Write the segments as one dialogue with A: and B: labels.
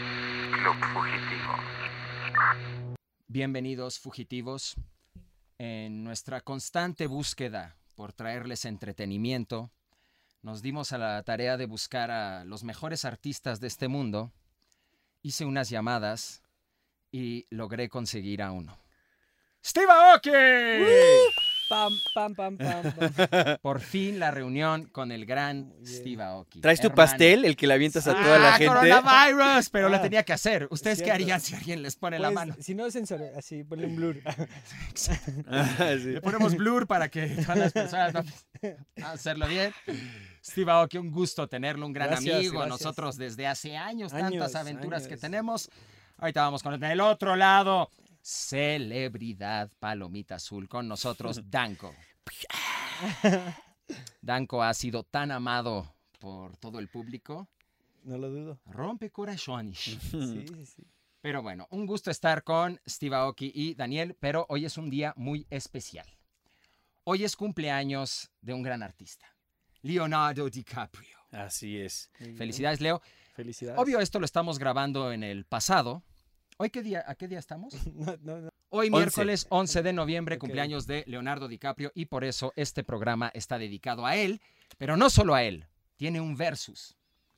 A: estilo fugitivo.
B: Bienvenidos fugitivos en nuestra constante búsqueda por traerles entretenimiento. Nos dimos a la tarea de buscar a los mejores artistas de este mundo. Hice unas llamadas y logré conseguir a uno. ¡Steve Aoki!
C: Pam, pam, pam, pam. pam.
B: Por fin la reunión con el gran Steve Aoki.
D: ¿Traes tu
B: Hermano.
D: pastel, el que le avientas a toda la
B: Ah,
D: gente?
B: coronavirus! Pero la
C: Ah,
B: tenía que hacer. ¿Ustedes qué
C: cierto.
B: harían si alguien les pone la
C: Pues,
B: mano?
C: Si no, censore, así, ponle un blur.
D: Ah, sí.
B: Le ponemos blur para que todas las personas no a hacerlo bien. Steve Aoki, un gusto tenerlo, un gran
C: Gracias,
B: amigo.
C: gracias.
B: Nosotros desde hace años,
C: Años,
B: tantas aventuras que
C: años.
B: tenemos. Ahorita vamos con el del otro lado. Celebridad Palomita Azul con nosotros, Danko. Danko ha sido tan amado por todo el público.
C: No lo dudo.
B: Rompe corazones.
C: Sí, sí, sí.
B: Pero bueno, un gusto estar con Steve Aoki y Daniel, pero hoy es un día muy especial. Hoy es cumpleaños de un gran artista, Leonardo DiCaprio.
D: Así es.
C: Muy bien.
B: Felicidades, Leo.
C: Felicidades.
B: Obvio, esto lo estamos grabando en el pasado. ¿Hoy qué día, a qué día estamos?
C: No, no, no.
B: Hoy
D: Once.
B: miércoles 11 de noviembre,
C: Ok.
B: cumpleaños de Leonardo DiCaprio y por eso este programa está dedicado a él, pero no solo a él, tiene un versus.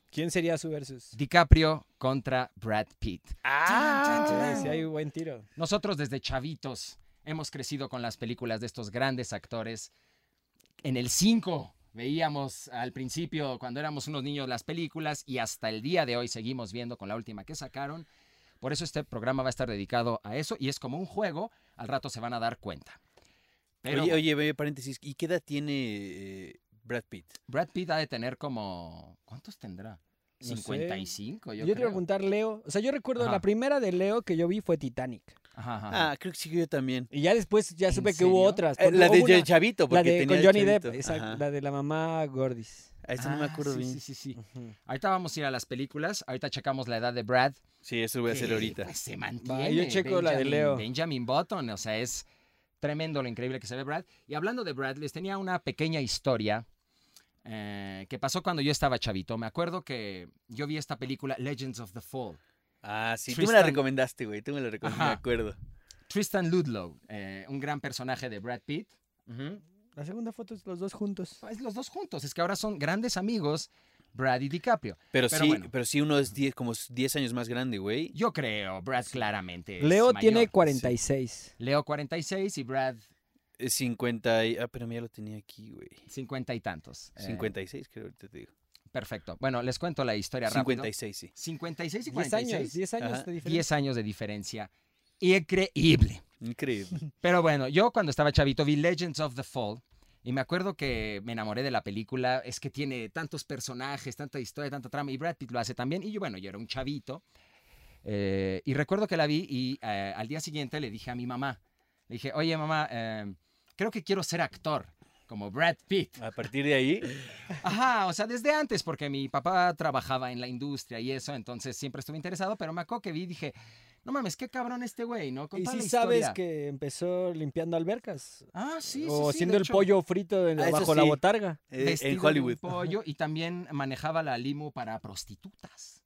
C: ¿Quién sería su versus?
B: DiCaprio contra Brad Pitt.
C: Eh, Si hay un buen tiro.
B: Nosotros desde chavitos hemos crecido con las películas de estos grandes actores. En el 5 veíamos al principio, cuando éramos unos niños, las películas y hasta el día de hoy seguimos viendo con la última que sacaron. Por eso este programa va a estar dedicado a eso y es como un juego, al rato se van a dar cuenta. Pero
D: Oye, oye, oye, paréntesis. ¿Y qué edad tiene eh, Brad Pitt?
B: Brad Pitt ha de tener como... ¿Cuántos tendrá?
C: No sé.
B: 55, yo,
C: Yo, te iba
B: creo.
C: a preguntar Leo. O sea, yo recuerdo
B: Ajá.
C: la primera de Leo que yo vi fue Titanic.
B: Ajá, ajá.
D: Ah, creo que sí, yo también.
C: Y ya después ya
B: ¿En
C: supe que hubo
B: serio?
C: otras.
D: Eh, la
C: Hubo
D: de
C: una-
D: Chavito,
C: la
D: porque
C: de
D: tenía
C: con
D: el
C: Johnny Depp,
D: chavito.
C: exacto,
D: Ajá.
C: la de la mamá Gordis.
D: A esa no me
B: Ah,
D: acuerdo
B: sí,
D: bien.
B: Sí,
D: Sí,
B: sí, sí. Ahorita vamos a ir a las películas. Ahorita checamos la edad de Brad.
D: eso voy a hacer
B: que,
D: ahorita.
B: pues, se mantiene.
C: Va, yo checo la de
B: Benjamin-
C: Leo.
B: Benjamin Button, o sea, es tremendo lo increíble que se ve Brad. Y hablando de Brad, les tenía una pequeña historia eh, que pasó cuando yo estaba chavito. Me acuerdo que yo vi esta película Legends of the Fall.
D: Ah, sí, tú me la
B: Tristan-
D: recomendaste, güey. Tú me la recomendaste, me
B: Ajá.
D: acuerdo.
B: Tristan Ludlow, eh, un gran personaje de Brad Pitt.
C: La segunda foto es los dos juntos.
B: Es los dos juntos, es que ahora son grandes amigos Brad y DiCaprio.
D: Pero,
B: Pero
D: sí,
B: bueno.
D: pero sí uno es 10, como 10 años más grande, güey.
B: Yo creo, Brad claramente. es
C: Leo tiene
B: mayor.
C: 46.
B: Leo 46 y Brad
D: Eh, 50 y... Ah, pero mira, lo tenía aquí, güey.
B: 50 y tantos. Eh,
D: 56, creo, ahorita te digo.
B: perfecto. Bueno, les cuento la historia rápido.
D: 56, sí.
B: 56 y
C: 10 años,
B: 46.
C: 10 años
D: Ajá.
C: de diferencia.
B: 10 años de diferencia. Increíble.
D: Increíble.
B: Pero bueno, yo cuando estaba chavito vi Legends of the Fall y me acuerdo que me enamoré de la película. Es que tiene tantos personajes, tanta historia, tanta trama y Brad Pitt lo hace también. Y yo, bueno, yo era un chavito. eh, y recuerdo que la vi y eh, al día siguiente le dije a mi mamá, le dije, oye mamá, eh, creo que quiero ser actor, como Brad Pitt.
D: A partir de ahí,
B: Ajá, o sea, desde antes, porque mi papá trabajaba en la industria y eso, entonces siempre estuve interesado, pero me acuerdo que vi y dije, no mames, qué cabrón este güey, ¿no? Con
C: Y
B: toda
C: sí
B: la
C: sabes
B: historia".
C: que empezó limpiando albercas.
B: Ah, sí, sí,
C: o
B: sí,
C: haciendo
B: de
C: el
B: hecho,
C: pollo frito en-
D: Ah, eso
C: bajo la
D: sí.
C: botarga.
D: eh,
B: vestido
D: en
B: de un
D: Hollywood.
B: pollo y también manejaba la limo para prostitutas.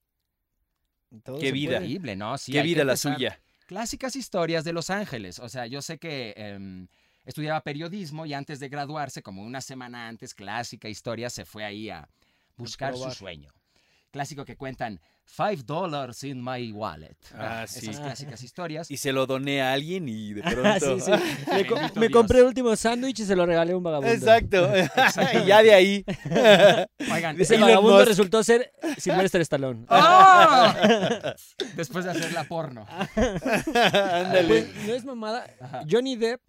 C: Todo
D: Qué
C: se
D: vida.
C: puede.
B: Increíble, ¿no? Sí,
D: Qué
B: hay que
D: vida la
B: empezar.
D: suya.
B: Clásicas historias de Los Ángeles. O sea, yo sé que em, estudiaba periodismo y antes de graduarse, como una semana antes, clásica historia, se fue ahí a buscar su
C: probar.
B: sueño. Clásico que cuentan Five Dollars in My Wallet.
D: Ah, sí.
B: Esas clásicas historias.
D: Y se lo doné a alguien y de
C: Ah,
D: pronto...
C: sí, sí. Le co-
B: Bendito
C: me
B: Dios.
C: compré el último sándwich y se lo regalé a un vagabundo.
D: Exacto. y ya de ahí.
B: Oigan,
C: Ese
D: Elon
C: vagabundo
D: Musk.
C: resultó ser Sylvester Stallone.
B: ¡Oh! Después de hacer la porno.
C: Ah,
D: Ándale.
C: Pues, no es mamada.
B: Ajá.
C: Johnny Depp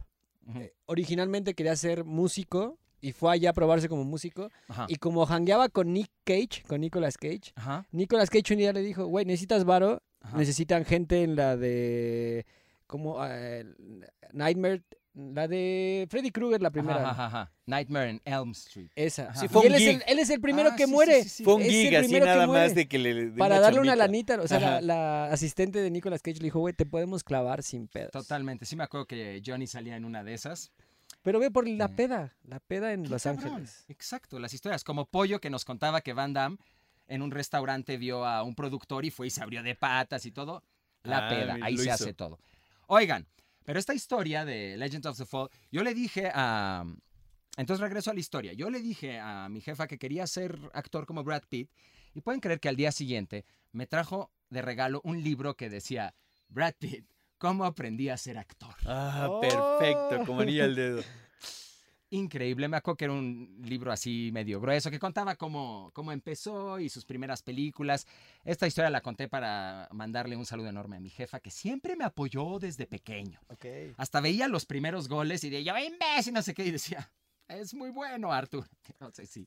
B: Ujú.
C: eh, originalmente quería ser músico y fue allá a probarse como músico.
D: Ah.
B: Ajá.
C: Y como hangueaba con Nick Cage, con Nicolas Cage,
B: Ajá.
C: Nicolas Cage un día le dijo, güey, necesitas varo,
B: Ajá.
C: necesitan gente en la de... como eh, Nightmare, la de Freddy Krueger, la primera.
B: Ajá, ajá, ajá. Nightmare in Elm Street.
C: Esa.
B: Sí,
C: Y
D: fue un
C: él, es el,
D: gig.
C: él es el primero
B: Ah,
C: que
B: sí, sí,
C: muere.
B: sí, sí.
D: Fue un
C: Es el
D: gig así
C: primero que
D: nada
C: muere.
D: más de que le... de
C: Para darle una lanita, o sea,
D: Ajá.
C: la, la asistente de Nicolas Cage le dijo, güey, te podemos clavar sin pedos.
B: Totalmente. Sí me acuerdo que Johnny salía en una de esas.
C: Pero ve por la
B: Mm.
C: peda, la peda en
B: ¡Qué
C: Los
B: cabrón!
C: Ángeles.
B: Exacto, las historias. Como Pollo que nos contaba que Van Damme en un restaurante vio a un productor y fue y se abrió de patas y todo. La
D: Ah,
B: peda,
D: mira,
B: ahí
D: lo
B: se
D: hizo.
B: hace todo. Oigan, pero esta historia de Legend of the Fall, yo le dije a... Entonces regreso a la historia. Yo le dije a mi jefa que quería ser actor como Brad Pitt y pueden creer que al día siguiente me trajo de regalo un libro que decía Brad Pitt, ¿cómo aprendí a ser actor?
D: Ah,
C: Oh.
D: perfecto, como anillo al dedo.
B: increíble. Me acuerdo que era un libro así medio grueso que contaba cómo, cómo empezó y sus primeras películas. Esta historia la conté para mandarle un saludo enorme a mi jefa que siempre me apoyó desde pequeño. Hasta veía los primeros goles y de yo, imbécil, no sé qué, y decía. Es muy bueno, Arthur. No sé si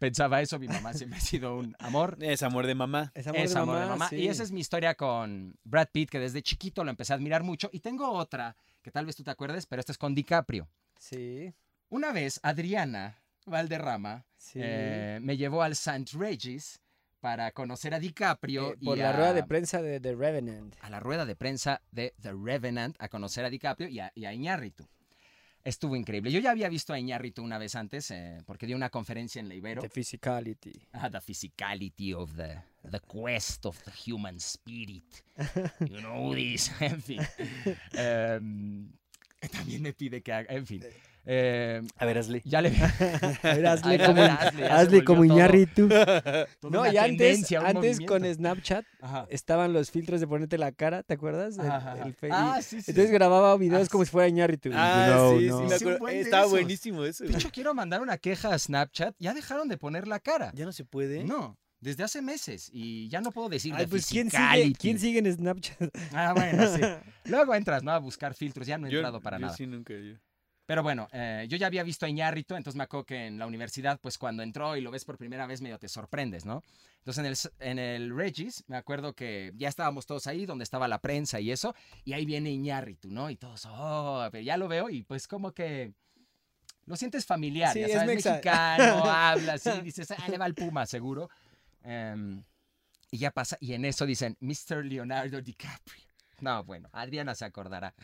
B: pensaba eso. Mi mamá siempre ha sido un amor.
D: Es amor de mamá.
C: Es amor,
B: es
C: de
B: amor
C: mamá.
B: de mamá.
C: sí.
B: Y esa es mi historia con Brad Pitt, que desde chiquito lo empecé a admirar mucho. Y tengo otra, que tal vez tú te acuerdes, pero esta es con DiCaprio.
C: Sí,
B: Una vez Adriana Valderrama
C: sí.
B: eh, me llevó al St. Regis para conocer a DiCaprio.
C: Eh, por
B: y
C: la
B: a,
C: rueda de prensa de The Revenant.
B: a la rueda de prensa de The Revenant a conocer a DiCaprio y a, y a Iñárritu. Estuvo increíble. Yo ya había visto a Iñárritu una vez antes eh, porque dio una conferencia en la Ibero.
C: The Physicality.
B: Ah, the physicality of the, the quest of the human spirit. You know this, en fin. Em, también me pide que haga, en fin.
C: Eh.
B: Em,
D: A ver, Ashley.
B: ya le
C: A ver, hazle
B: Ay, a
C: como,
B: ver, hazle, ya se
C: hazle
B: volvió
C: como
B: todo-
C: Iñárritu.
B: toda
C: No,
B: una
C: y antes,
B: tendencia, un
C: antes
B: movimiento.
C: con Snapchat estaban los filtros de ponerte la cara, ¿te acuerdas? El-
B: Ajá, ajá.
C: el fe- y-
B: Ah, sí, sí.
C: Entonces grababa videos
B: Ah,
C: como si fuera Iñárritu.
D: Ah,
C: No,
D: sí,
C: no.
D: sí,
B: Hice
D: me
B: un
D: acuerdo.
B: buen de
D: Estaba
B: esos.
D: buenísimo eso.
B: De hecho, quiero mandar una queja a Snapchat. Ya dejaron de poner la cara.
D: ¿Ya no se puede?
B: No, ¿eh? desde hace meses. Y ya no puedo decir
C: Ay,
B: de
C: pues ¿quién sigue,
B: physicality.
C: ¿quién sigue en Snapchat?
B: Ah, bueno, sí. Luego entras, ¿no? A buscar filtros. Ya no he
D: Yo-
B: entrado para
D: yo
B: nada.
D: sí nunca, yo.
B: Pero bueno, eh, yo ya había visto a Iñárritu, entonces me acuerdo que en la universidad, pues cuando entró y lo ves por primera vez, medio te sorprendes, ¿no? Entonces en el, s- en el Regis, me acuerdo que ya estábamos todos ahí, donde estaba la prensa y eso, y ahí viene Iñárritu, ¿no? Y todos, oh, pero ya lo veo y pues como que lo sientes familiar,
C: Sí,
B: ya
C: es
B: sabes,
C: mexa.
B: mexicano, habla así, dices, ah, le va el Puma, seguro. Em, y ya pasa, y en eso dicen, Mr. Leonardo DiCaprio. No, bueno, Adriana se acordará.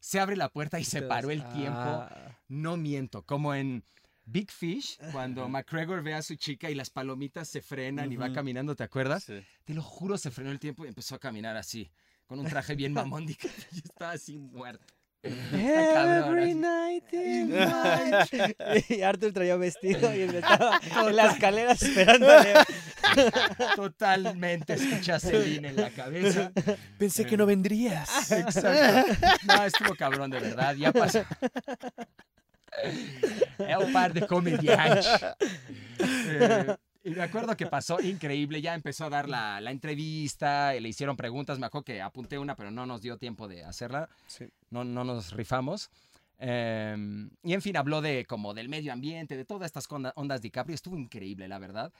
B: Se abre la puerta y se paró el tiempo.
C: Ah,
B: No miento, como en Big Fish, cuando McGregor ve a su chica y las palomitas se frenan y va
D: Ujú.
B: caminando, ¿te acuerdas?
D: Sí.
B: Te lo juro, se frenó el tiempo y empezó a caminar así, con un traje bien mamón, y estaba así muerto. Está cabrón,
C: Every
B: así.
C: night in
B: Ay,
C: my- Y Arthur traía vestido y él estaba en las escaleras esperándole.
B: Totalmente escucha a Celine en la cabeza.
D: Pensé que no vendrías.
B: Exacto. No, estuvo cabrón, de verdad. Ya pasó. É un par de comediantes. Eh, y me acuerdo que pasó increíble. Ya empezó a dar la, la entrevista, y le hicieron preguntas. Me acuerdo que apunté una, pero no nos dio tiempo de hacerla.
D: Sí.
B: No, no nos rifamos. Eh, y en fin, habló de como del medio ambiente, de todas estas conda- ondas DiCaprio. Estuvo increíble, la verdad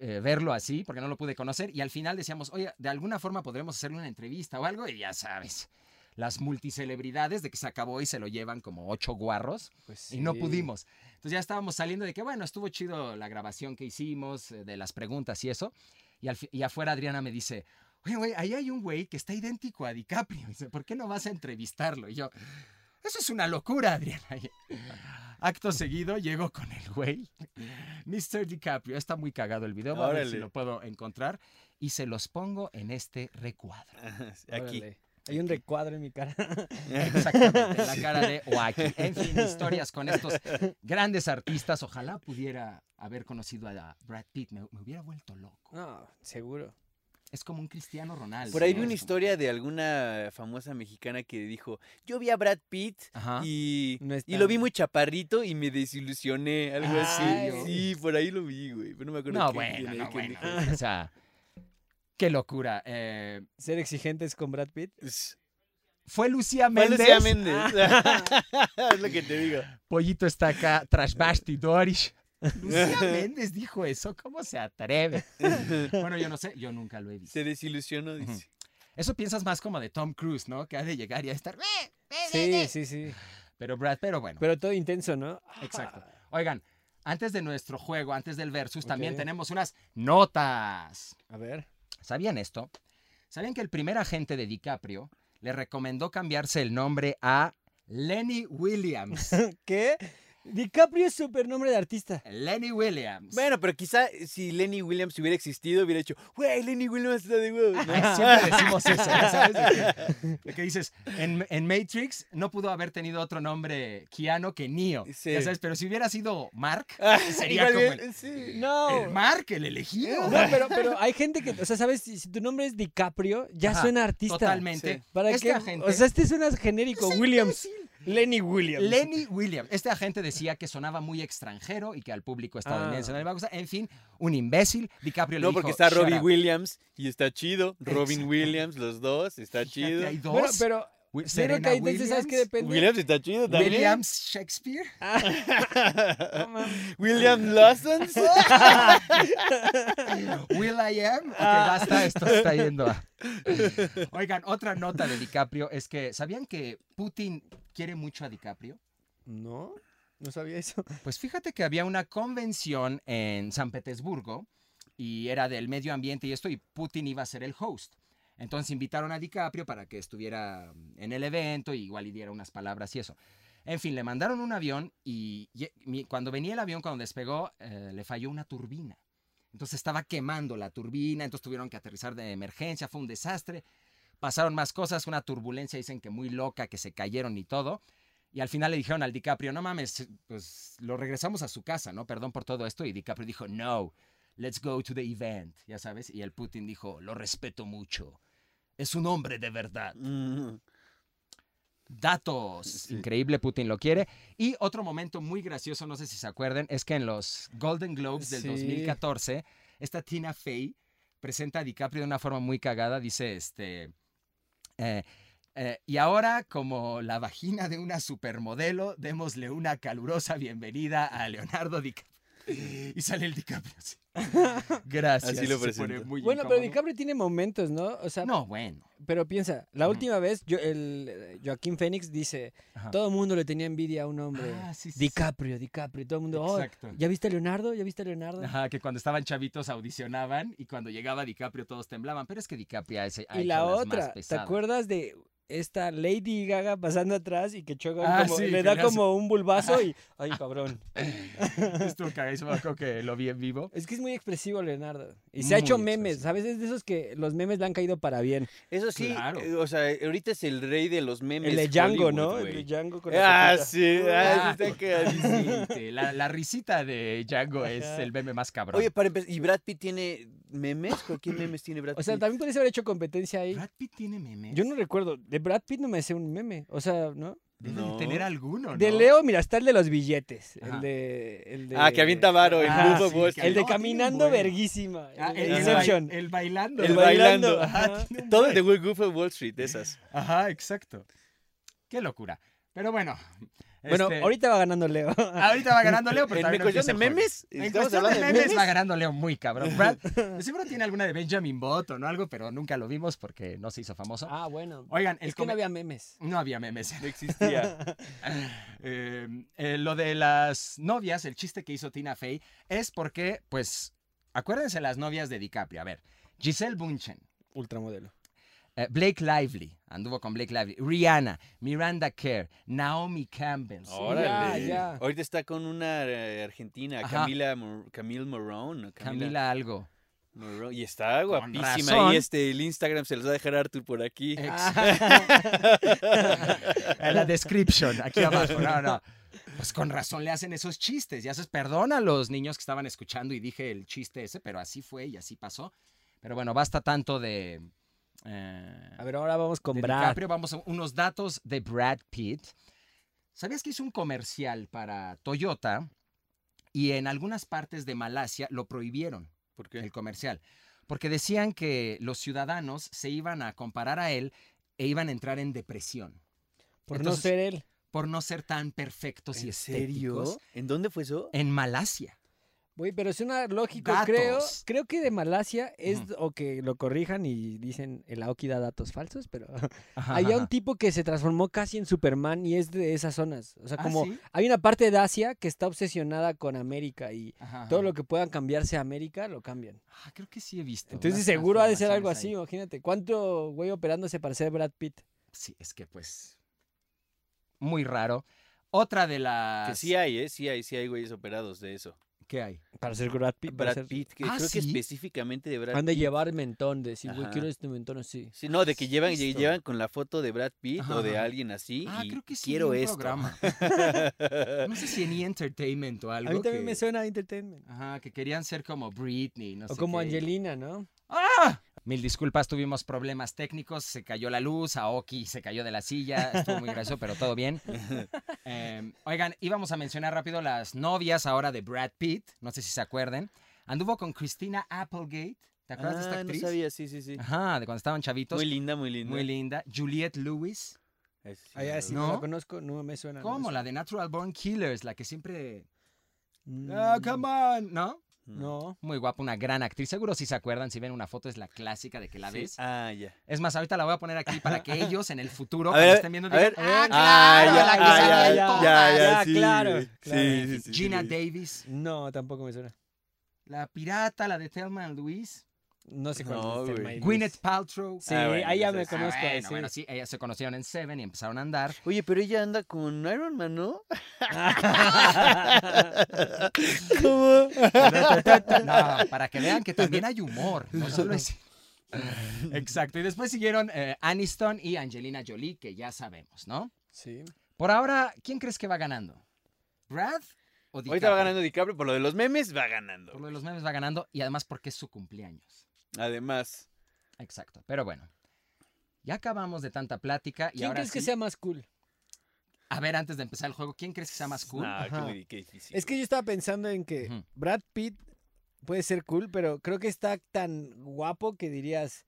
B: eh, verlo así, porque no lo pude conocer, y al final decíamos, oye, de alguna forma podremos hacerle una entrevista o algo, y ya sabes, las multicelebridades de que se acabó y se lo llevan como ocho guarros,
C: pues
B: y no pudimos. Entonces ya estábamos saliendo de que, bueno, estuvo chido la grabación que hicimos, eh, de las preguntas y eso, y, al fi- y afuera Adriana me dice... Oye, güey, ahí hay un güey que está idéntico a DiCaprio. Dice, ¿por qué no vas a entrevistarlo? Y yo, eso es una locura, Adriana. Y- Acto seguido, llego con el güey. Mr. DiCaprio, está muy cagado el video, voy a ver si
D: Órale.
B: lo puedo encontrar. Y se los pongo en este recuadro.
D: Ajá, sí, Aquí.
C: Órale. Hay un
D: Aquí.
C: recuadro en mi cara.
B: Exactamente, la cara de Oaki. En fin, historias con estos grandes artistas. Ojalá pudiera haber conocido a Brad Pitt, me, me hubiera vuelto loco.
C: No, seguro.
B: Es como un Cristiano Ronaldo.
D: Por ahí
B: ¿no?
D: vi
B: Es
D: una
B: como-
D: historia de alguna famosa mexicana que dijo, yo vi a Brad Pitt
B: Ajá.
D: y,
C: No es
D: y lo
C: tan-
D: vi muy chaparrito y me desilusioné, algo
B: Ay,
D: así.
B: no.
D: Ah, Sí, por ahí lo vi, güey, pero no me acuerdo
B: No,
D: quién-
B: bueno,
D: quién-
B: no,
D: quién
B: bueno. O sea, qué locura. Eh,
C: Ser exigentes con Brad Pitt.
D: dijo. Es-
B: fue Lucía
D: fue
B: Méndez.
D: Lucía Méndez. Ah. es lo que te digo.
B: Pollito está acá
D: Eh.
B: tras bastidores. Lucía Méndez dijo eso, ¿cómo se atreve? Bueno, yo no sé, yo nunca lo he visto.
D: Se desilusionó, dice.
B: Eso piensas más como de Tom Cruise, ¿no? Que ha de llegar y ha de estar. "Eh, eh, eh,
C: Sí,
B: eh".
C: sí, sí.
B: Pero Brad, pero bueno.
C: Pero todo intenso, ¿no?
B: Exacto. Oigan, antes de nuestro juego, antes del versus, también
C: Ok.
B: tenemos unas notas.
C: A ver.
B: ¿Sabían esto? ¿Sabían que el primer agente de DiCaprio le recomendó cambiarse el nombre a Lenny Williams?
C: ¿Qué? DiCaprio es super nombre de artista.
B: Lenny Williams.
D: Bueno, pero quizá si Lenny Williams hubiera existido, hubiera dicho, güey, Lenny Williams está de huevos. ¿no?
B: Ay, Siempre decimos eso, ya ¿sabes? De que, de que dices, en, en Matrix no pudo haber tenido otro nombre Keanu que Neo.
D: Sí.
B: Ya sabes, pero si hubiera sido Mark,
D: Ah,
B: sería
D: igual
B: como
D: bien,
B: el,
D: sí.
C: No.
B: el Mark, el elegido.
C: No, pero, pero hay gente que, o sea, sabes, si, si tu nombre es DiCaprio, ya
B: Ajá,
C: suena artista.
B: Totalmente.
D: Sí.
C: ¿Para
B: este
C: qué?
B: agente,
C: O sea, este suena genérico, Williams. Lenny Williams.
B: Lenny Williams. Este agente decía que sonaba muy extranjero y que al público estadounidense
C: Ah.
B: no le va a gustar. En fin, un imbécil. DiCaprio le
D: No,
B: dijo,
D: porque está
B: "Shut
D: Robbie
B: up".
D: Williams y está chido. Robin
B: Exacto.
D: Williams, los dos, está chido.
B: Hay dos.
C: Bueno, pero
B: Wi-
C: creo que
B: Serena
C: ahí entonces, ¿sabes qué
B: Williams,
C: depende?
D: Williams está chido también.
B: Williams Shakespeare.
C: No mames.
D: William Lawson.
B: Will I am. Ok,
D: Ah.
B: basta, esto se está yendo. a- Oigan, otra nota de DiCaprio es que, ¿sabían que Putin quiere mucho a DiCaprio?
C: No, no sabía eso.
B: Pues fíjate que había una convención en San Petersburgo y era del medio ambiente y esto, y Putin iba a ser el host. Entonces invitaron a DiCaprio para que estuviera en el evento y igual y diera unas palabras y eso. En fin, le mandaron un avión y, y- mi- cuando venía el avión, cuando despegó, eh, le falló una turbina. Entonces estaba quemando la turbina, entonces tuvieron que aterrizar de emergencia, fue un desastre. Pasaron más cosas, una turbulencia, dicen que muy loca, que se cayeron y todo. Y al final le dijeron al DiCaprio, no mames, pues lo regresamos a su casa, ¿no? Perdón por todo esto. Y DiCaprio dijo, no, let's go to the event, ya sabes. Y el Putin dijo, lo respeto mucho. Es un hombre de verdad.
D: Mm.
B: Datos.
D: Sí.
B: Increíble, Putin lo quiere. Y otro momento muy gracioso, no sé si se acuerden, es que en los Golden Globes del
C: Sí.
B: 2014, esta Tina Fey presenta a DiCaprio de una forma muy cagada. Dice, este... eh, eh, y ahora, como la vagina de una supermodelo, démosle una calurosa bienvenida a Leonardo DiCaprio. Y sale el DiCaprio así. Gracias.
D: Así lo
B: se pone
D: presenta.
B: muy
C: Bueno, pero
B: incómodo.
C: DiCaprio tiene momentos, ¿no? O sea,
B: No, bueno.
C: pero piensa, la
B: Ujú.
C: última vez yo- el, eh, Joaquín Fénix dice,
B: Ajá.
C: todo el mundo le tenía envidia a un hombre.
B: Ah, sí, sí, sí.
C: DiCaprio, DiCaprio, todo el mundo, "Oh,
B: Exacto.
C: ¿ya viste a Leonardo? ¿Ya viste a Leonardo?
B: Ajá, que cuando estaban chavitos audicionaban y cuando llegaba DiCaprio todos temblaban. Pero es Ah, que DiCaprio es
C: Y la otra, ¿te acuerdas de esta Lady Gaga pasando atrás y que choca
B: Ah,
C: como-
B: sí,
C: le
B: que
C: da
B: le hace-
C: como un bulbazo y ay, cabrón.
B: Estuvo cagadísimo, me acuerdo que lo vi en vivo.
C: Es que es muy expresivo Leonardo y se ha hecho
B: Muy
C: memes,
B: expresivo.
C: ¿sabes? Es de esos que los memes le han caído para bien.
D: Eso sí,
B: Claro.
D: eh, o sea, ahorita es el rey de los memes.
C: El de Django, ¿no?
D: Hollywood,
C: El de
D: güey.
C: Django con la
D: Ah,
C: copita.
D: sí, ah,
B: Ah,
D: sí está cagadísimo.
B: totalmente. La, la risita de Django es
C: Ajá.
B: el meme más cabrón.
D: Oye, para empezar, ¿y Brad Pitt tiene memes? ¿Con qué memes tiene Brad Pitt?
C: O sea, también podría haber hecho competencia ahí.
B: ¿Brad Pitt tiene memes?
C: Yo no recuerdo, de Brad Pitt no me sé un meme, o sea, ¿no?
B: Debe
D: No.
B: de tener alguno, ¿no?
C: De Leo, mira, está el de los billetes,
B: Ajá.
C: el de el de
D: Ah, que avienta varo, el
B: Ah,
D: Lobo
B: sí,
D: Wall
B: que-
C: El
D: Street.
C: de
B: No, tiene un
C: caminando
B: buen.
C: verguísima,
B: Ah, el,
C: el de
B: el
C: Inception.
B: bail- el bailando.
D: El
B: ¿no?
D: bailando.
C: Ajá.
B: tiene un
D: Todo
B: buen.
D: el de Wolf of Wall Street, esas.
B: Ajá, exacto. Qué locura. Pero bueno.
C: Bueno,
B: este,
C: ahorita va ganando Leo.
B: ahorita va ganando Leo, pero
D: En mi
B: también
D: cuestión
B: empieza
D: de
B: el juego.
D: memes,
B: En
D: estamos
B: cuestión de
D: hablando
B: memes, va ganando Leo muy cabrón. Brad, de seguro tiene alguna de Benjamin Button o algo, pero nunca lo vimos porque no se hizo famoso.
C: Ah, bueno.
B: Oigan, el
C: Es que no
B: come-
C: había memes.
B: no había memes.
D: No existía.
B: Eh, eh, lo de las novias, el chiste que hizo Tina Fey, es porque, pues, acuérdense las novias de DiCaprio. A ver, Giselle Bunchen,
C: Ultramodelo.
B: eh, Blake Lively, anduvo con Blake Lively, Rihanna, Miranda Kerr, Naomi Campbell.
D: Órale.
C: ya.
D: Ahorita está con una eh, argentina,
B: Ajá.
D: Camila Mor- Camille Morón. ¿no?
B: Camila algo.
D: Morón. Y está
B: Con
D: guapísima.
B: razón. Eh,
D: ahí este, el Instagram se los va a dejar Arthur por aquí.
B: En la description, aquí abajo. No, no. Pues con razón le hacen esos chistes. Ya sabes, perdona a los niños que estaban escuchando y dije el chiste ese, pero así fue y así pasó. Pero bueno, basta tanto de. eh,
C: A ver, ahora vamos con
B: de
C: Brad.
B: DiCaprio. Vamos a unos datos de Brad Pitt. ¿Sabías que hizo un comercial para Toyota y en algunas partes de Malasia lo prohibieron?
D: ¿Por qué?
B: el comercial. Porque decían que los ciudadanos se iban a comparar a él e iban a entrar en depresión
C: Por
B: Entonces-
C: no ser él.
B: por no ser tan perfectos y
D: ¿En
B: estéticos
D: serio? ¿En dónde fue eso?
B: en Malasia.
C: Güey, pero es una lógica,
B: Datos.
C: creo. Creo que de Malasia es
B: Ujú.
C: o que lo corrijan y dicen el Aoki da datos falsos, pero había un tipo que se transformó casi en Superman y es de esas zonas. O sea,
B: Ah,
C: como
B: ¿sí?
C: hay una parte de Asia que está obsesionada con América y
B: Ajá,
C: todo
B: ajá.
C: lo que puedan cambiarse a América lo cambian.
B: Ah, creo que sí he visto.
C: Entonces
B: unas
C: seguro ha de ser algo
B: transformaciones
C: así,
B: ahí.
C: imagínate. ¿Cuánto güey operándose para ser Brad Pitt?
B: Sí, es que pues muy raro. Otra de las...
D: Que sí hay, ¿eh? Sí hay, sí hay güeyes operados de eso.
B: ¿Qué hay?
C: Para ser Brad Pitt. para
D: Brad
C: ser-
D: Pitt, que
B: Ah,
D: creo que
B: ¿sí?
D: específicamente de Brad
C: Han de
D: Pitt.
C: llevar mentón, de decir, güey,
D: Ajá.
C: quiero este mentón así.
D: Sí, no, de que llevan, lle-
B: Cristo.
D: llevan con la foto de Brad Pitt
B: Ajá,
D: o de
B: ajá.
D: alguien así.
B: Ah,
D: y
B: creo que sí.
D: Quiero
B: un
D: esto.
B: programa. No sé si en E! Entertainment o algo.
C: A mí también
B: que-
C: me suena a Entertainment.
B: Ajá, que querían ser como Britney, no
C: o
B: sé
C: como
B: qué.
C: Angelina, ¿no?
B: ¡Ah! Mil disculpas, tuvimos problemas técnicos, se cayó la luz, Aoki se cayó de la silla, estuvo muy gracioso, pero todo bien. Eh, oigan, íbamos a mencionar rápido las novias ahora de Brad Pitt, no sé si se acuerden. Anduvo con Christina Applegate, ¿te acuerdas de esta
D: Ah, no
B: actriz?
D: sabía, sí, sí, sí.
B: Ajá, de cuando estaban chavitos.
D: Muy
B: Muy,
D: linda, muy linda.
B: linda. Juliette Lewis,
D: Esa sí
C: Ah,
D: me
C: ya,
D: acuerdo.
C: sí,
B: ¿No?
C: la conozco, no me suena. no me
B: ¿cómo?
C: suena.
B: La de Natural Born Killers, la que siempre...
C: Mm,
B: Ah, come on, ¿no?
C: No.
B: Muy guapa, una gran actriz. Seguro si se acuerdan, si ven una foto es la clásica de que la
D: Sí.
B: ves.
D: Ah, ya.
B: Es más, ahorita la voy a poner aquí para que ellos en el futuro,
D: A
B: cuando
D: ver,
B: estén viendo,
D: a
B: digan,
D: ver.
B: ah,
D: Ah,
B: claro,
D: ya,
B: la que
D: ah,
B: salía
D: ya,
B: en
D: ya,
B: todas".
D: ya, ya,
C: Ah,
D: sí,
C: claro,
D: güey.
C: claro.
D: Sí, sí, sí,
B: Gina
D: sí.
B: Davis,
C: No, tampoco me suena.
B: la pirata, la de Thelma and Louise,
C: No sé cuál
D: No,
C: es el
D: güey.
C: tema.
B: Gwyneth Paltrow.
C: Sí,
D: Ah, bueno,
C: ahí ya me
D: entonces-
B: Ah,
C: conozco.
B: bueno,
C: sí.
B: bueno, sí, ellas se conocieron en Seven y empezaron a andar.
D: Oye, pero ella anda con Iron Man, ¿no? ¿Cómo?
B: No, para que vean que también hay humor, no solo es... Exacto, y después siguieron eh, Aniston y Angelina Jolie, que ya sabemos, ¿no?
C: Sí.
B: Por ahora, ¿quién crees que va ganando? ¿Brad o DiCaprio?
D: Ahorita va ganando DiCaprio, por lo de los memes va ganando.
B: Por lo de los memes va ganando y además porque es su cumpleaños.
D: Además,
B: Exacto, pero bueno. Ya acabamos de tanta plática y
C: ¿Quién
B: ahora
C: crees que
B: sí-
C: sea más cool?
B: A ver, antes de empezar el juego, ¿quién crees que sea más cool?
D: nah, qué
C: Ajá.
D: muy- qué difícil,
C: Es que yo estaba pensando en que
B: Ujú.
C: Brad Pitt puede ser cool, pero creo que está tan guapo que dirías,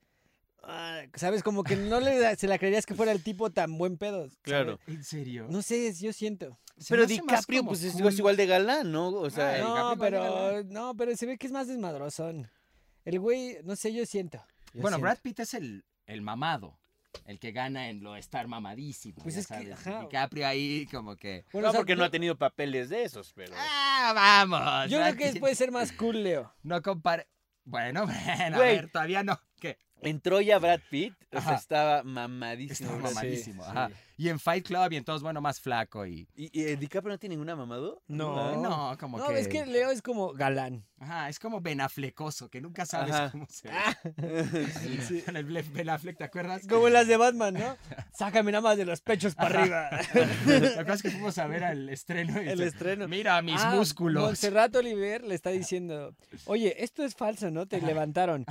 C: "Ah", ¿sabes? Como que no le da- se la creerías que fuera el tipo tan buen pedo. ¿sabes?
D: Claro.
B: ¿En serio?
C: No sé, yo siento.
B: Se me
D: Pero
B: hace más
D: DiCaprio,
B: como
D: pues es
B: cool.
D: es igual de galán, ¿no? O sea,
B: Ay,
D: el-
C: no,
B: DiCaprio igual de
C: pero
B: galán.
C: no, pero se ve que es más desmadrozón. El güey, no sé, yo siento. yo
B: Bueno,
C: siento.
B: Brad Pitt es el, el mamado. El que gana en lo de estar mamadísimo.
C: Pues
B: ya
C: es que,
B: sabes,
C: ajá.
B: DiCaprio ahí como que...
C: Bueno,
D: no,
C: o sea,
D: porque no
C: yo-
D: ha tenido papeles de esos, pero.
B: ¡Ah, vamos!
C: Yo
B: Brad
C: creo que
B: Pitt".
C: puede ser más cool, Leo.
B: No compare... Bueno, bueno, a
D: Güey.
B: ver, todavía no. ¿Qué?
D: Entró ya Brad Pitt, o sea,
B: Ajá.
D: estaba mamadísimo.
B: Está
D: Brad Pitt.
B: mamadísimo.
D: Sí,
B: ajá.
D: sí.
B: Y en Fight Club y en todos, bueno, más flaco y...
D: ¿Y, y, eh, DiCaprio no tiene ninguna mamado?
C: No.
B: No, como
C: No,
B: que...
C: es que Leo es como galán.
B: Ajá, es como benaflecoso, que nunca sabes
D: Ajá.
B: cómo se ve.
D: Sí.
B: Con el Blef- Ben Affleck, ¿te acuerdas?
C: Como las de Batman, ¿no? Sácame nada más de los pechos para arriba.
B: ¿Te acuerdas que fuimos a ver al estreno? y
C: El
B: dice,
C: estreno.
B: Mira mis
C: Ah,
B: músculos.
C: Montserrat Oliver le está diciendo, oye, esto es falso, ¿no? Te levantaron.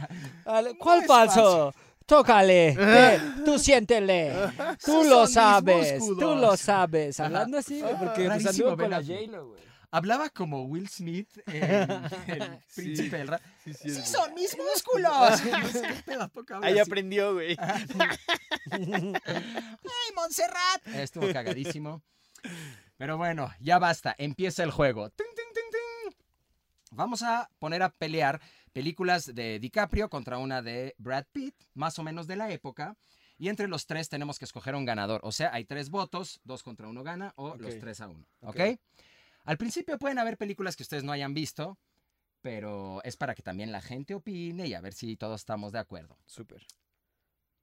C: "Ah, le-
B: No
C: ¿Cuál
B: es
C: falso? Tócale, ve, tú siéntele, tú
B: Esos son
C: lo
B: mis
C: sabes, tú lo
B: músculos.
C: sabes.
B: Ajá.
C: Hablando así, güey, porque pues,
B: Rarísimo
C: anduvo con
B: Ben
C: la
B: Affleck.
C: J-Lo, güey.
B: Hablaba como Will Smith en El
D: Sí.
B: Príncipe del Rap.
D: Sí, sí,
B: ¡Sí,
D: es-
B: son mis músculos! No sé qué pedo, ¿a poco habla
D: Ahí
B: así?
D: aprendió, güey.
B: ¡Ey, Montserrat! Eh, Estuvo cagadísimo. Pero bueno, ya basta. Empieza el juego. Tin, tin, tin, tin. Vamos a poner a pelear películas de DiCaprio contra una de Brad Pitt, más o menos de la época. Y entre los tres tenemos que escoger un ganador. O sea, hay tres votos, dos contra uno gana o los
C: Ok.
B: tres a uno. ¿Ok?
C: Ok.
B: Al principio pueden haber películas que ustedes no hayan visto, pero es para que también la gente opine y a ver si todos estamos de acuerdo.
C: Súper.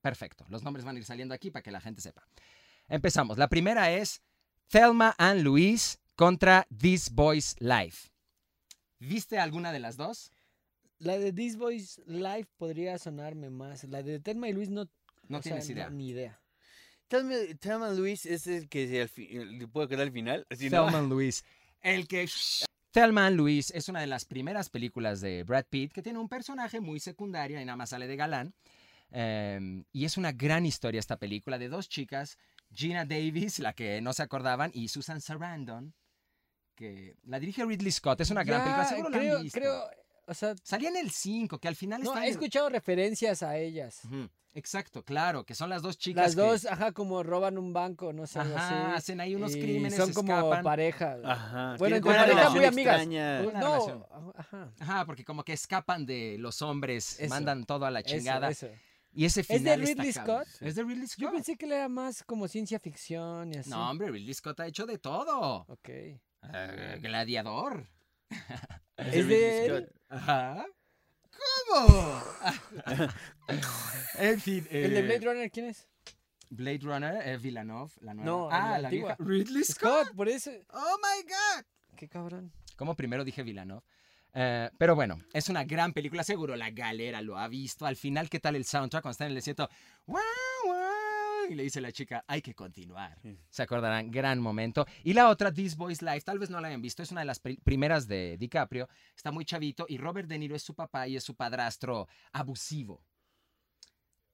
B: Perfecto. Los nombres van a ir saliendo aquí para que la gente sepa. Empezamos. La primera es Thelma and Louise contra This Boy's Life. ¿Viste alguna de las dos?
C: La de This Boys Live podría sonarme más. La de Telma y Luis no,
B: No
C: o sea,
B: tienes idea.
C: ni idea.
D: Thelma Thelma Luis es el que al fi- el- puede quedar al final. ¿sí, no?
B: Thelma and Louise. El que. Thelma and Louise es una de las primeras películas de Brad Pitt que tiene un personaje muy secundario y nada más sale de galán. Em, y es una gran historia esta película de dos chicas, Gina Davis, la que no se acordaban, y Susan Sarandon, que la dirige Ridley Scott. Es una gran
C: Ya,
B: película, seguro la
C: creo,
B: han visto.
C: creo, o sea,
B: Salía en el 5, que al final
C: no,
B: está
C: he
B: en-
C: escuchado referencias a ellas.
B: Ujú, Exacto, claro, que son las dos chicas
C: Las
B: que-
C: dos, ajá, como roban un banco, no sé, algo
B: Ajá,
C: así.
B: hacen ahí unos
C: y
B: crímenes,
C: Son
B: se
C: como
B: escapan.
C: pareja.
D: Ajá.
C: Bueno,
D: tiene
C: entre
D: como una
B: pareja, muy
D: relación
C: amigas.
D: extraña.
C: Uh,
B: una
C: no,
B: relación.
C: ajá, ajá.
B: Ajá, porque como que escapan de los hombres,
C: Eso,
B: mandan todo a la
C: Eso,
B: chingada.
C: eso.
B: Y ese
C: de
B: final
C: Ridley
B: está cabrón.
C: Scott?
B: Es de Ridley Scott.
C: Yo pensé que le era más como ciencia ficción y así.
B: No, hombre, Ridley Scott ha hecho de todo.
C: Ok.
B: Eh, gladiador.
D: Es
C: Es
D: Ridley
C: de él.
D: Scott.
B: Ajá. ¿Cómo? en fin.
C: ¿El de
B: eh,
C: Blade Runner quién es?
B: Blade Runner es Villeneuve, la nueva.
C: No,
B: ah,
C: la
B: la
C: antigua.
B: vieja. Ridley
C: Scott, por eso.
B: Oh my God.
C: Qué cabrón.
B: Como primero dije Villeneuve. Eh, pero bueno, es una gran película, seguro la galera lo ha visto. Al final, ¿qué tal el soundtrack cuando está en el desierto? ¡Guau, guau! Y le dice la chica, hay que continuar.
D: Sí.
B: Se acordarán, gran momento. Y la otra, This Boy's Life, tal vez no la hayan visto, es una de las pri- primeras de DiCaprio. Está muy chavito y Robert De Niro es su papá y es su padrastro abusivo.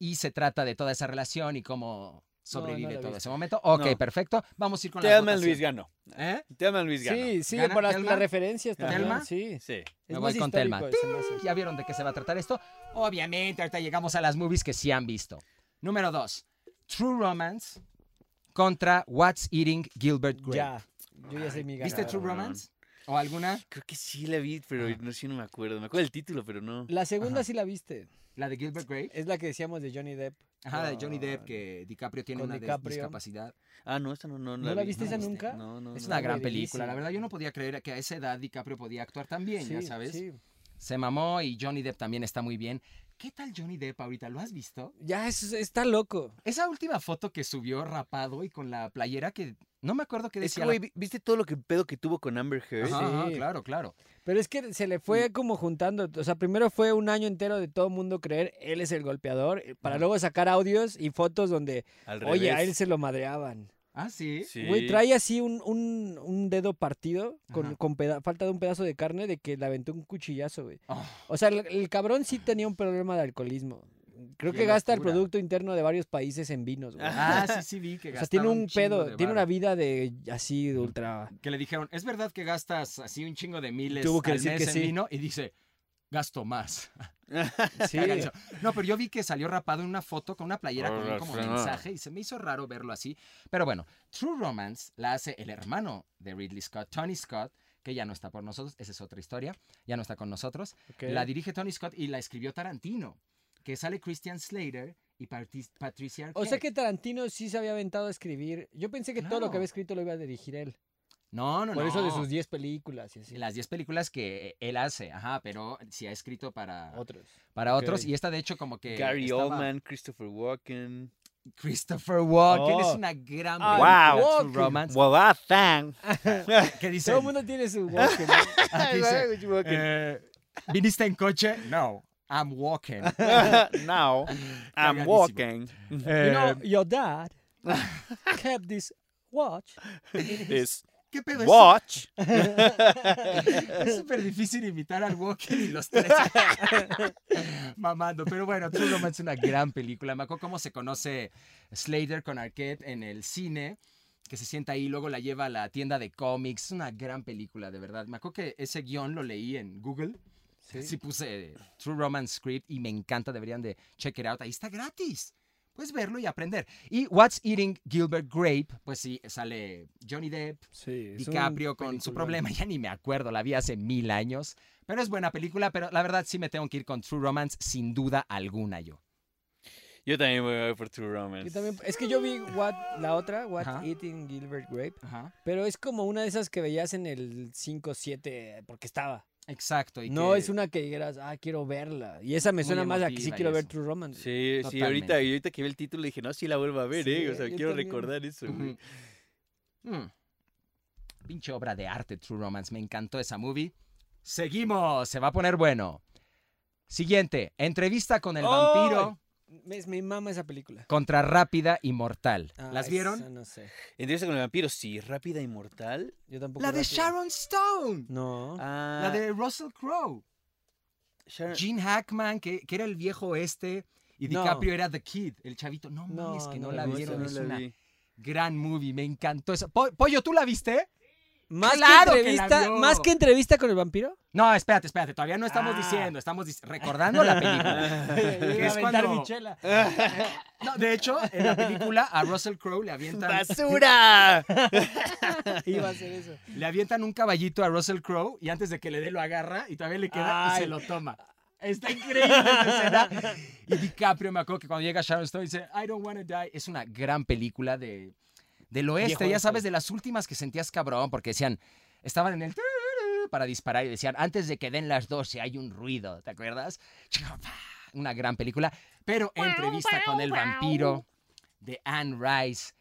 B: Y se trata de toda esa relación y cómo
C: no
B: sobrevive
C: la he
B: todo
C: visto.
B: ese momento. Ok,
D: No.
B: perfecto. Vamos a ir con la
D: Telman
B: votación.
D: Luis ganó.
B: ¿Eh?
D: Telman Luis ganó.
C: Sí, sí,
B: ¿Gana
C: por las,
B: Thelma?
C: las referencias también.
B: ¿Thelma?
C: Sí.
D: Sí.
B: Me
C: Es
B: voy
C: más
B: con Thelma.
C: histórico, se me hace.
B: ¿Ya vieron de qué se va a tratar esto? Obviamente, ahorita llegamos a las movies que sí han visto. Número 2. True Romance contra What's Eating Gilbert Grape.
C: Ya. Yo ya sé mi ganador.
B: ¿Viste True
D: Cabrón.
B: Romance? ¿O alguna?
D: Creo que sí la vi, pero
B: Ajá.
D: no sí no me acuerdo. Me acuerdo del título, pero no.
C: La segunda
B: Ajá.
C: sí la viste.
B: La de Gilbert Grape.
C: Es la que decíamos de Johnny Depp.
B: Ajá, de Johnny Depp,
C: con-
B: que DiCaprio tiene
C: con
B: una des-
C: DiCaprio.
B: discapacidad.
D: Ah, no, esa no, no, este,
C: ¿No la viste
B: esa
C: nunca?
D: No, no.
C: Es
B: Es
D: no.
B: una gran
C: buenísima.
B: película. La verdad, yo no podía creer que a esa edad DiCaprio podía actuar tan bien, ya
C: Sí,
B: sabes.
C: sí.
B: Se mamó y Johnny Depp también está muy bien. ¿Qué tal Johnny Depp ahorita? ¿Lo has visto?
C: Ya, es- está loco.
B: Esa última foto que subió rapado y con la playera que no me acuerdo qué
D: Es que,
B: decía.
D: güey, vi- ¿viste todo lo que pedo que tuvo con Amber
B: la-
D: Heard?
B: Ajá, ajá,
C: Sí.
B: claro, claro.
C: Pero es que se le
B: Mm.
C: fue como juntando. O sea, primero fue un año entero de todo el mundo creer él es el golpeador, eh, para
B: Ajá.
C: luego sacar audios y fotos donde,
D: Al revés.
C: oye, a él se lo madreaban.
B: Ah, sí.
D: Sí.
C: Güey, trae así un, un- un dedo partido con,
B: Ajá.
C: con peda- falta de un pedazo de carne de que le aventó un cuchillazo, güey.
B: Oh,
C: O sea, el, el cabrón sí tenía un problema de alcoholismo. Creo
B: Qué
C: que gasta el
B: locura.
C: Producto Interno de varios países en vinos, güey.
B: ah, sí, sí, vi que
C: o sea, tiene
B: gastaba
C: un,
B: chingo
C: pedo,
B: de
C: tiene una
B: varo.
C: vida de así de ultra...
B: Que le dijeron, ¿es verdad que gastas así un chingo de miles
C: Tuvo que
B: al
C: decir
B: mes
C: que
B: en
C: sí.
B: vino? Y dice, gasto más.
C: Sí,
B: Ganso. No, pero yo vi que salió rapado en una foto con una playera con
D: Hola,
B: un como
D: señor.
B: mensaje y se me hizo raro verlo así. Pero bueno, True Romance la hace el hermano de Ridley Scott, Tony Scott, que ya no está por nosotros, esa es otra historia, ya no está con nosotros.
C: ok.
B: La dirige Tony Scott y la escribió Tarantino, que sale Christian Slater y Parti- Patricia
C: O sea
B: Arquette.
C: que Tarantino sí se había aventado a escribir. Yo pensé que todo lo que
B: Claro.
C: había escrito lo iba a dirigir él.
B: No, no,
C: Por
B: no.
C: eso de sus 10 películas y así.
B: Las 10 películas que él hace, ajá, pero sí ha escrito para,
C: Otros.
B: para
C: ok.
B: otros. Y esta, de hecho, como que.
D: Gary
B: estaba-
D: Oldman, Christopher Walken.
B: Christopher Walken
C: Oh.
B: es una gran
C: Ah,
B: película,
C: Walken.
B: True Romance.
D: Wabatan.
B: ¿Qué dice? Ah,
C: Todo el mundo tiene su Walken, ¿no?
B: Dice, eh, ¿Viniste en coche? No, I'm walking.
D: Now I'm
B: Cagadísimo.
D: walking.
C: You
B: Eh,
C: know, your dad kept this watch.
D: This
B: ¿Qué pedo es?
D: watch.
B: Es súper difícil imitar al Walker y los tres mamando. Pero bueno, True Romance es una gran película. Me acuerdo cómo se conoce Slater con Arquette en el cine, que se sienta ahí, luego la lleva a la tienda de cómics. Es una gran película, de verdad. Me acuerdo que ese guión lo leí en Google.
C: Sí.
B: Sí, puse True Romance Script y me encanta. Deberían de check it out. Ahí está gratis. Puedes verlo y aprender. Y What's Eating Gilbert Grape, pues sí, sale Johnny Depp,
C: Sí, es un
B: DiCaprio con su
C: peliculón.
B: problema, ya ni me acuerdo, la vi hace mil años, pero es buena película, pero la verdad sí me tengo que ir con True Romance sin duda alguna yo.
D: Yo también voy a ir por True Romance.
C: Yo también- es que yo vi what, la otra, What
B: Ajá.
C: Eating Gilbert Grape,
B: Ajá.
C: pero es como una de esas que veías en el 5-7 porque estaba.
B: Exacto. y
C: No
B: que-
C: es una que dijeras, ah, quiero verla. Y esa me
B: Muy
C: suena más a que sí
B: emotiva y
C: quiero ver
B: eso.
C: True Romance.
D: Sí, sí,
B: Totalmente.
D: ahorita, y ahorita que vi el título dije, no, sí la vuelvo a ver,
C: Sí,
D: ¿eh? O sea,
C: yo
D: quiero
C: también.
D: recordar eso, güey.
B: Ujú. Mm. Pinche obra de arte, True Romance, me encantó esa movie. Seguimos, se va a poner bueno. Siguiente, entrevista con el
C: ¡Ay!
B: vampiro
C: Me, me mama esa película.
B: contra Rápida y Mortal.
C: Ah,
B: ¿Las vieron?
C: esa no sé.
D: Entrevista con el vampiro, sí, rápida y mortal.
C: Yo tampoco.
B: La de
C: rápido.
B: Sharon Stone.
C: No.
D: Ah,
B: La de Russell Crowe.
D: Sharon-
B: Gene Hackman, que, que era el viejo este, y
C: Eh. No.
B: DiCaprio era The Kid, el chavito. No,
C: No,
B: mames, que no,
C: no
B: la
C: la vi,
B: vieron.
C: esa no
B: es
D: la
B: una
D: vi.
B: gran movie, me encantó esa. Po- Pollo, ¿tú la viste?
C: Más
B: ¡Claro
C: que
B: que la
C: entrevista,
B: vio!
C: más que entrevista con el vampiro.
B: No, espérate, espérate, todavía no estamos
C: Ah.
B: diciendo, estamos dis- recordando la película.
C: Que
B: es cuando- No, de hecho, en la película a Russell Crowe le avientan,
D: ¡Basura!
C: Iba a hacer eso.
B: le avientan un caballito a Russell Crowe y antes de que le dé lo agarra y todavía le queda y
C: Ay.
B: se lo toma. Está increíble esa escena. Y DiCaprio me acuerdo que cuando llega Sharon Stone dice, I don't wanna die. Es una gran película de, del oeste,
C: Viejo
B: ya
C: este.
B: sabes, de las últimas que sentías cabrón, porque decían, estaban en el tururú para disparar y decían, antes de que den las 12 hay un ruido, ¿te acuerdas? Una gran película, pero entrevista con el vampiro de Anne Rice.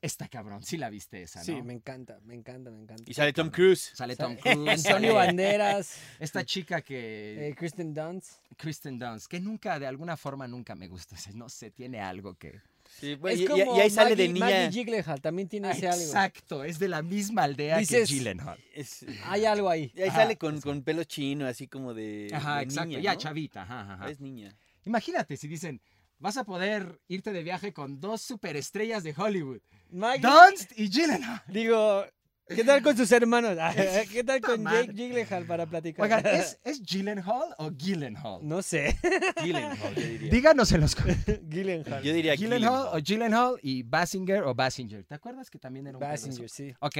B: Está cabrón, sí la viste esa, Ah, ¿no?
C: Sí, me encanta, me encanta, me encanta.
D: Y sale Tom Cruise.
B: Sale Tom
C: Sale-
B: Cruise. sale
C: Antonio Banderas,
B: Esta chica que...
C: eh, Kristen Dunst.
B: Kristen Dunst, que nunca, de alguna forma, nunca me gustó. No sé, tiene algo que...
D: Sí,
C: pues,
D: güey,
C: Es
D: y, y- y
C: como
D: ahí sale de
C: Maggie-
D: niña.
C: Maggie Gyllenhaal también tiene ese Ah, algo.
B: Exacto, es de la misma aldea
C: Dices- eh,
B: que Gyllenhaal.
D: es-
C: Hay algo ahí.
D: y ahí
B: Ajá,
D: sale con, con pelo chino, así como de.
B: Ajá,
D: de
B: exacto,
D: niña,
B: ya
D: ¿no?
B: chavita. ajá, ajá, ajá.
D: Es niña.
B: Imagínate si dicen, vas a poder irte de viaje con dos superestrellas de Hollywood,
C: Maggie-
B: Dunst y Gyllenhaal.
C: Digo, ¿qué tal con sus hermanos? ¿Qué tal
B: Puta
C: con
B: madre.
C: Jake Gyllenhaal para platicar?
B: Oigan, ¿es, ¿es Gyllenhaal o Gyllenhaal?
C: No sé.
D: Gyllenhaal, yo diría.
B: Díganos en los comentarios.
C: Gyllenhaal.
D: Yo diría
B: Gyllenhaal o
D: Gyllenhaal.
B: Gyllenhaal y Basinger o Basinger. ¿Te acuerdas que también era un pedo eso?
C: Basinger, sí.
B: Ok.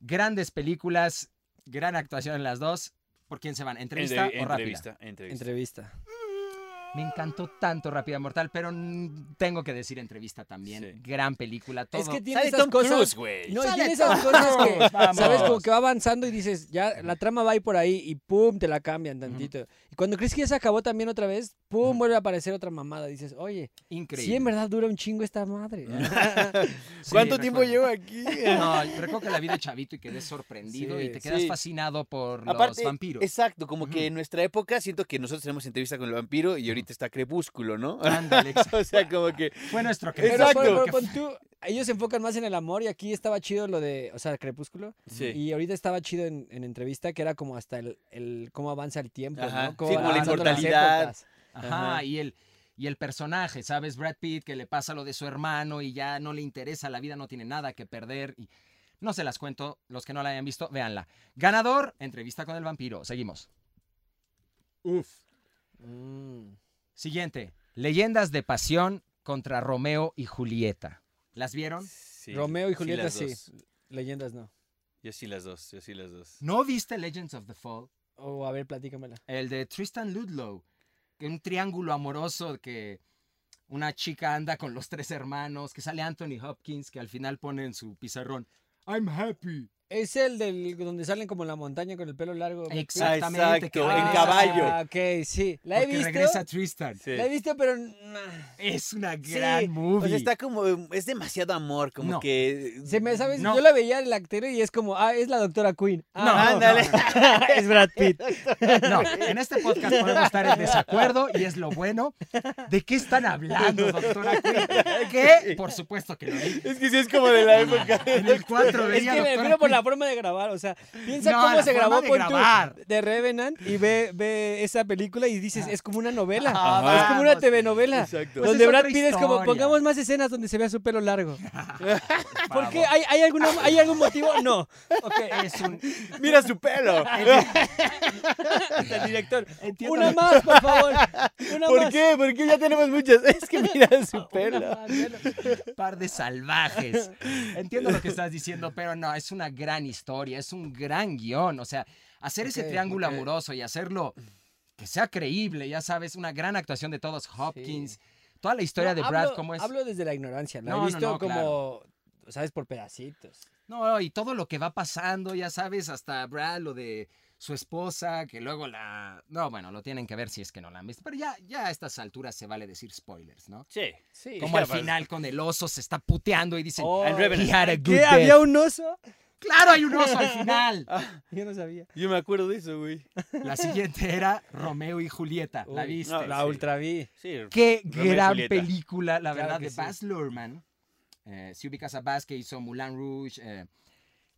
B: Grandes películas, gran actuación en las dos. ¿Por quién se van? ¿Entrevista
D: Entre-
B: o rápida?
D: entrevista, entrevista.
C: Entrevista.
B: Me encantó tanto Rápida Mortal, pero mm, tengo que decir entrevista también.
D: Sí.
B: Gran película, todo.
C: Es que tiene
D: Sale
C: esas
D: Tom
C: cosas.
D: Cruise, güey.
C: No, y
B: Sale
C: tiene esas
B: Tom
C: cosas que,
B: Cruise, vamos.
C: ¿sabes? Como que va avanzando y dices, ya la trama va ahí por ahí y pum, te la cambian tantito. Y cuando crees que ya se acabó también otra vez, pum,
B: Ujú.
C: vuelve a aparecer otra mamada. Dices, oye, si
B: Increíble.
C: en verdad dura un chingo esta madre.
B: Sí,
D: ¿Cuánto tiempo
B: recuerdo.
D: llevo aquí?
B: No, recuerdo que la vi de chavito y quedé sorprendido
C: Sí,
B: y te quedas
D: sí.
B: fascinado por
D: Aparte,
B: los vampiros.
D: Exacto, como
B: Ujú.
D: que en nuestra época siento que nosotros tenemos entrevista con el vampiro y ahorita está Crepúsculo, ¿no?
B: Ándale, exacto.
D: o sea, como que
B: Fue nuestro que
C: Pero,
D: Exacto.
C: por- por-
B: que-
C: pon tú, ellos se enfocan más en el amor y aquí estaba chido lo de, o sea, Crepúsculo.
D: sí.
C: Y ahorita estaba chido en, en entrevista que era como hasta el, el cómo avanza el tiempo,
D: Ajá.
C: ¿no? Cómo
D: Sí, como
B: la
C: avanzando las
D: inmortalidad.
C: épocas.
B: Ajá,
D: Ajá.
B: y el y el personaje, ¿sabes? Brad Pitt que le pasa lo de su hermano y ya no le interesa la vida, no tiene nada que perder y no se las cuento, los que no la hayan visto, véanla. Ganador, entrevista con el vampiro. Seguimos. Uf.
C: Mm.
B: Siguiente, Leyendas de pasión contra Romeo y Julieta. ¿Las vieron?
D: Sí,
C: Romeo y Julieta,
D: las
C: sí.
D: dos.
C: Leyendas no.
D: Yo sí las dos, yo sí las dos.
B: ¿No viste Legends of the Fall?
C: O a ver, platícamela.
B: El de Tristan Ludlow, que un triángulo amoroso que una chica anda con los tres hermanos, que sale Anthony Hopkins, que al final pone en su pizarrón, I'm happy.
C: Es el del donde salen como en la montaña con el pelo largo. Brad Pitt.
B: Exactamente. que
D: exacto,
B: regresa-
D: en caballo.
C: Ah, ok, sí. La he
B: porque
C: visto.
B: regresa Tristan.
D: Sí.
C: La he visto, pero. nah.
B: Es una
D: Sí,
B: gran
D: O
B: movie.
D: sea, Pues está como, es demasiado amor, como
B: No.
D: que... eh,
C: Se me, ¿sabes?
B: No.
C: Yo la veía en el actor y es como, ah, es la doctora Queen. Ah,
B: No,
D: Ándale.
C: es Brad Pitt.
B: No, en este podcast podemos estar en desacuerdo y es lo bueno. ¿De qué están hablando, doctora? Quinn? ¿Qué? Por supuesto que lo vi.
D: Es que sí es como de la época.
B: En el 4
C: Es
B: veía
C: que me
B: doctora
C: refiero por
B: Quinn.
C: la forma de grabar, o sea, piensa
B: No,
C: cómo
B: la
C: se
B: forma
C: grabó
B: de
C: con
B: grabar.
C: de Revenant y ve, ve esa película y dices, es como una novela,
B: Ajá.
C: es como una
B: Ah, Vamos.
C: TV novela.
D: Exacto.
B: Pues
C: donde
B: es otra
C: Brad Pitt es como,
B: historia.
C: pongamos más escenas donde se vea su pelo largo.
B: Por
C: ¿Por qué?
B: favor.
C: ¿Hay, hay, alguna, ¿Hay algún motivo? No. Ok,
B: Es un...
D: Mira su pelo.
C: el director.
B: Entiendo
C: Una
B: lo-
C: más, por favor. Una
D: ¿Por
C: más.
D: qué? Porque ya tenemos muchas. Es que mira su
C: Una
D: pelo.
C: más, velo.
B: par de salvajes. Entiendo lo que estás diciendo, pero no, es una gran historia, es un gran guión. O sea, hacer ese
C: Ok,
B: triángulo
C: ok.
B: amoroso y hacerlo que sea creíble, ya sabes, una gran actuación de todos, Hopkins, toda la historia de
C: No,
B: Brad,
C: hablo-
B: cómo es.
C: Hablo desde la ignorancia, la
B: No,
C: he
B: no,
C: visto
B: no,
C: como,
B: claro.
C: ¿sabes? Por pedacitos.
B: No, y todo lo que va pasando, ya sabes, hasta Brad, lo de su esposa, que luego la... No, bueno, lo tienen que ver si es que no la han visto, pero ya, ya a estas alturas se vale decir spoilers, ¿no?
D: Sí.
C: Sí.
B: Como al final con el oso se está puteando y dicen,
C: Oh,
D: Al Revenant.
B: he had a good
C: ¿Qué?
B: death".
C: ¿Había un oso?
B: Claro, hay un oso al final.
C: Yo no sabía.
D: Yo me acuerdo de eso, güey.
B: La siguiente era Romeo y Julieta. ¿La
C: Uy,
B: viste?
D: no,
C: La
D: sí.
C: ultra vi.
D: Sí.
B: Qué
D: Romeo y
B: gran
D: Julieta.
B: película, la
C: Claro
B: verdad,
C: que
B: de
C: sí.
B: Baz Luhrmann. Eh, si ubicas a Baz, que hizo Moulin Rouge. eh,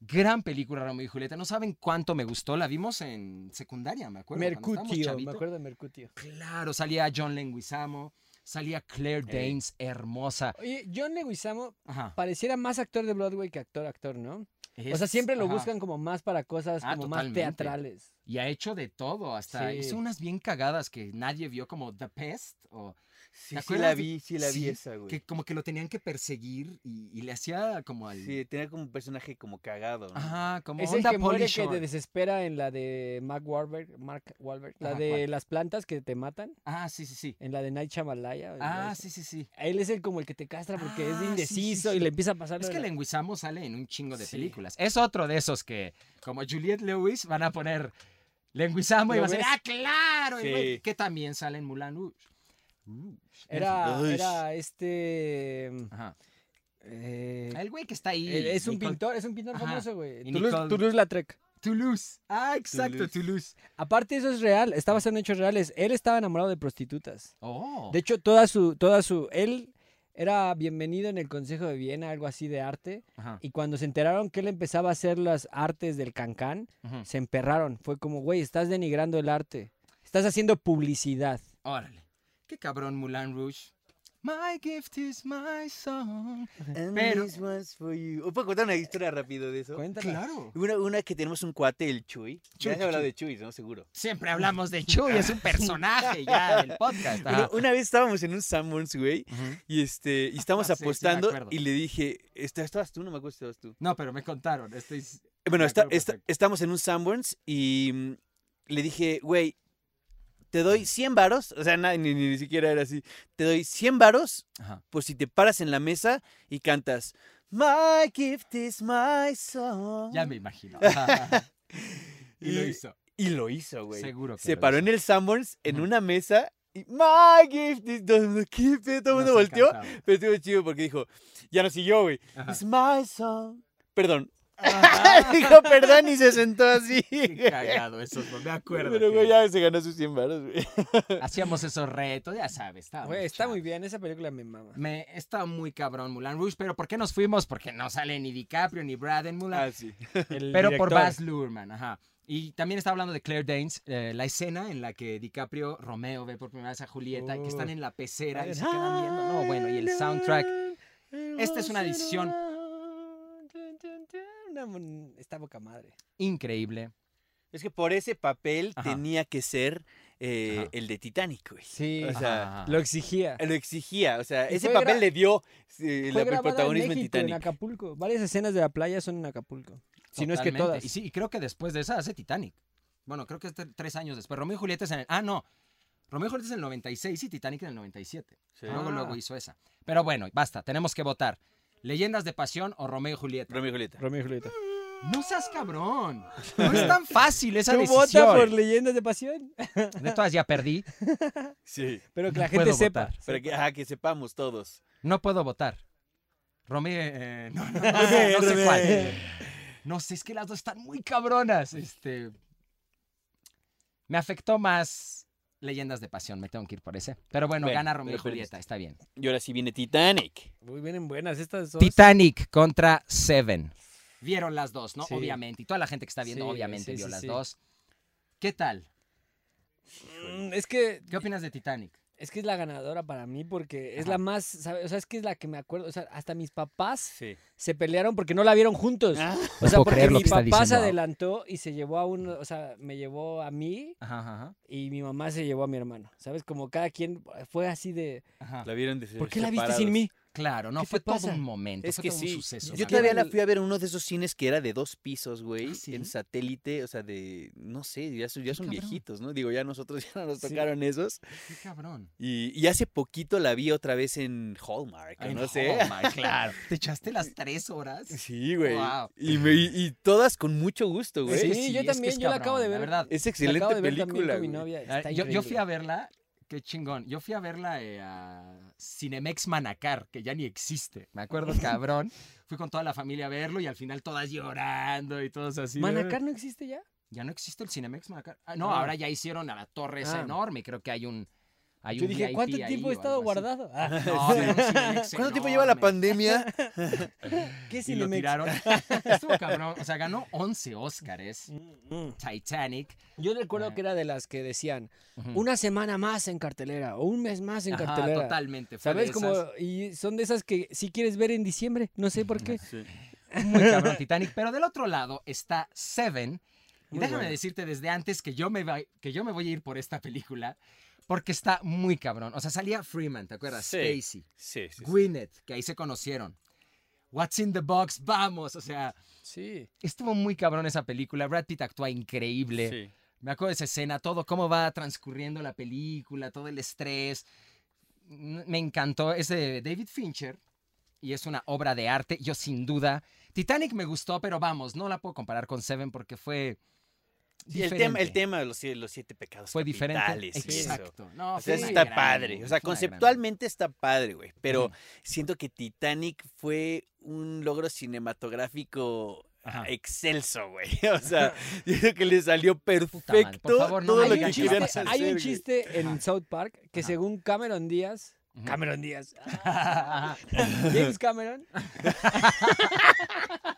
B: gran película, Romeo y Julieta. No saben cuánto me gustó. La vimos en secundaria, me acuerdo. cuando estábamos
C: Mercutio, me
B: chavitos.
C: acuerdo de Mercutio.
B: Claro, salía John Leguizamo. Salía Claire
D: Ey.
B: Danes, hermosa.
C: Oye, John Leguizamo
B: Ajá.
C: pareciera más actor de Broadway que actor, actor, ¿no? o sea, siempre lo
B: Ajá.
C: buscan como más para cosas
B: Ah,
C: como
B: totalmente.
C: más teatrales.
B: Y ha hecho de todo, hasta
C: Sí.
B: hizo unas bien cagadas que nadie vio, como The Pest o
D: Sí,
B: ¿Te
D: sí
B: acuerdas
D: la
B: de-
D: vi, sí la vi
B: Sí,
D: esa, güey.
B: que como que lo tenían que perseguir y, y le hacía como al...
D: Sí, tenía como un personaje como cagado. ¿no?
B: Ajá, como
C: Es el
B: onda
C: que muere
B: Polly
C: que te
B: Shore.
C: desespera en la de Mark Wahlberg, Mark Wahlberg, la
B: Ajá,
C: de
B: ¿cuál?
C: las plantas que te matan,
B: Ah, sí, sí, sí.
C: en la de Night Shyamalan.
B: Ah, sí, sí, sí.
C: Él es el como el que te castra porque es
B: Ah, sí,
C: de
B: sí,
C: indeciso
B: sí.
C: y le empieza a pasar.
B: Es
C: lo
B: que
C: de la-
B: Lenguizamo sale en un chingo de
C: Sí.
B: películas. Es otro de esos que, como Juliette Lewis, van a poner Lenguizamo y
C: ¿Lo
B: va a ser,
C: ves?
B: ¡ah, claro! el güey",
D: Sí.
B: que también sale en Mulan Rouge.
C: Uh.
B: Rouge.
C: Era,
D: Ush.
C: era este.
B: Ajá.
C: eh,
B: El güey que está ahí.
C: el- Eh, es un
B: Ah, Nicole-
C: pintor, es un pintor
B: Ajá.
C: famoso, güey.
B: Y
C: Toulouse,
B: Nicole-
C: Toulouse Lautrec.
B: Toulouse. Ah, exacto, Toulouse.
C: Aparte, eso es real. Estaba basado en hechos reales. Él estaba enamorado de prostitutas.
B: Oh.
C: De hecho, toda su, toda su. Él era bienvenido en el Consejo de Viena, algo así de arte.
B: Ajá.
C: Y cuando se enteraron que él empezaba a hacer las artes del cancán,
B: Ujú.
C: se emperraron. Fue como, güey, estás denigrando el arte. Estás haciendo publicidad.
B: Órale. Qué cabrón Moulin Rouge. My gift is my song.
D: And
B: Pero-
D: this one's for you. ¿O ¿Puedo contar una historia rápido de eso?
C: Cuéntala.
B: Claro.
D: Una, una que tenemos un cuate, el Chuy.
B: Chuy,
D: Ya has hablado
B: Chuy.
D: de Chuy, ¿no? Seguro.
B: Siempre hablamos de Chuy, es un personaje ya del podcast.
D: Bueno,
B: Ajá.
D: una vez estábamos en un Sanborns, güey,
B: Ujú.
D: y este, y estábamos
B: Sí, sí, me
D: apostando
B: acuerdo.
D: y le dije, "Esta- estabas tú, no me acuerdo si estabas tú.
B: No, pero me contaron. Estoy...
D: Eh, Bueno,
B: Me
D: está-
B: acuerdo
D: está-
B: perfecto.
D: estamos en un Sanborns y mm, le dije, güey, te doy 100 varos, o sea, na- ni, ni- ni siquiera era así, te doy 100 varos
B: Ajá.
D: por si te paras en la mesa y cantas, My gift is my song.
B: Ya me imagino. Ajá. y lo
D: Ah. Y-
B: hizo.
D: Y lo hizo, güey.
B: Seguro que
D: Se
B: lo
D: paró
B: hizo.
D: en el Sanborns en
B: Ujú.
D: una mesa y My gift is todo el mundo, ¿qué pedo? todo el mundo
B: Nos
D: volteó.
B: encantaba.
D: Pero estuvo chido porque dijo, ya no siguió, güey.
B: Ajá.
D: It's my song. Perdón.
B: Ajá.
D: dijo perdón y se sentó así.
B: Qué cagado eso, me acuerdo.
D: Pero,
B: que
D: güey, ya se ganó sus 100 varos, güey.
B: Hacíamos esos retos, ya sabes. Está
C: Güey, está muy bien. Esa película me mama.
B: Me está muy cabrón Mulan Rouge, pero ¿por qué nos fuimos? Porque no sale ni DiCaprio ni Brad en
D: Ah,
B: Mulan.
C: El
B: pero por
C: director.
B: Baz Luhrmann, ajá. Y también está hablando de Claire Danes, eh, la escena en la que DiCaprio, Romeo ve por primera vez a Julieta, que están en la pecera
C: Oh,
B: y se quedan viendo. No, bueno, y el soundtrack. Esta es una decisión.
C: Una mon- Está boca madre.
B: Increíble.
D: Es que por ese papel
B: Ajá.
D: tenía que ser eh,
B: Ajá.
D: el de Titanic, güey.
C: Sí.
D: O sea,
B: Ajá.
C: Lo exigía.
D: lo exigía. O sea,
C: Y
D: ese
C: fue
D: papel
C: gra-
D: le dio eh,
C: Fue
D: la- el
C: grabada
D: protagonismo
C: en
D: en,
C: México, en
D: Titanic.
C: Acapulco. Varias escenas de la playa son en Acapulco. Si no es que
B: Totalmente.
C: todas.
B: Y sí, y creo que después de esa hace Titanic. Bueno, creo que es tre- tres años después. Romeo y Julieta es en el. Ah, no. Romeo y Julieta es en el 96 y Titanic en el 97.
D: Sí.
B: Luego,
C: Ah.
B: luego hizo esa. Pero bueno, basta, tenemos que votar. ¿Leyendas de pasión o Romeo y Julieta?
D: Romeo y Julieta.
C: Romeo y Julieta.
B: No seas cabrón. No es tan fácil esa
C: Tú
B: decisión.
C: vota por leyendas de pasión.
B: De todas ah, ya perdí.
D: Sí.
C: Pero que
B: No
C: la gente
B: puedo
C: sepa.
B: votar.
D: Para que, ajá, que sepamos todos.
B: No puedo votar. Romeo. eh, no, no, no,
D: Romeo,
B: no sé
D: Romeo.
B: cuál. No sé, es que las dos están muy cabronas. Este. Me afectó más Leyendas de Pasión. Me tengo que ir por ese. Pero bueno,
D: Bueno,
B: gana Romeo y
D: pero
B: Julieta. Está bien.
D: Y ahora sí viene Titanic.
C: Muy bien, buenas. Estas dos.
B: Titanic contra Seven. Vieron las dos, ¿no?
C: Sí.
B: Obviamente. Y toda la gente que está viendo,
C: Sí, güey,
B: obviamente,
C: sí,
B: vio
C: sí,
B: las
C: sí.
B: dos. ¿Qué tal?
C: Mm, Es que
B: ¿Qué opinas de Titanic?
C: es que es la ganadora para mí porque es
B: Ajá.
C: la más, ¿sabe? o sea, es que es la que me acuerdo, o sea, hasta mis papás
D: Sí.
C: se pelearon porque no la vieron juntos.
B: Ah,
C: O
D: Ah.
B: No
C: sea,
B: puedo
C: porque
B: creer lo
C: mi
B: que está
C: papá se
B: diciendo.
C: adelantó y se llevó a uno, o sea, me llevó a mí
B: Ajá, ajá,
C: y mi mamá se llevó a mi hermano. ¿Sabes? Como cada quien fue así de,
B: ajá.
D: La vieron de
C: ¿por qué la viste sin
D: separados.
C: mí?
B: Claro, no,
C: ¿Qué te
B: fue todo
C: pasa?
B: un momento.
D: Es
B: fue
D: que
B: todo
D: sí.
B: un suceso.
D: Yo
C: ¿no?
D: todavía la
C: Tienen-
D: fui a ver en uno de esos cines que era de dos pisos, güey.
B: Ah, ¿sí?
D: En satélite, o sea, de. No sé, ya, son- ya
B: Qué
D: son
B: cabrón.
D: viejitos, ¿no? Digo, ya nosotros ya no nos
C: Sí.
D: tocaron esos.
B: Qué cabrón.
D: Y, y hace poquito la vi otra vez en Hallmark, o
B: Ay,
D: no sé.
B: Hallmark, claro. ¿Te echaste las tres horas?
D: Sí, güey.
B: Wow.
D: Y, me- y- y todas con mucho gusto, güey.
C: Sí,
B: Es que
C: yo
B: es que es
C: también, yo la acabo de ver.
B: verdad.
D: Es
C: La
D: excelente
C: acabo de ver también
D: película.
C: con mi
D: güey.
C: novia.
B: Ah,
C: está
B: yo, yo fui a
C: increíble.
B: verla, qué chingón. Yo fui a verla eh, a Cinemex Manacar, que ya ni existe. Me acuerdo, cabrón. Fui con toda la familia a verlo y al final todas llorando y todos así.
C: ¿Manacar no existe ya?
B: ¿eh? Ya no existe el Cinemex Manacar. Ah, no,
C: Ah.
B: ahora ya hicieron a la torre esa
C: Ah.
B: enorme. Creo que hay un. Hay
C: Yo
B: un
C: dije,
B: VIP
C: ¿cuánto
B: ahí
C: tiempo he
B: o
C: estado
B: algo así.
C: guardado? Ah,
B: No, era un Cinemex
D: ¿Cuánto tiempo lleva la
B: enorme.
D: pandemia?
C: ¿Qué
B: Y lo
C: Cinemex?
B: tiraron. Estuvo cabrón. O sea, ganó 11 Óscares.
C: Mm, mm.
B: Titanic.
C: Yo recuerdo
B: Ajá.
C: que era de las que decían una semana más en cartelera o un mes más en
B: Mm. Ajá,
C: cartelera.
B: totalmente. fue
C: ¿Sabes?
B: de
C: Como,
B: esas. Mm,
C: y son de esas que sí quieres ver en diciembre, no sé por qué.
B: Muy cabrón Titanic. Pero del otro lado está Seven. Y
C: Muy
B: déjame
C: buena.
B: decirte desde antes que yo, me va- que yo me voy a ir por esta película porque está muy cabrón. O sea, salía Freeman, ¿te acuerdas?
D: Sí.
B: Stacy,
D: Sí, sí.
B: Gwyneth, que ahí se conocieron. What's in the box, vamos. O sea,
C: Sí.
B: estuvo muy cabrón esa película. Brad Pitt actúa increíble. Me acuerdo de esa escena, todo cómo va transcurriendo la película, todo el estrés. N- Me encantó. Es de David Fincher y es una obra de arte. Yo sin duda. Titanic me gustó, pero vamos, no la puedo comparar con Seven porque fue
D: el tema, el tema de los, sie- los siete pecados
B: fue diferente.
D: capitales y eso.
B: Exacto. No,
D: O
B: fue
D: sea, eso
B: una
D: está
B: gran-
D: padre.
B: fue una
D: O sea,
B: gran-
D: conceptualmente está padre, güey. Pero
B: Ujú.
D: siento que Titanic fue un logro cinematográfico
B: Ajá.
D: excelso, güey. O sea, yo creo que le salió
B: madre,
D: perfecto
B: por favor, no
D: todo
B: me
D: lo
C: Hay
D: que
C: un
B: digas que
D: querían
C: chiste,
B: vas a
D: hacer.
C: hay un
D: güey.
C: chiste en
B: Ajá.
C: South Park que
B: Ajá.
C: según Cameron Díaz,
B: Ujú.
C: Cameron Díaz, James Cameron,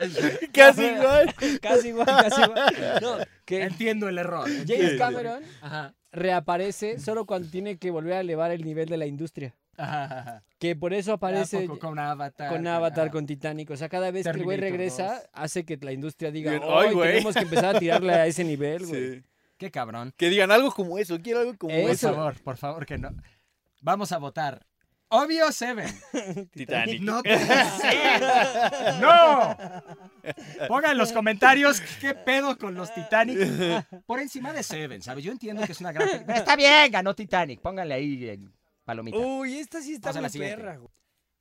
D: Casi igual.
C: casi igual, casi igual. No, que
B: Entiendo el error.
C: James
D: Sí.
C: Cameron
B: Ajá.
C: reaparece solo cuando tiene que volver a elevar el nivel de la industria.
B: Ajá, ajá, ajá.
C: Que por eso aparece
B: Ah, poco con Avatar.
C: con Avatar,
B: ajá.
C: con Titanic. O sea, cada vez que el güey
B: Terminator
C: regresa,
B: 2.
C: hace que la industria diga,
D: Digan,
C: hoy
D: "Ay, güey".
C: tenemos que empezar a tirarle a ese nivel, güey.
D: Sí.
B: Qué cabrón.
D: Que digan algo como eso, quiero algo como
B: Por
D: eso.
C: Eso.
B: favor, por favor, que no. Vamos a votar. Obvio Seven.
D: este Titanic.
B: No puede ser. ¡No! Pongan en los comentarios qué pedo con los Titanic. Por encima de Seven, ¿sabes? Yo entiendo que es una gran película. Está bien, ganó Titanic. Pónganle ahí eh, palomita.
D: Uh.
C: Uy, esta sí está
B: Vamos a la
C: muy
B: siguiente.
C: perra, güey.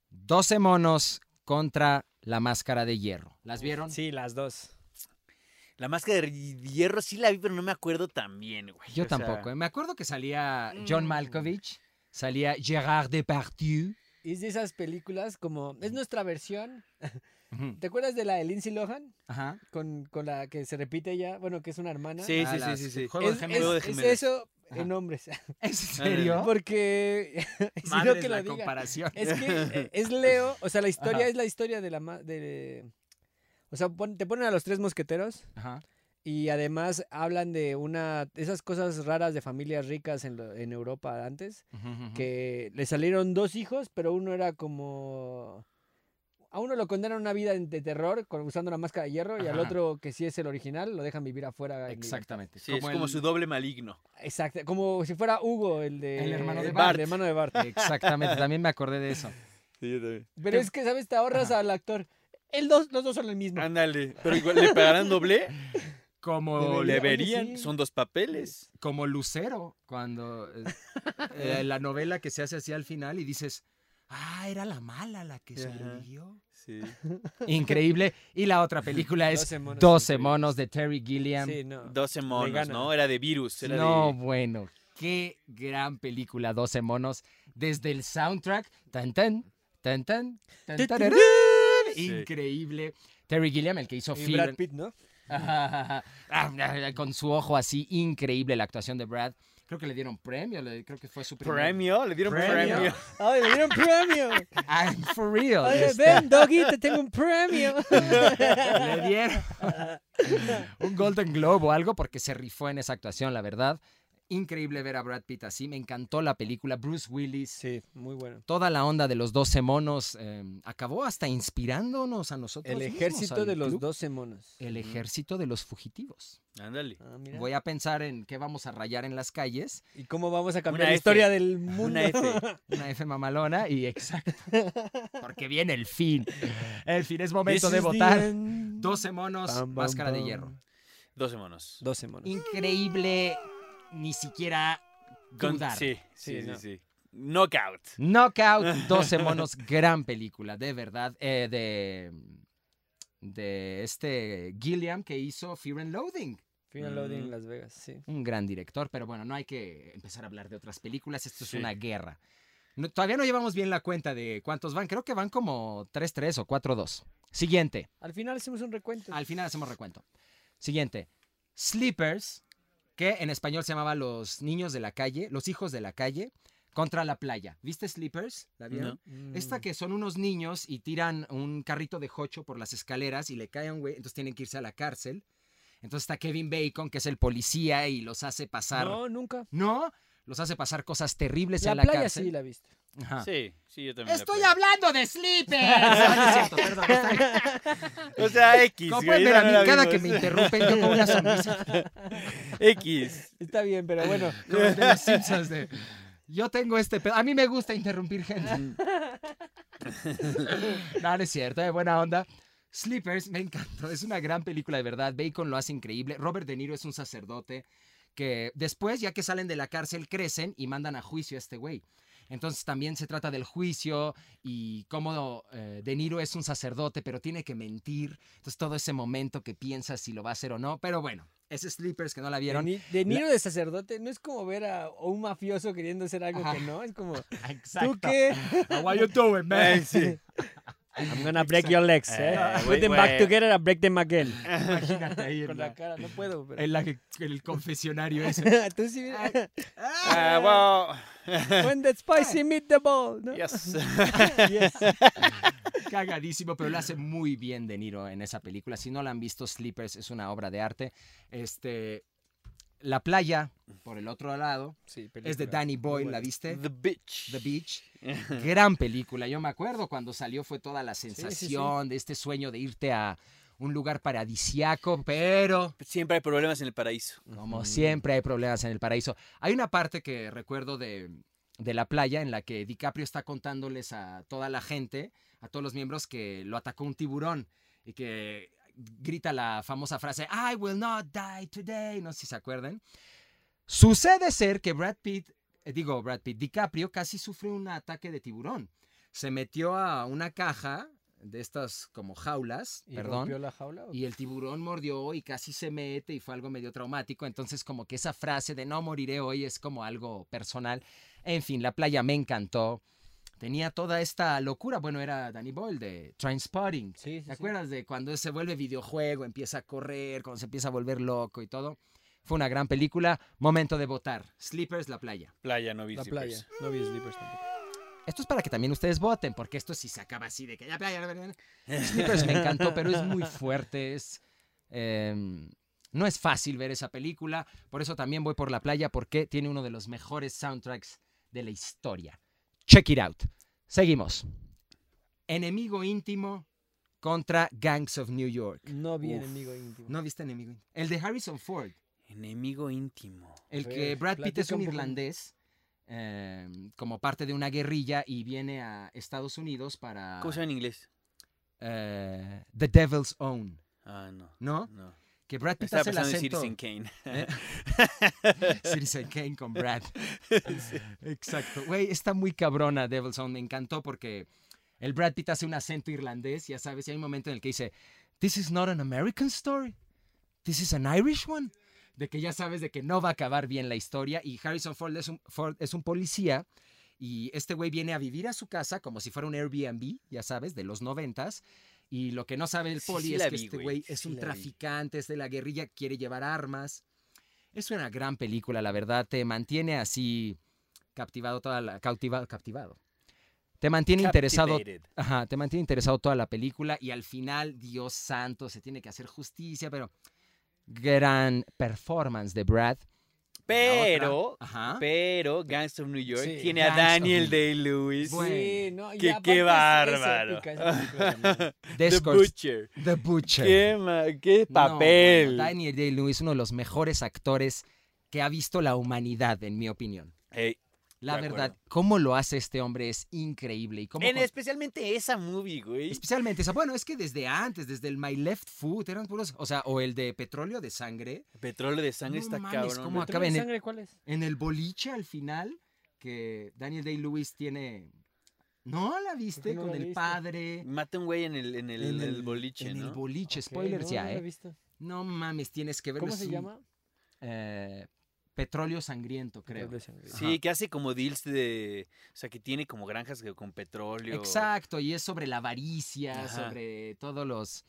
B: 12 monos contra la máscara de hierro. ¿Las vieron?
C: Sí, las dos.
D: La máscara de hierro sí la vi, pero no me acuerdo tan bien, güey.
B: Yo
D: O sea,
B: tampoco. eh. Me acuerdo que salía John Malkovich, salía Gerard Depardieu.
C: Es de esas películas como... Es nuestra versión.
B: Ujú.
C: ¿Te acuerdas de la de Lindsay Lohan?
B: Ajá.
C: Con, con la que se repite ya, bueno, que es una hermana.
D: Sí,
B: Ah,
D: sí, sí,
B: las-
D: sí, sí.
B: Juego de
C: es,
B: gemelos.
C: es-
D: Juego de
C: es
D: gemelos.
C: eso en
B: Ajá.
C: hombres.
B: ¿En serio?
C: Porque... si no
B: Madres
C: que lo
B: la
C: diga.
B: comparación.
C: Es que eh, es Leo, o sea, la historia
B: Ajá.
C: es la historia de la... ma- De, o sea, pon- te ponen a los tres mosqueteros
B: Ajá.
C: y además hablan de una... Esas cosas raras de familias ricas en, lo- en Europa antes,
B: Ujú, ujú.
C: que le salieron dos hijos, pero uno era como... A uno lo condenan a una vida en- de terror con- usando la máscara de hierro y al
B: Ajá.
C: otro que sí es el original lo dejan vivir afuera. en libertad.
B: Exactamente.
D: Sí, es como
B: el-
D: su doble maligno.
C: Exacto, como si fuera Hugo, el de...
B: El hermano de
D: Bart.
C: El hermano de Bart.
B: Exactamente, también me acordé de eso.
D: Sí, yo también.
C: Pero es que, ¿sabes? Te ahorras al actor. El dos, los dos son el mismo.
D: Ándale. Pero igual, ¿le pagarán doble?
B: Como,
C: Debería-
D: ¿O le
C: oye,
D: verían?
C: sí.
D: Son dos papeles.
B: como Lucero, cuando eh, eh, la novela que se hace así al final y dices, ah, era la mala la que
D: Ajá.
B: sobrevivió.
D: Sí.
B: Increíble. Y la otra película es
C: 12 monos
B: 12
C: increíbles.
B: monos de Terry Gilliam.
C: Sí, no.
D: 12 monos,
C: gana.
D: ¿no? Era de virus. Era
B: No,
D: de...
B: bueno, qué gran película, 12 monos. Desde el soundtrack, tan tan, tan tan, tan,
C: Tu, tu,
B: tararán.
D: Sí.
B: increíble. Terry Gilliam, el que hizo
C: Y Brad
B: Fear,
C: Pitt, ¿no?
B: Ajá, ajá. con su ojo así, increíble la actuación de Brad. Creo que le dieron premio, le- creo que fue su primer-
D: ¿Premio? ¿Le dieron
B: Premio.
D: premio?
C: ¡Ay, le dieron premio!
B: I'm for real.
C: Oye,
B: este,
C: ven, Doggy, te tengo un premio.
B: le dieron un Golden Globe o algo porque se rifó en esa actuación, la verdad. Increíble ver a Brad Pitt así. Me encantó la película. Bruce Willis.
C: Sí, muy bueno.
B: toda la onda de los 12 monos eh, acabó hasta inspirándonos a nosotros.
C: El
B: mismos,
C: ejército
B: al
C: de los
B: club.
C: 12 monos.
B: El ejército de los fugitivos.
D: Ándale.
C: Ah, mira.
B: Voy a pensar en qué vamos a rayar en las calles.
C: ¿Y cómo vamos a cambiar
D: Una
C: la
D: F.
C: historia del mundo?
D: Una F.
B: Una F mamalona y exacto. Porque viene el fin. El fin es momento
C: This
B: de
C: is the
B: votar.
C: end.
B: 12 monos,
C: Pam, pam,
B: máscara de
C: pam.
B: hierro.
D: 12 monos.
C: 12 monos.
B: Increíble. Ni siquiera
D: Con-
B: dudar.
D: Sí, sí,
C: Sí,
D: sí,
C: no.
D: sí. Knockout.
B: Knockout, 12 monos, gran película, de verdad. eh, de, de este Gilliam que hizo Fear and Loathing.
C: Final Loading
D: Mm.
C: Las Vegas, sí.
B: Un gran director, pero bueno, no hay que empezar a hablar de otras películas. Esto es
D: Sí.
B: una guerra. No- todavía no llevamos bien la cuenta de cuántos van. Creo que van como 3-3 o 4-2. Siguiente.
C: Al final hacemos un recuento.
B: Al final hacemos recuento. Siguiente. Sleepers, que en español se llamaba Los Niños de la Calle, Los Hijos de la Calle, contra la Playa. ¿Viste Sleepers? ¿La vieron?
D: No.
C: Mm.
B: Esta que son unos niños y tiran un carrito de jocho por las escaleras y le cae a un güey, entonces tienen que irse a la cárcel. Entonces está Kevin Bacon, que es el policía y los hace pasar. No,
C: No, nunca.
B: los hace pasar cosas terribles
C: La,
B: en la
C: playa
B: cárcel.
C: sí la viste.
B: Ajá.
D: Sí, sí, yo también. la
B: Ah. Estoy
D: apoyo.
B: hablando de Sleepers. Ah, no es cierto, perdón, está bien.
D: O sea, X.
B: Como
D: güey,
B: pueden
D: yo
B: ver, a
D: también la
B: mí cada
D: vi,
B: que
D: güey.
B: me interrumpen, yo con una sonrisa.
D: X.
C: Está bien, pero bueno.
B: Como el de los Simpsons de, Yo tengo este pedo. A mí me gusta interrumpir gente. No, no es cierto, de buena onda. Sleepers, me encantó. Es una gran película, de verdad. Bacon lo hace increíble. Robert De Niro es un sacerdote que después, ya que salen de la cárcel, crecen y mandan a juicio a este güey. Entonces también se trata del juicio y cómo eh, De Niro es un sacerdote, pero tiene que mentir. Entonces todo ese momento que piensa si lo va a hacer o no. Pero bueno, es Sleepers, que no la
C: De
B: vieron.
C: Ni- De Niro de sacerdote, no es como ver a, a un mafioso queriendo hacer algo
B: Ajá.
C: que no, es como,
B: Exacto.
C: ¿tú qué?
B: What you doing, man?
C: I'm gonna break your legs,
D: eh. Eh,
C: Put them
D: güey.
C: back together and break them again.
B: Imagínate ahí en
C: Con
B: la-
C: la cara, no puedo, pero...
B: en la que- en el confesionario ese.
C: Tú sí,
D: Ah, wow.
C: when the spicy meet the ball, ¿no?
D: Yes.
C: Yes.
B: Cagadísimo, pero lo hace muy bien De Niro en esa película. Si no la han visto, Sleepers es una obra de arte. Este, la playa, por el otro lado, es de Danny Boyle, ¿la viste?
D: The bitch.
B: The Beach. Gran película. Yo me acuerdo cuando salió fue toda la sensación de este sueño de irte a un lugar paradisiaco, pero
D: Siempre hay problemas en el paraíso.
B: como siempre hay problemas en el paraíso. Hay una parte que recuerdo de, de la playa en la que DiCaprio está contándoles a toda la gente, a todos los miembros, que lo atacó un tiburón y que grita la famosa frase, I will not die today, no sé si se acuerdan. Sucede ser que Brad Pitt, eh, digo Brad Pitt, DiCaprio casi sufrió un ataque de tiburón. Se metió a una caja de estas como jaulas,
C: ¿Y
B: perdón,
C: rompió la jaula? o
B: y el tiburón mordió y casi se mete y fue algo medio traumático. Entonces, como que esa frase de no moriré hoy es como algo personal. En fin, la playa me encantó. Tenía toda esta locura. Bueno, era Danny Boyle de Transpotting.
C: Sí, sí, sí.
B: ¿Te acuerdas de cuando se vuelve videojuego, empieza a correr, cuando se empieza a volver loco y todo? Fue una gran película. Momento de votar. Sleepers, la playa.
D: Playa, no vi
C: La
D: Sleepers.
C: playa. pues, No vi Sleepers tampoco.
B: Esto es para que también ustedes voten, porque esto sí se acaba así de que ya playa. bla, bla, bla. Sleepers me encantó, pero es muy fuerte, es em, no es fácil ver esa película, por eso también voy por la playa porque tiene uno de los mejores soundtracks de la historia. Check it out. Seguimos. Enemigo íntimo contra Gangs of New York.
C: No vi
D: Uf.
C: enemigo íntimo.
B: ¿No viste enemigo íntimo? El de Harrison Ford.
D: Enemigo íntimo.
B: El
C: A
B: que
C: ver,
B: Brad Pitt es
C: platica
B: un
C: un poco.
B: irlandés eh, como parte de una guerrilla y viene a Estados Unidos para
D: ¿Cómo se llama en inglés?
B: eh, The Devil's Own,
D: Ah, no.
B: ¿no?
D: No.
B: Que Brad Pitt
D: Estaba
B: hace el
D: pensando en
B: acento.
D: Citizen Kane.
B: ¿Eh? Citizen Kane con Brad. Exacto. Güey, está muy cabrona Devil's Own. Me encantó porque el Brad Pitt hace un acento irlandés, ya sabes, y hay un momento en el que dice, This is not an American story. This is an Irish one. De que ya sabes de que no va a acabar bien la historia y Harrison Ford es un, Ford es un policía y este güey viene a vivir a su casa como si fuera un Airbnb, ya sabes, de los noventas. Y lo que no sabe el
D: Sí,
B: poli
D: sí
B: es
D: la
B: que
D: vi,
B: este
D: güey.
B: güey es
D: Sí
B: un
D: la vi.
B: traficante, es de la guerrilla, quiere llevar armas. Es una gran película, la verdad. Te mantiene así captivado toda la... Cautivado, captivado. Te mantiene interesado
D: Captivated.
B: Ajá, te mantiene interesado toda la película y al final, Dios santo, se tiene que hacer justicia, pero gran performance de Brad.
D: Pero,
B: Ajá.
D: pero, Gangs of New York
C: Sí,
D: tiene a
B: Ah. Gangs of
D: Daniel
B: New
D: Day-Lewis.
B: Bueno,
C: Sí, no, y
D: que
C: aparte
D: qué
C: es- es
D: bárbaro.
C: épica esa película también.
D: The
B: Discourse-
D: Butcher.
B: The Butcher.
D: Qué, ma- qué
B: No,
D: papel.
B: bueno, Daniel Day-Lewis, uno de los mejores actores que ha visto la humanidad, en mi opinión.
D: Ey,
B: La
D: De
B: verdad,
D: acuerdo.
B: cómo lo hace este hombre es increíble. Y cómo
D: en
B: con-
D: especialmente esa movie, güey.
B: Especialmente, esa- bueno, es que desde antes, desde el My Left Foot, eran puros, o sea, o el de Petróleo de Sangre,
D: Petróleo de sangre
B: No
D: está
B: mames,
D: cabrón.
B: cómo
D: ¿no?
B: acaba en el-
C: sangre cuál es?
B: en el boliche al final que Daniel Day Lewis tiene no la viste
C: Pues no
B: con
C: la
B: el
C: viste?
B: padre
D: Mata un güey en el, en el,
B: en
D: el boliche,
B: en
D: ¿no?
B: el boliche
C: Ok,
B: spoilers
C: no,
B: ya
C: no la he
B: eh
C: visto.
B: no mames tienes que verlo
C: ¿Cómo
B: es
C: se
B: un,
C: llama?
B: eh, petróleo sangriento creo
D: Sí, que hace como deals de... O sea, que tiene como granjas que- con petróleo.
B: exacto y es sobre la avaricia
D: Ajá.
B: sobre todos los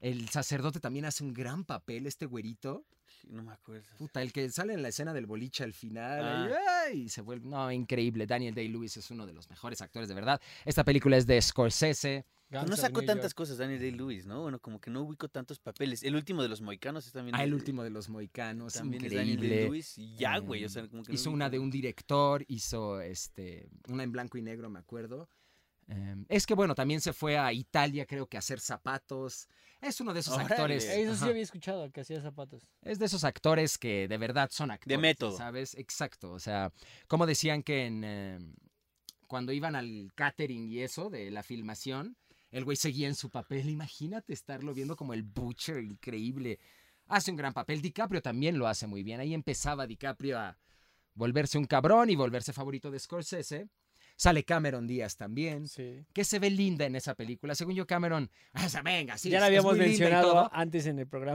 B: el sacerdote también hace un gran papel este güerito
D: No me acuerdo.
B: puta el que sale en la escena del boliche al final ahí,
D: Ah.
B: ¡ay! y se vuelve no increíble Daniel Day Lewis es uno de los mejores actores de verdad esta película es de Scorsese
D: Pues no sacó
C: Eh,
D: tantas cosas Daniel Day-Lewis, ¿no? Bueno, como que no ubicó tantos papeles. El último de los moicanos es también...
B: Ah, el
D: de-
B: último de los moicanos,
D: También es Daniel
B: increíble.
D: Day-Lewis. Y ya, güey. O
B: Em,
D: sea, como que no
B: hizo
D: ubico
B: una de
D: nada.
B: un director, hizo este, una en blanco y negro, me acuerdo. Em, es que bueno, también se fue a Italia, creo que a hacer zapatos. Es uno de esos
D: Órale.
B: actores.
C: Eso sí
B: ajá,
C: había escuchado, que hacía zapatos.
B: Es de esos actores que de verdad son actores.
D: método.
B: ¿Sabes? Exacto. O sea, como decían que en em, cuando iban al catering y eso de la filmación, el güey seguía en su papel. Imagínate estarlo viendo como el Butcher, increíble. Hace un gran papel. DiCaprio también lo hace muy bien. Ahí empezaba DiCaprio a volverse un cabrón y volverse favorito de Scorsese. Sale Cameron Díaz también,
C: Sí.
B: que se ve linda en esa película. Según yo, Cameron, "Ah, o sea, venga, sí.
C: ya la
B: es- es
C: habíamos
B: muy linda y
C: mencionado
B: todo".
C: antes en el programa.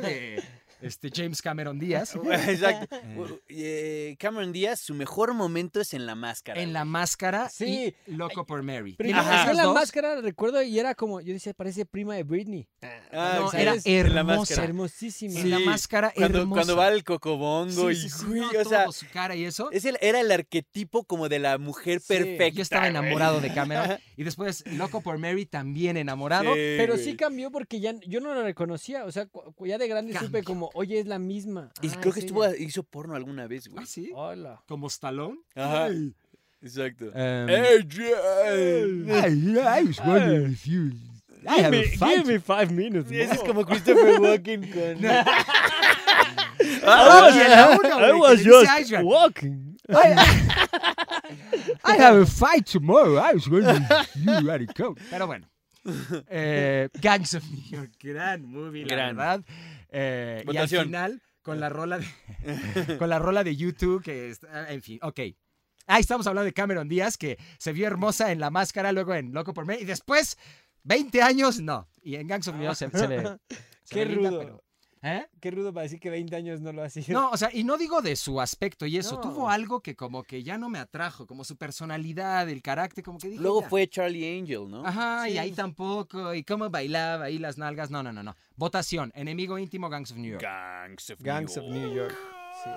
B: Ajá, de este James Cameron Díaz.
D: Exacto.
B: Eh,
D: Eh, Cameron Díaz, su mejor momento es en la máscara.
B: en la máscara
C: Sí.
B: y Loco por Mary.
C: Primero
D: Ajá.
C: hacía
B: Esas
C: la
B: dos,
C: máscara, recuerdo, y era como, yo decía, parece prima de Britney.
D: Ah,
B: no,
D: ¿sabes?
B: era
C: ¿sabes?
D: En la
B: hermosa.
D: máscara.
C: Hermosísima.
B: En la
D: Sí,
B: máscara
D: Cuando,
B: hermosa.
D: cuando va el cocobongo
B: Sí, sí,
D: y
B: sí,
D: güey,
B: no,
D: o sea,
B: todo, su cara y eso.
D: es el- era el arquetipo como de la mujer
C: Sí,
D: perfecta.
B: Yo estaba
D: güey.
B: enamorado de Cameron. Y después Loco por Mary también enamorado.
C: Pero sí
D: güey.
C: cambió porque ya yo no la reconocía. O sea, cu- ya de grande
B: Cambió.
C: supe como, oye, es la misma.
D: Y
C: Ah, ¿en
D: creo que
C: serio?
D: estuvo, hizo porno alguna vez, güey.
B: Ah, sí.
C: Hola.
B: Como Stallone.
D: Ajá.
B: Ay.
D: Exacto.
B: Um,
D: ¡Ey,
B: I, was wondering if you. I have a fight.
C: five minutes.
D: Ese es como Christopher Walken con.
B: Ah,
D: Ah,
B: y en la uno, güey, que le dice Ice Man,
C: walking.
B: I- I have a fight tomorrow. I was wondering if you had it covered. Pero bueno. Eh, Gangs of New York. Gran movie,
D: Gran.
B: la verdad. Eh, y al
D: Votación.
B: final, con la rola de, con la rola de YouTube, que es- ah, en fin, ok. Ahí estamos hablando de Cameron Díaz, que se vio hermosa en La Máscara, luego en Loco por Mary, y después, 20 años, no. Y en Gangs of New York se, se ve. se
C: Qué
B: ve linda,
C: rudo.
B: pero- ¿Eh?
C: Qué rudo para decir que 20 años no lo ha sido.
B: No, o sea, y no digo de su aspecto y eso.
C: No.
B: Tuvo algo que como que ya no me atrajo, como su personalidad, el carácter, como que dije.
D: Luego
B: "Ya".
D: fue Charlie Angel, ¿no?
B: Ajá,
C: Sí.
B: y ahí tampoco, y cómo bailaba, ahí las nalgas. No, no, no, no. Votación, enemigo íntimo, Gangs of New York.
D: Gangs of
C: Gangs of New York. Sí.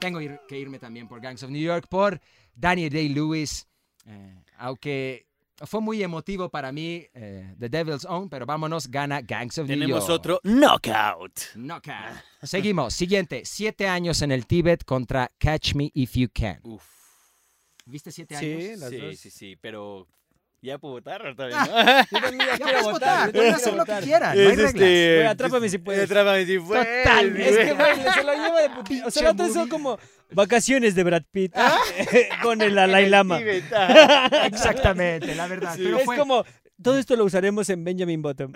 B: Tengo ir- que irme también por Gangs of New York, por Daniel Day-Lewis, eh, aunque fue muy emotivo para mí, eh, The Devil's Own, pero vámonos, gana Gangs of New York.
D: Tenemos otro knockout.
B: Knockout. Seguimos, siguiente, siete años en el Tíbet contra Catch Me If You Can.
D: Uf.
B: ¿Viste siete
C: Sí,
B: años?
C: las
D: sí,
C: dos. Ah,
D: sí, sí, pero ya puedo votar o todavía no.
C: Yo también ya
B: Ya
C: quiero
B: puedes votar, pueden
C: yo también
B: hacer
C: quiero
B: lo que
C: votar.
B: quieran, no hay
D: Es
B: reglas.
D: este-
C: Güey, atrápame si puedes.
D: Atrápame si puedes.
B: Total,
D: güey.
C: Es que, güey, se lo lleva de putito. O sea, la otra
B: Pinche
C: son
B: movie.
C: como vacaciones de Brad Pitt con el ah. Dalai Lama.
D: Sí, ventaja.
B: Exactamente, la verdad.
D: Sí.
B: Pero
C: es
B: fue-
C: como, todo esto lo usaremos en Benjamin Bottom.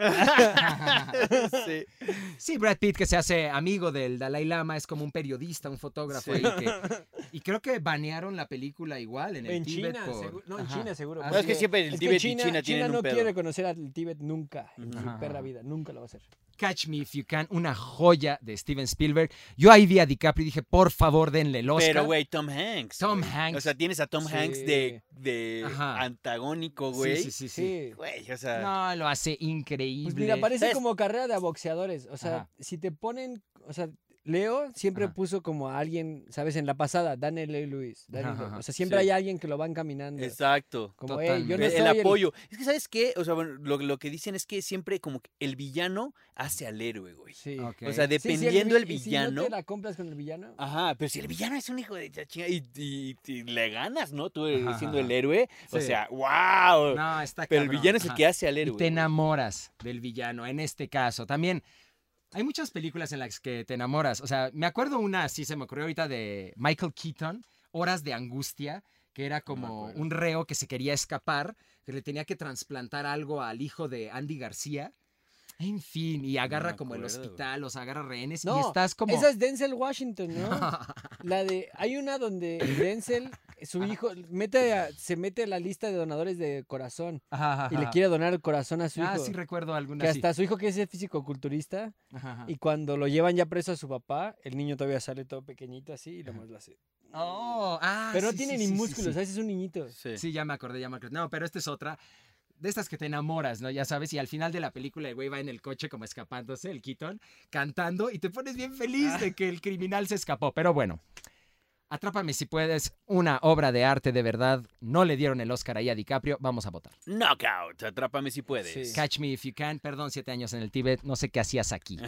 D: Sí.
B: Sí, Brad Pitt que se hace amigo del Dalai Lama, es como un periodista, un fotógrafo.
D: Sí.
B: ahí que- y creo que banearon la película igual en el
C: En
B: Tíbet
C: China,
B: por-
C: segu- no, en
B: Ajá.
C: China seguro.
B: Ah,
D: No, es que
C: sí.
D: siempre el
C: Es que
D: Tíbet y
C: China,
D: China tienen
C: China
D: un
C: no
D: pedo.
C: quiere reconocer al Tíbet nunca en
B: Ajá.
C: su perra vida, nunca lo va a hacer.
B: Catch Me If You Can, una joya de Steven Spielberg. Yo ahí vi a DiCaprio y dije, por favor, denle el Oscar.
D: Pero, güey, Tom Hanks.
B: Tom
D: güey.
B: Hanks.
D: O sea, tienes a Tom
C: Sí.
D: Hanks de, de
B: Ajá.
D: antagónico,
B: Sí,
D: güey.
B: sí, sí, sí.
C: Sí.
D: Güey, o sea.
B: No, lo hace increíble.
C: Pues mira, parece
D: ¿Sabes?
C: como carrera de boxeadores. O sea,
B: Ajá.
C: si te ponen, o sea, Leo siempre
B: Ajá.
C: puso como a alguien, ¿sabes? En la pasada, Daniel Lewis. Luis.
B: Ajá, ajá.
C: O sea, siempre
D: Sí.
C: hay alguien que lo van caminando.
D: Exacto.
C: Como, "Ey, yo no
D: el
C: soy
D: apoyo. Es que, ¿sabes qué? O sea, bueno, lo, lo que dicen es que siempre como que el villano hace al héroe, güey.
C: Sí.
B: Ok. Ah,
D: O sea,
C: Sí, sí,
D: dependiendo el
C: vi- y si no te
D: villano.
C: la compras con el villano?
D: Ajá, pero si el villano es un hijo de la chinga y, y- y le ganas, ¿no? Tú eh,
B: Ajá,
D: siendo
B: ajá.
D: el héroe. O
B: Sí.
D: sea, wow.
B: No, está
D: pero el
B: cabrón.
D: villano es el
B: Ajá.
D: que hace al
B: Y
D: héroe.
B: te
D: güey.
B: enamoras del villano, en este caso. También hay muchas películas en las que te enamoras. O sea, me acuerdo una, sí se me ocurrió ahorita, de Michael Keaton, Horas de Angustia, que era como
D: acuerdo.
B: un reo que se quería escapar, que le tenía que trasplantar algo al hijo de Andy García. En fin, y agarra
D: me
B: como el
D: acuerdo, güey.
B: hospital, los agarra rehenes
C: No,
B: y estás como...
C: Esa es Denzel Washington, ¿no? La de, hay una donde Denzel, su hijo, mete a- se mete a la lista de donadores de corazón
B: Ajá,
C: y le
B: ajá.
C: quiere donar el corazón a su
B: Ah,
C: hijo.
B: sí recuerdo alguna.
C: que
B: sí. Ah.
C: hasta su hijo que es físico-culturista
B: Ajá, ajá.
C: y cuando lo llevan ya preso a su papá, el niño todavía sale todo pequeñito así y lo más lo hace.
B: Oh, ah,
C: Pero no
B: sí,
C: tiene
B: sí,
C: ni
B: sí, sí,
C: músculos, eh.
B: sí.
C: ¿sabes? Es un niñito.
D: Sí.
B: Sí, ya me acordé, ya me acordé. No, pero esta es otra. De estas que te enamoras, ¿no? Ya sabes, y al final de la película el güey va en el coche como escapándose, el Keaton, cantando, y te pones bien feliz
C: Ah.
B: de que el criminal se escapó. Pero bueno, Atrápame si puedes, una obra de arte de verdad. No le dieron el Oscar ahí a DiCaprio, vamos a votar.
D: Knockout. Atrápame si puedes.
C: Sí.
B: Catch Me If You Can, perdón, siete años en el Tíbet, no sé qué hacías aquí.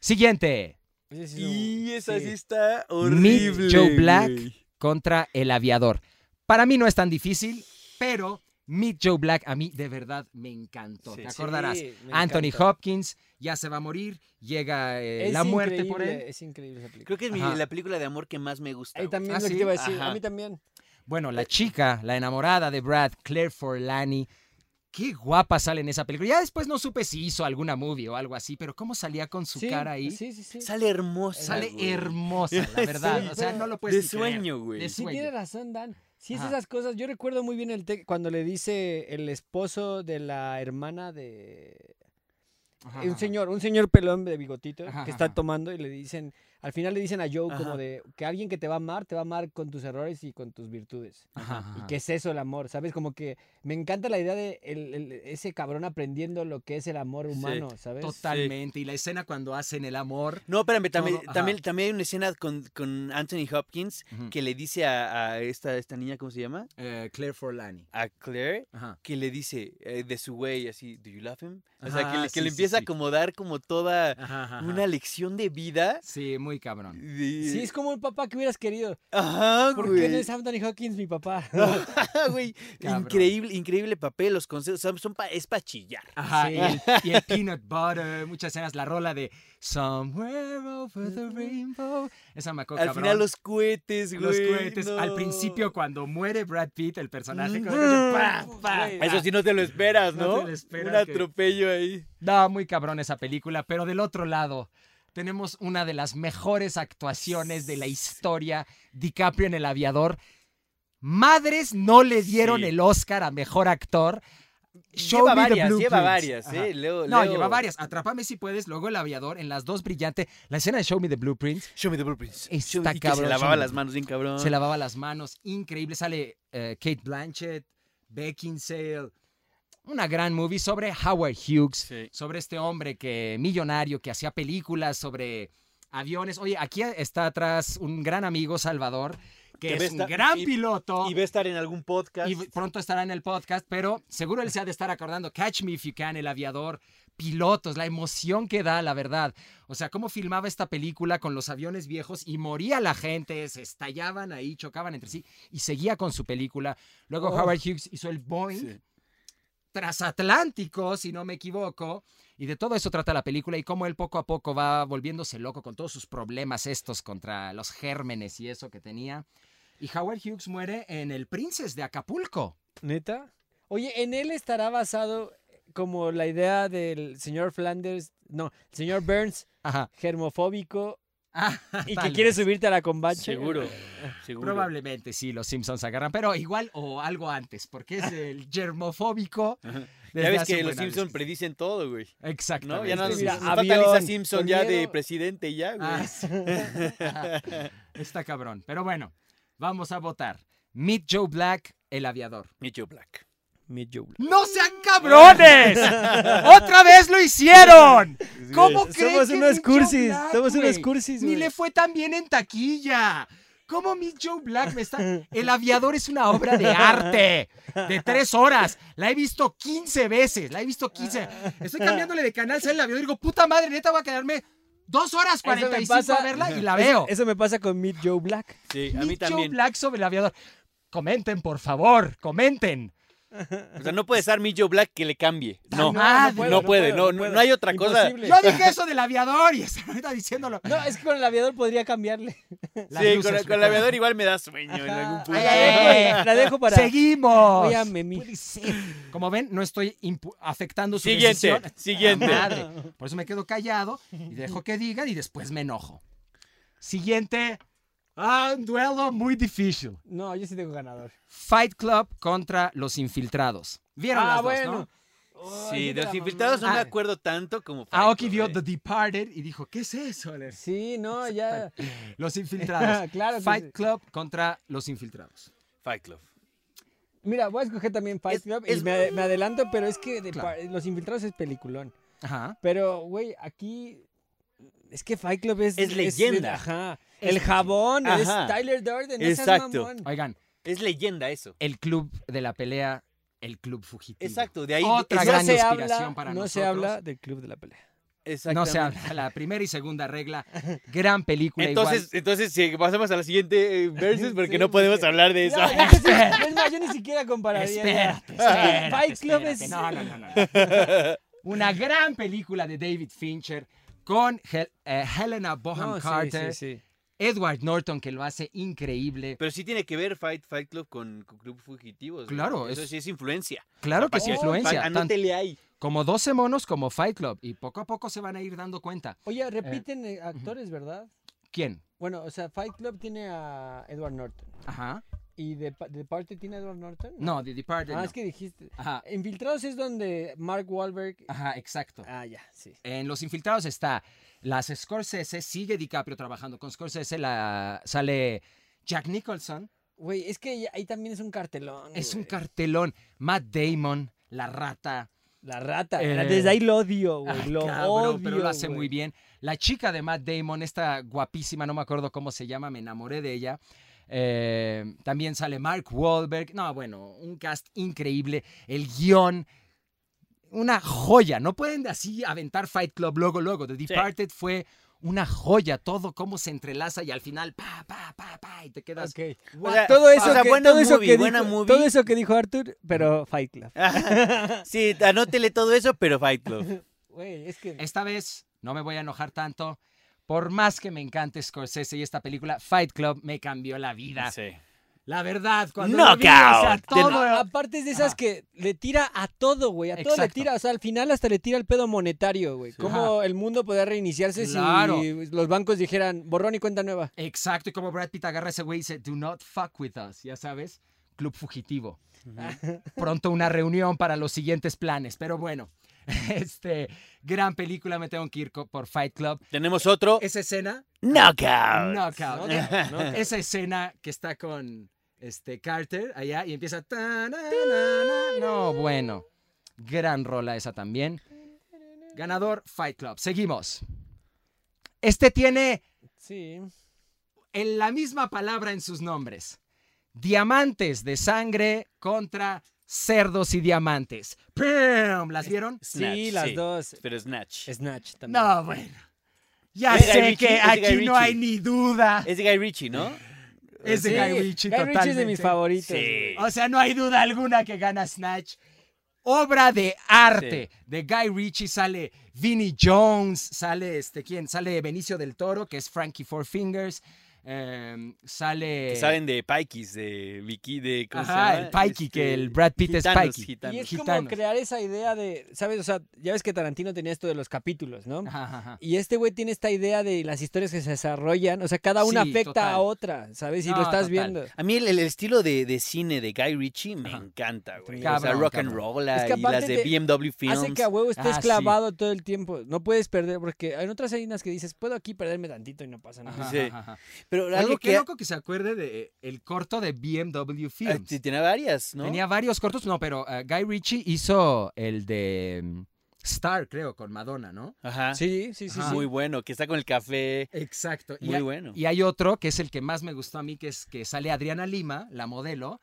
B: Siguiente,
C: Ese sí es un-
D: Y esa sí,
C: sí.
D: está
B: Meet
D: horrible.
B: Joe Black.
D: güey.
B: contra El Aviador. Para mí no es tan difícil, pero Meet Joe Black a mí de verdad me encantó.
D: Sí.
B: Te acordarás.
C: Sí, me
B: Anthony
C: encanta.
B: Hopkins ya se va a morir, llega eh,
C: Es
B: la muerte por
C: increíble,
B: él.
C: Es increíble esa película.
D: Creo que es mi-
B: Ajá.
D: la película de amor que más me gusta.
C: Ahí
D: güey.
C: también
B: ¿Ah,
C: lo que
B: sí?
C: te iba a decir,
D: Ajá.
C: a mí también.
B: Bueno, la chica, la enamorada de Brad, Claire Forlani. Qué guapa sale en esa película. Ya después no supe si hizo alguna movie o algo así, pero cómo salía con su
C: Sí,
B: cara ahí.
C: Sí, sí, sí.
D: Sale hermosa.
B: Sale
D: güey.
B: hermosa, la verdad.
C: Sí,
B: o sea,
C: pero-
B: no lo puedes
D: De
B: ni creer.
D: sueño, güey.
B: De
C: Sí,
B: sueño.
C: tiene razón, Dan. Sí, es
B: Ajá.
C: esas cosas. Yo recuerdo muy bien el te- cuando le dice el esposo de la hermana de.
B: Ajá,
C: un
B: ajá.
C: señor, un señor pelón de bigotito
B: Ajá, ajá,
C: que está
B: ajá.
C: tomando y le dicen, al final le dicen a Joe
D: Ajá.
C: como de que alguien que te va a amar, te va a amar con tus errores y con tus virtudes.
B: Ajá,
C: ¿Y
B: ajá.
C: qué es eso el amor? ¿Sabes? Como que me encanta la idea de el- el- ese cabrón aprendiendo lo que es el amor
D: Sí.
C: humano, ¿sabes?
B: Totalmente. Y la escena cuando hacen el amor.
D: No, espérame, también,
B: Todo, ajá. Mm.
D: también, también hay una escena con, con Anthony Hopkins
B: Ujú.
D: que le dice a, a esta, esta niña, ¿cómo se llama?
B: Eh, Claire Forlani.
D: A Claire,
B: Ajá.
D: que le dice eh, de su güey así, ¿do you love him? O sea, que,
B: Ajá,
D: le- que
B: sí,
D: le
B: sí,
D: empieza
B: sí.
D: a acomodar como toda
B: Ajá, ajá, ajá.
D: una lección de vida.
B: Sí, muy cabrón.
D: de-
C: Sí, es como el papá que hubieras querido.
D: Ajá,
C: ¿Por qué
D: güey.
C: no es Anthony Hawkins mi papá?
D: Ajá, güey.
B: Cabrón.
D: Increíble, increíble papel, los consejos, son, son pa- es para chillar.
B: Ajá, y,
C: Sí.
B: el, y el peanut butter, muchas escenas, la rola de Somewhere over the rainbow. Esa me acuerdo,
D: Al
B: Oh, cabrón.
D: final los cohetes, güey.
B: Los cohetes. Al
D: no.
B: principio, cuando muere Brad Pitt, el personaje, con el
D: Mm.
B: coche, ¡pa, pa!
C: Güey,
D: Eso sí no te lo esperas,
B: ah, No
D: ¿no?
B: te lo esperas,
D: Un
B: que-
D: atropello ahí.
B: No, muy cabrón esa película, pero del otro lado tenemos una de las mejores actuaciones de la historia, DiCaprio en El aviador. Madres no le dieron
D: Sí.
B: el Oscar a mejor actor. Show me
D: lleva
B: the
D: varias, lleva
B: blueprint.
D: varias,
B: Ajá.
D: ¿eh? Leo,
B: No,
D: Leo-
B: lleva varias. Atrápame si puedes, luego El aviador, en las dos brillante. La escena de Show Me the Blueprint,
D: Show me the blueprints.
B: Está
D: Show me- y que
B: cabrón,
D: Se
B: show me
D: lavaba
B: the
D: las manos bien cabrón.
B: se lavaba las manos, increíble. Sale eh, Kate Blanchett, Beckinsale. Una gran movie sobre Howard Hughes,
D: Sí.
B: sobre este hombre que millonario que hacía películas sobre aviones. Oye, aquí está atrás un gran amigo Salvador que,
D: Que
B: es
D: ve
B: un
D: esta-
B: gran
D: y-
B: piloto
D: Y va a estar en algún podcast.
B: y pronto estará en el podcast, pero seguro él se ha de estar acordando Catch Me If You Can, El Aviador, pilotos, la emoción que da, la verdad. O sea, cómo filmaba esta película con los aviones viejos y moría la gente, se estallaban ahí, chocaban entre sí y seguía con su película. Luego
C: Oh.
B: Howard Hughes hizo el Boeing
D: Sí.
B: transatlántico, si no me equivoco. Y de todo eso trata la película y cómo él poco a poco va volviéndose loco con todos sus problemas estos contra los gérmenes y eso que tenía. Y Howard Hughes muere en El Princes de Acapulco.
C: ¿Neta? Oye, en él estará basado eh, como la idea del señor Flanders, no, el señor Burns,
B: Ajá.
C: germofóbico
B: Ah,
C: y que
B: tal
C: quiere
B: vez.
C: subirte a la combate.
D: Seguro, seguro.
B: Probablemente sí, los Simpsons agarran, pero igual o algo antes, porque es el germofóbico.
D: Ajá.
B: desde
D: Ya ves
B: hace
D: que
B: un
D: los
B: buen
D: Simpsons
B: análisis.
D: predicen todo, güey.
B: Exacto.
D: ¿No? Ya no
C: Sí,
D: nos
C: mira,
D: nos falta Lisa
C: avión,
D: Simpson ya de
C: tornado.
D: presidente ya, güey.
B: Ah, sí. Está cabrón. Pero bueno, vamos a votar. Meet Joe Black, el aviador.
D: Mitchell Black.
C: Meet Joe Black.
B: ¡No sean cabrones! ¡Otra vez lo hicieron! ¿Cómo creen
C: Somos
B: que
C: unos
B: Meet Joe
C: cursis,
B: Black,
C: somos unos
B: güey?
C: cursis,
B: Ni
C: güey.
B: le fue tan bien en taquilla. ¿Cómo Meet Joe Black me está.? El aviador es una obra de arte de tres horas. La he visto 15 veces. La he visto 15. Estoy cambiándole de canal, sale el aviador y digo, puta madre, neta, voy a quedarme dos horas
C: me
B: 45 a
C: pasa-
B: verla y la veo.
C: Eso me pasa con Meet Joe Black.
D: Sí, a mí
B: Meet Joe
D: también.
B: Black sobre el aviador. Comenten, por favor, comenten.
D: O sea, no puede ser Mitchell Black que le cambie. No.
B: no, Ah,
D: puedo, no puede,
C: puedo,
D: no- no- no hay otra cosa.
C: Imposible.
B: Yo dije eso del aviador y está ahorita diciéndolo.
C: No, es que con el aviador podría cambiarle.
B: Las luces,
D: sí, con, con el
B: recuerda.
D: aviador igual me da sueño en
C: Ajá.
D: algún punto.
B: Ay,
C: La
B: ay,
C: dejo-
B: ay.
C: La dejo para...
B: Seguimos.
C: Voy a memir.
B: Puede ser. Como ven, no estoy impu- afectando su decisión.
D: Siguiente, siguiente.
B: Madre. Por eso me quedo callado y dejo que digan y después me enojo. Siguiente. Ah, un duelo muy difícil.
C: No, yo sí tengo ganador.
B: Fight Club contra los infiltrados. ¿Vieron
C: Ah,
B: las dos,
C: bueno.
B: no?
C: Ay,
D: Sí,
C: sí te
D: de los
C: la
D: infiltrados no me
B: Ah.
D: acuerdo tanto como. Fight
B: Aoki
D: Club,
B: Ah, vio
D: eh.
B: The Departed y dijo, ¿qué es eso? Le-
C: Sí, no, ya...
B: Los infiltrados.
C: Claro que
B: Fight
C: sí.
B: Club contra los infiltrados.
D: eh. Fight Club.
C: Mira, voy a escoger también Fight
D: Es-
C: Club
D: es-
C: y me, ade- me adelanto, pero es que de
B: Claro.
C: par- Los Infiltrados es peliculón.
B: Ajá.
C: Pero, güey, aquí... Es que Fight Club es...
D: Es leyenda.
C: ajá.
B: Es
C: el jabón, es
D: Ajá.
C: Tyler Durden,
D: Exacto.
C: Exacto. mamón.
B: Oigan,
D: Es leyenda eso.
B: el club de la pelea, el club fugitivo.
D: Exacto, de ahí.
B: Otra
D: esa-
B: gran
C: se
B: inspiración
C: habla,
B: para
C: no se
B: nosotros.
C: habla del club de la pelea.
B: No
D: exactamente.
B: se habla. La primera y segunda regla. Gran película.
D: Entonces,
B: igual.
D: entonces si pasamos a la siguiente eh, versus porque
C: Sí,
D: no podemos
C: porque-
D: hablar de
C: No,
D: eso.
C: es, que sí, es más, yo ni siquiera compararía.
B: Espérate,
C: ya.
B: espérate,
C: Fight Club
B: espérate.
C: es...
B: No, no, no, no, no. Una gran película de David Fincher con Hel- eh, Helena Boham
C: No, sí,
B: Carter,
C: sí, sí.
B: Edward Norton que lo hace increíble.
D: Pero sí tiene que ver Fight, Fight Club con, con Club Fugitivos. güey.
B: Claro,
D: Eso
B: es-
D: sí es influencia.
B: Claro que sí,
D: Oh,
B: influencia.
D: Fight-
B: tan-
D: Anótele ahí.
B: como 12 monos como Fight Club. Y poco a poco se van a ir dando cuenta.
C: Oye, repiten eh, actores, ¿verdad?
B: ¿Quién?
C: Bueno, o sea, Fight Club tiene a Edward Norton.
B: Ajá.
C: ¿Y de, pa- de parte tiene Edward Norton?
B: No, The Departed.
C: Ah,
B: no.
C: es que dijiste.
B: Ajá,
C: Ah, Infiltrados es donde Mark Wahlberg.
B: ajá, exacto.
C: Ah, ya, sí.
B: En Los Infiltrados está las Scorsese, sigue DiCaprio trabajando con Scorsese, la, sale Jack Nicholson,
C: Güey, es que ya- ahí también es un cartelón.
B: es un
C: güey.
B: cartelón, Matt Damon, la rata,
C: La rata.
B: Eh.
C: Desde ahí lo odio, güey.
B: Ay,
C: lo
B: cabrón,
C: odio.
B: pero lo hace muy
C: güey.
B: bien. La chica de Matt Damon, esta guapísima, no me acuerdo cómo se llama, me enamoré de ella. Eh, también sale Mark Wahlberg. No, bueno, un cast increíble. El guión, una joya. No pueden así aventar Fight Club luego, luego. The Departed fue una joya. Todo cómo se entrelaza y al final, pa, pa, pa, pa, y te quedas.
C: Ok.
D: O sea,
C: Todo eso,
D: o sea,
C: que,
D: buena
C: todo eso
D: movie,
C: que
D: buena
C: dijo,
D: movie.
C: Todo eso que dijo Arthur, pero Fight Club.
D: sí, anótele todo eso, pero Fight Club.
C: Güey, es que.
B: Esta vez no me voy a enojar tanto. Por más que me encante Scorsese y esta película, Fight Club me cambió la vida.
D: Sí.
B: La verdad, cuando lo
D: Knockout.
B: vi, o sea,
D: Te-
B: todo
C: A- aparte es de esas
B: Ajá.
C: que le tira a todo, güey. A todo le
B: Exacto.
C: tira. O sea, al final hasta le tira el pedo monetario, güey.
D: Sí.
C: Cómo el mundo podía reiniciarse
B: Claro.
C: si los bancos dijeran borrón y cuenta nueva.
B: Exacto, y como Brad Pitt agarra a ese güey y dice, do not fuck with us, ya sabes, club fugitivo. Pronto una reunión para los siguientes planes, pero bueno, este, gran película, me tengo que ir co- por Fight Club.
D: Tenemos otro.
B: Esa escena,
D: Knockout.
B: knockout.
C: No, no, no.
B: Esa escena que está con este Carter allá y empieza... "Ta-na-na-na". No, bueno, gran rola esa también. Ganador, Fight Club. Seguimos. Este tiene...
C: Sí.
B: en la misma palabra en sus nombres. Diamantes de sangre contra cerdos y diamantes. ¡Pum! ¿Las vieron?
C: sí,
D: Snatch,
C: las
D: sí.
C: dos.
D: Pero Snatch. Es,
C: Snatch también.
B: No, bueno. Ya
D: Es de
B: sé
D: Guy Ritchie,
B: que
D: es de Guy
B: aquí no
D: Ritchie.
B: hay ni duda.
D: de Guy Ritchie, ¿no?
B: Es de
C: Sí,
B: Guy Ritchie
C: Ritchie es de mis
B: totalmente.
C: favoritos.
D: Sí.
C: güey.
B: O sea, no hay duda alguna que gana Snatch. Obra de arte de Guy Ritchie sale Vinnie Jones, sale este quién, sale Benicio del Toro, que es Frankie Four Fingers, em, sale
D: Que saben de Pikes, de Vicky, de. ¿cómo se
B: Ajá, el
D: llama?
B: Pikey, que
D: Este,
B: el Brad Pitt
D: gitanos,
B: es Pikey.
D: gitanos.
C: Y es como
B: Gitanos.
C: crear esa idea de, ¿sabes? O sea, ya ves que Tarantino tenía esto de los capítulos, ¿no?
B: Ajá, ajá, ajá.
C: Y este güey tiene esta idea de las historias que se desarrollan, o sea, cada una
B: Sí,
C: afecta a
B: total.
C: otra, ¿sabes? Y lo
B: No,
C: estás
B: total.
C: viendo.
D: A mí el, el estilo de, de cine de Guy Ritchie me
B: Ajá.
D: encanta, güey. o sea,
B: Cabrón,
D: rock and
B: cabrón.
D: roll
C: Es que
D: y
C: aparte
D: las de
C: te-
D: BMW Films.
C: Hace que a huevo estés
B: Ah, sí.
C: clavado todo el tiempo. No puedes perder, porque en otras escenas que dices, puedo aquí perderme tantito y no pasa nada.
B: Ajá,
D: Sí.
B: ajá, ajá.
D: Pero
B: Oye,
D: algo
B: qué
D: que.
B: loco que se acuerde de eh, el corto de BMW
D: Ah,
B: Films.
D: sí, tenía varias, ¿no?
B: Tenía varios cortos, no, pero eh, Guy Ritchie hizo el de mm, Star, creo, con Madonna, ¿no?
D: Ajá.
C: Sí, sí, sí.
B: Ajá.
C: sí.
D: Muy bueno, que está con el café.
B: Exacto. Y,
D: Muy
B: hay,
D: bueno.
B: y hay otro que es el que más me gustó a mí, que es que sale Adriana Lima, la modelo,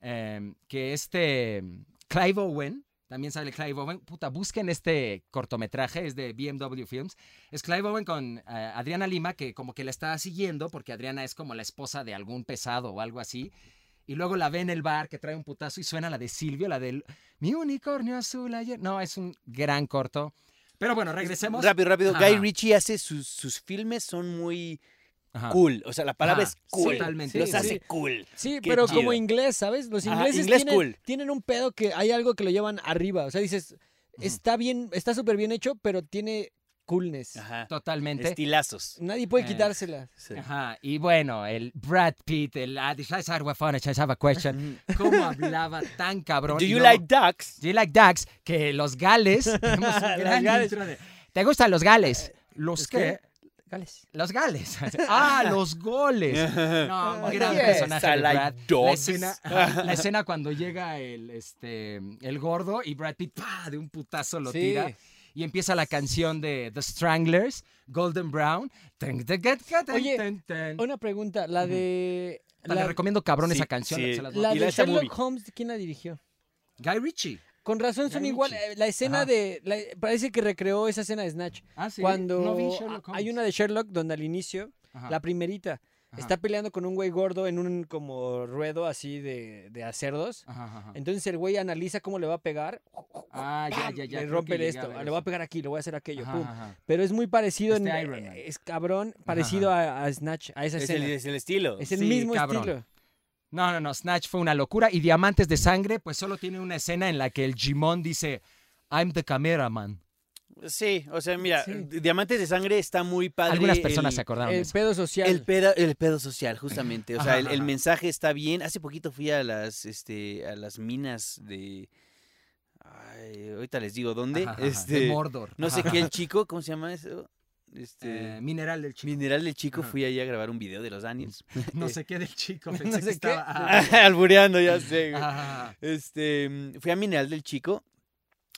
B: em, que este mm, Clive Owen, también sale Clive Owen, puta, busquen este cortometraje, es de BMW Films, es Clive Owen con eh, Adriana Lima, que como que la está siguiendo, porque Adriana es como la esposa de algún pesado o algo así. Y luego la ve en el bar que trae un putazo y suena la de Silvio, la del Mi unicornio azul ayer. No, es un gran corto. Pero bueno, regresemos.
D: Rápido, rápido.
B: Ajá.
D: Guy Ritchie hace sus, sus filmes, son muy
B: Ajá.
D: cool. O sea, la palabra
B: Ah. Ajá,
D: es cool.
B: sí, totalmente.
D: Los
C: Sí,
D: hace
C: sí.
D: cool.
C: Sí,
D: Qué
C: pero
D: chido.
C: como inglés, ¿sabes? Los
D: Ajá,
C: ingleses
D: inglés
C: tienen,
D: cool.
C: tienen un pedo que hay algo que lo llevan arriba. O sea, dices, está bien, está súper bien hecho, pero tiene coolness.
D: Ajá.
B: Totalmente.
D: Este, Estilazos.
C: Nadie puede
B: Eh.
C: quitársela.
D: Sí.
B: Ajá, y bueno, el Brad Pitt, el ah, I have a question.
D: Mm.
B: ¿Cómo hablaba tan cabrón?
D: Do
B: Y
D: you
B: luego,
D: like ducks?
B: Do you like ducks? Que los gales. tenemos un gran
C: gales.
B: intro de, ¿Te gustan los
D: Eh,
B: gales? ¿Los
C: qué?
B: qué?
C: Gales.
B: Los gales. ah, los goles. No,
D: Ah,
B: gran
D: yes,
B: personaje
D: I
B: de
D: like
B: Brad. La
D: dogs.
B: escena, ajá, la escena cuando llega el, este, el gordo y Brad Pitt ¡pa! de un putazo lo
C: Sí.
B: tira. Y empieza la canción de The Stranglers, Golden Brown. Ten, ten, ten, ten,
C: Oye,
B: ten, ten.
C: Una pregunta, la
B: Ujú.
C: de...
B: Te
C: la-
B: le recomiendo cabrón
D: sí,
B: esa canción.
D: sí.
B: se las voy a-
C: la
D: y
C: de
D: esa
C: Sherlock
D: movie.
C: Holmes, ¿quién la dirigió?
B: Guy Ritchie.
C: Con razón son
B: Guy
C: igual.
B: Ritchie.
C: eh, La escena
B: Ajá.
C: de. la- parece que recreó esa escena de Snatch.
B: Ah, sí.
C: Cuando
B: No vi
C: a-
B: Sherlock Holmes.
C: hay una de Sherlock donde al inicio,
B: Ajá,
C: la primerita,
B: ajá,
C: está peleando con un güey gordo en un como ruedo así de, de acerdos.
B: ajá, ajá, ajá.
C: Entonces el güey analiza cómo le va a pegar.
B: Ah, ya,
C: ¡pam!
B: ya, ya.
C: le
B: creo
C: rompe
B: que llegué
C: esto.
B: ver
C: Le voy a
B: eso.
C: pegar aquí, le voy a hacer aquello.
B: Ajá,
C: pum.
B: ajá.
C: Pero es muy parecido
B: Este
C: en.
B: Iron Man.
C: Es cabrón, parecido a, a Snatch, a esa
D: Es el,
C: escena.
D: es el estilo.
C: es el
B: sí,
C: mismo
B: cabrón.
C: estilo.
B: No, no, no. Snatch fue una locura. Y Diamantes de Sangre, pues solo tiene una escena en la que el Jimón dice: I'm the cameraman.
D: Sí, o sea, mira,
C: Sí.
D: Diamantes de Sangre está muy padre.
B: Algunas personas se
D: el,
B: acordaron de
C: El
B: eso.
C: pedo social.
D: el pedo, el pedo social, justamente. O sea,
B: Ajá,
D: el, el
B: ajá.
D: mensaje está bien. Hace poquito fui a las, este, a las minas de. ay, ahorita les digo dónde.
B: Ajá, ajá, ajá.
D: este,
B: De Mordor.
D: no sé
B: Ajá.
D: qué el chico, ¿cómo se llama eso? Este.
B: Eh, mineral del chico.
D: Mineral del Chico,
B: Ajá.
D: fui ahí a grabar un video de los Daniels.
B: No sé qué del chico.
C: No
B: Pensé
C: sé
B: que
C: qué.
B: estaba. ah,
D: Albureando, ya sé. güey.
B: ah,
D: Este, mm, fui a Mineral del Chico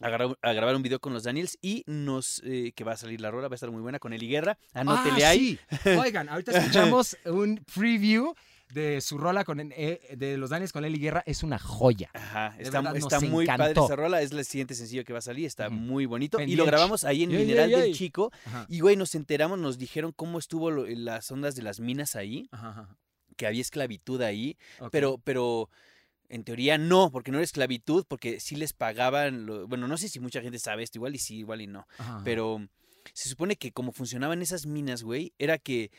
D: a, gra- a grabar un video con los Daniels y nos, eh, que va a salir la rola, va a estar muy buena con Eli Guerra. Anótele
B: ah,
D: ahí.
B: sí. Oigan, ahorita escuchamos un preview de su rola con eh, de los Daniels con Eli Guerra. Es una joya.
D: Ajá,
B: De
D: está,
B: verdad,
D: está
B: nos
D: muy padre
B: encantó.
D: esa rola. Es el siguiente sencillo que va a salir, está
B: Ujú.
D: muy bonito. Y
B: Pendiente.
D: lo grabamos ahí en
C: Ey,
D: Mineral
C: ey,
D: del
C: ey.
D: Chico.
B: Ajá.
D: Y güey, nos enteramos, nos dijeron cómo estuvo lo- las ondas de las minas ahí,
B: Ajá, ajá.
D: que había esclavitud ahí.
B: Ok.
D: Pero, pero en teoría no, porque no era esclavitud, porque sí les pagaban. lo- bueno, no sé si mucha gente sabe esto, igual y sí, igual y no.
B: Ajá.
D: Pero se supone que como funcionaban esas minas, güey, era que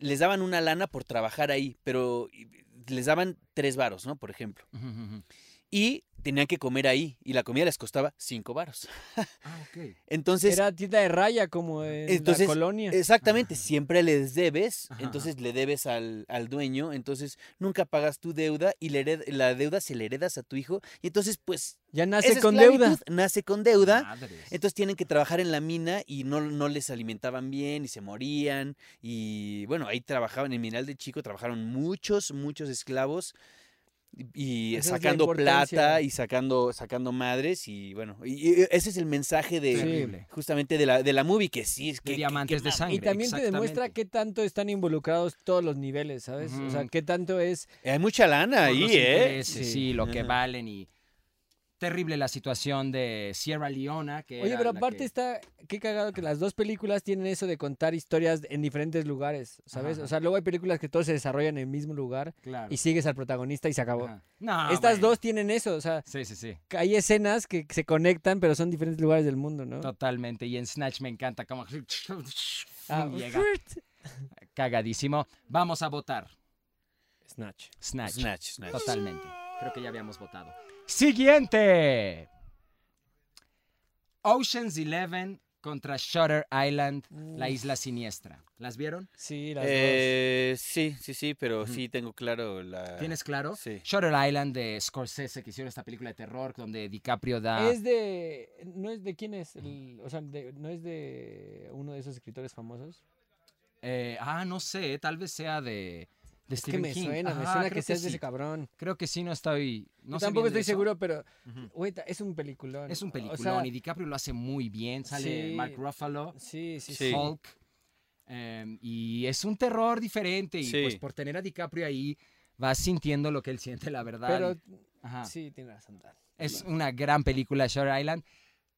D: les daban una lana por trabajar ahí, pero y- les daban tres varos, ¿no? Por ejemplo.
B: Ujú, ujú, ujú.
D: Y tenían que comer ahí, y la comida les costaba cinco varos.
B: Ah, ok.
D: Entonces,
C: Era tienda de raya como en
D: Entonces,
C: la colonia.
D: exactamente,
B: Ajá.
D: siempre les debes,
B: Ajá,
D: entonces le debes al, al dueño, entonces nunca pagas tu deuda y la, hered- la deuda se la heredas a tu hijo, y entonces, pues,
C: Ya
D: esa
C: nace con
D: esclavitud
C: deuda.
D: Nace con deuda.
B: Madres.
D: Entonces tienen que trabajar en la mina y no, no les alimentaban bien y se morían. Y bueno, ahí trabajaban en Mineral de Chico, trabajaron muchos, muchos esclavos y
C: Esa es la
D: sacando plata
C: importancia.
D: y sacando, sacando madres. Y bueno, y- y ese es el mensaje de
C: Sí.
B: Terrible.
D: justamente de la, de la movie, que sí es que. que-
B: diamantes
D: que
B: de
D: mam-
B: sangre.
C: Y también te demuestra
B: exactamente.
C: qué tanto están involucrados todos los niveles, ¿sabes? O sea,
B: Ujú.
C: qué tanto es.
D: Hay mucha lana
B: Por
D: ahí,
B: los
D: ¿eh?
B: intereses, Sí,
C: Sí.
B: lo que
D: Ajá.
B: valen y terrible la situación de Sierra Leona. Que
C: Oye,
B: era
C: pero
B: la
C: aparte
B: que-
C: está. Qué cagado que las dos películas tienen eso de contar historias en diferentes lugares, ¿sabes?
B: Ajá.
C: O sea, luego hay películas que todos se desarrollan en el mismo lugar
B: Claro.
C: y sigues al protagonista y se acabó.
B: Ajá. No,
C: Estas
B: Ah, bueno.
C: dos tienen eso, o sea,
B: Sí, sí, sí.
C: que hay escenas que se conectan, pero son diferentes lugares del mundo, ¿no?
B: Totalmente. Y en Snatch me encanta como
C: Ah,
B: llega cagadísimo. Vamos a votar.
C: Snatch.
B: Snatch.
D: Snatch, snatch.
B: Totalmente. Creo que ya habíamos votado. Siguiente. Ocean's Eleven contra Shutter Island, la isla siniestra. ¿Las vieron?
C: Mm, Sí, las
D: Eh, sí, sí, sí, pero
B: Ujú.
D: sí tengo claro
C: Eh,
D: la.
B: ¿Tienes claro?
D: Sí.
B: Shutter Island de Scorsese, que hicieron esta película de terror donde DiCaprio da...
C: dos. Es de. No es de quién es. el- o sea, de- no es de uno de esos escritores famosos.
B: eh, ah, no sé, tal vez sea de, de
C: Es que
B: Stephen
C: me
B: King.
C: suena, me
B: Ajá,
C: suena
B: creo
C: que seas
B: sí.
C: de ese cabrón.
B: Creo que sí, no estoy... No
C: Yo
B: sé
C: tampoco
B: bien de
C: estoy
B: eso.
C: seguro, pero.
B: Ujú.
C: Güey, ta- es un peliculón.
B: Es un
C: o-
B: peliculón
C: O sea,
B: y DiCaprio lo hace muy bien. Sale
C: Sí.
B: Mark Ruffalo,
C: Sí, sí,
D: Sí.
C: sí.
B: Hulk. eh, y es un terror diferente. Y
D: Sí.
B: pues por tener a DiCaprio ahí, vas sintiendo lo que él siente, la verdad.
C: Pero
B: Ajá.
C: sí, tiene razón. Dan.
B: Es una gran película, Shore Island.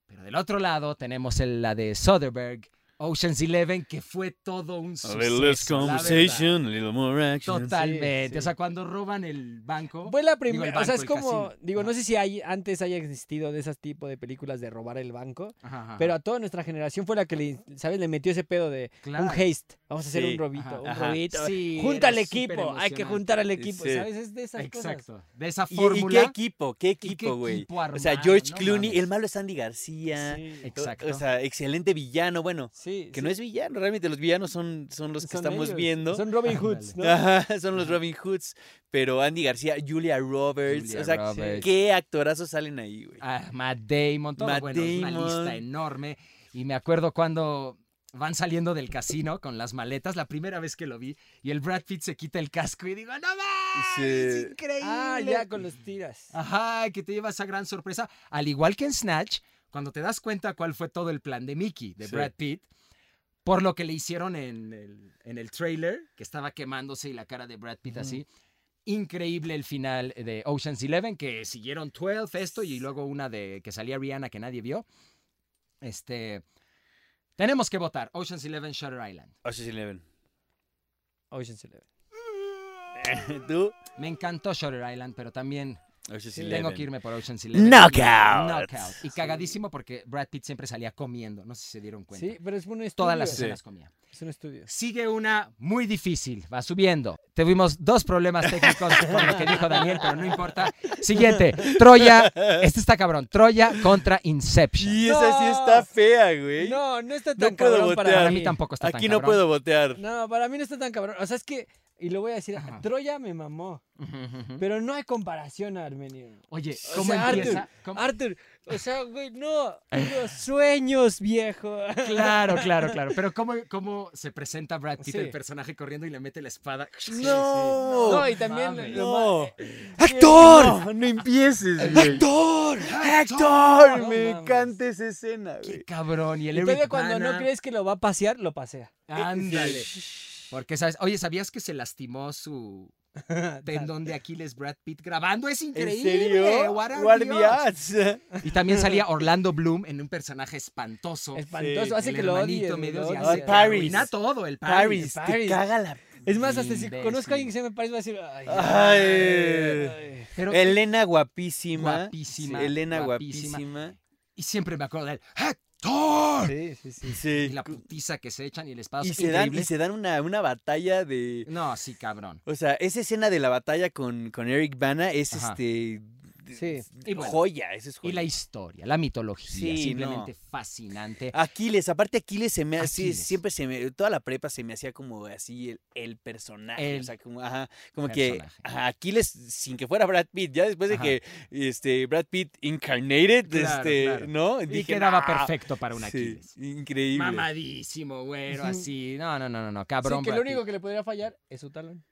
B: Pero del otro lado tenemos el- la de Soderbergh, Ocean's Eleven, que fue todo un
D: A
B: suceso.
D: little less
B: la verdad.
D: conversation, a little more action.
B: Totalmente.
C: Sí, sí.
B: O sea, cuando roban el banco.
C: Fue la
B: Digo, el
C: primera. O
B: banco,
C: sea, es
B: el
C: como.
B: casino.
C: Digo, no
B: Ajá.
C: sé si hay, antes haya existido de esas tipo de películas de robar el banco.
B: Ajá, ajá.
C: Pero a toda nuestra generación fue la que le, ¿sabes? Le metió ese pedo de
B: Claro.
C: un haste. Vamos a hacer
D: Sí,
C: un robito,
B: ajá,
C: un
D: ajá.
C: robito.
B: Sí,
C: Junta al
B: era súper
C: equipo, hay que
B: emocionante.
C: juntar al equipo,
D: Sí.
C: ¿sabes? Es de esas cosas.
B: Exacto. De esa
D: ¿Y- ¿Y, qué
B: fórmula.
D: equipo? ¿Qué
B: ¿Y qué
D: equipo, güey?
B: equipo
D: O sea,
B: armaron?
D: George
B: No
D: Clooney,
B: mames.
D: el malo es Andy García.
C: Sí,
D: O-
B: Exacto.
D: O, sea, excelente villano. Bueno,
C: sí.
D: que no es villano, realmente los villanos son, son los que estamos viendo.
C: Son Robin Hoods, ¿no?
D: Ajá, son los Robin Hoods, pero Andy García, Julia Roberts,
B: Julia
D: o sea,
B: Roberts.
D: qué actorazos salen ahí, güey.
B: Ah, Matt Damon, todo.
D: Matt
B: bueno, es una
D: Damon.
B: lista enorme. Y me acuerdo cuando van saliendo del casino con las maletas, la primera vez que lo vi, y el Brad Pitt se quita el casco y digo, ¡No mames!
D: Sí.
B: ¡Es increíble!
C: Ah, ya con los tiras.
B: Ah. Ajá, que te lleva esa gran sorpresa. Al igual que en Snatch, cuando te das cuenta cuál fue todo el plan de Mickey, de
D: Sí.
B: Brad Pitt, por lo que le hicieron en el, en el trailer, que estaba quemándose y la cara de Brad Pitt
C: Ujú.
B: así. Increíble el final de Ocean's Eleven, que siguieron 12, esto, y luego una de que salía Rihanna que nadie vio. Este. Tenemos que votar. Ocean's Eleven, Shutter Island.
D: Ocean's Eleven.
C: Ocean's Eleven.
D: ¿Tú?
B: Me encantó Shutter Island, pero también
D: Ocean's
C: Sí.
B: Tengo
D: Eleven.
B: que irme por Ocean's Eleven.
D: Knockout.
B: Knockout. Y cagadísimo porque Brad Pitt siempre salía comiendo. No sé si se dieron cuenta.
C: Sí, pero es un estudio.
B: Todas las
D: Sí.
B: escenas comía.
C: Es un estudio.
B: Sigue una muy difícil. Va subiendo. Tuvimos dos problemas técnicos con lo que dijo Daniel, pero no importa. Siguiente. Troya. Este está cabrón. Troya contra Inception.
D: Y esa sí está
C: No.
D: fea, güey.
C: No, no está
D: No
C: tan
D: puedo
C: cabrón para,
D: votear.
B: Para mí tampoco Pues está
D: Aquí
B: tan
D: no
B: cabrón.
D: puedo votear.
C: No, para mí no está tan cabrón. O sea, es que, y lo voy a decir,
B: Ajá.
C: Troya me mamó,
B: Ujú, ujú.
C: pero no hay comparación a Armenio.
B: Oye,
C: O
B: ¿cómo
C: sea,
B: empieza?
C: Arthur,
B: ¿Cómo-
C: Arthur, o sea, güey, no, los sueños, viejo.
B: Claro, claro, claro. Pero ¿cómo, cómo se presenta Brad Pitt,
C: Sí.
B: el personaje corriendo y le mete la espada?
D: No.
C: No, y también lo-
B: mames.
C: lo
D: No.
C: ma-
D: ¡Héctor! No, no empieces, güey.
C: ¡Actor!
D: ¡Héctor!
C: No
D: Me
C: mames.
D: encanta esa escena,
B: Qué
D: güey.
B: cabrón. Y el
C: Y todavía
B: Eric
C: cuando no
B: Bana.
C: crees que lo va a pasear, lo pasea.
B: Ándale. Porque sabes, oye, ¿sabías que se lastimó su tendón de Aquiles Brad Pitt grabando? Es
D: ¿En
B: increíble.
D: serio?
B: What are
D: What are
B: the
D: the
B: odds?
D: odds?
B: Y también salía Orlando Bloom en un personaje espantoso.
C: Espantoso,
D: Sí,
C: hace
B: el
C: que lo odies.
B: hermanito
C: güey,
B: medio
C: lo
B: odiante,
C: odies.
B: que
D: Ah, Paris.
B: arruina todo, el
D: Paris,
B: Paris.
D: te
C: Paris.
D: caga la...
C: Es más, hasta si
B: Imbécil.
C: conozco a alguien que se me parece, va a decir, ay,
D: Ay.
C: ay.
B: Pero-
D: Elena guapísima.
B: Guapísima,
D: Elena
B: guapísima.
D: guapísima.
B: y siempre me acuerdo de él. ¡Héctor!
C: Sí, sí, sí.
B: Y
D: Sí.
B: la putiza que se echan y el espadazo.
D: Y se dan, y
B: increíble.
D: se dan una, una batalla de...
B: No, sí, cabrón.
D: O sea, esa escena de la batalla con, con Eric Bana es
B: Ajá.
D: este...
C: Sí.
B: Y bueno.
D: joya, esa es joya.
B: Y la historia, la mitología,
D: Sí, Ah,
B: simplemente fascinante.
D: Aquiles, aparte Aquiles se me hacía,
B: Aquiles.
D: siempre se me, toda la prepa se me hacía como así el, el personaje, o
B: El
D: sea, como, ajá, como
B: personaje.
D: que ajá, Aquiles sin que fuera Brad Pitt, ya después
B: Ajá.
D: de que este Brad Pitt incarnated,
B: Claro,
D: este,
B: claro.
D: ¿no?
B: Y quedaba
D: "Ah".
B: perfecto para un
D: Sí,
B: Aquiles.
D: increíble.
B: Mamadísimo, güero,
C: Ujú.
B: así. No, no, no, no, no, cabrón.
C: sí, que
B: Brad
C: lo único
B: Pitt.
C: que le podría fallar es su talón.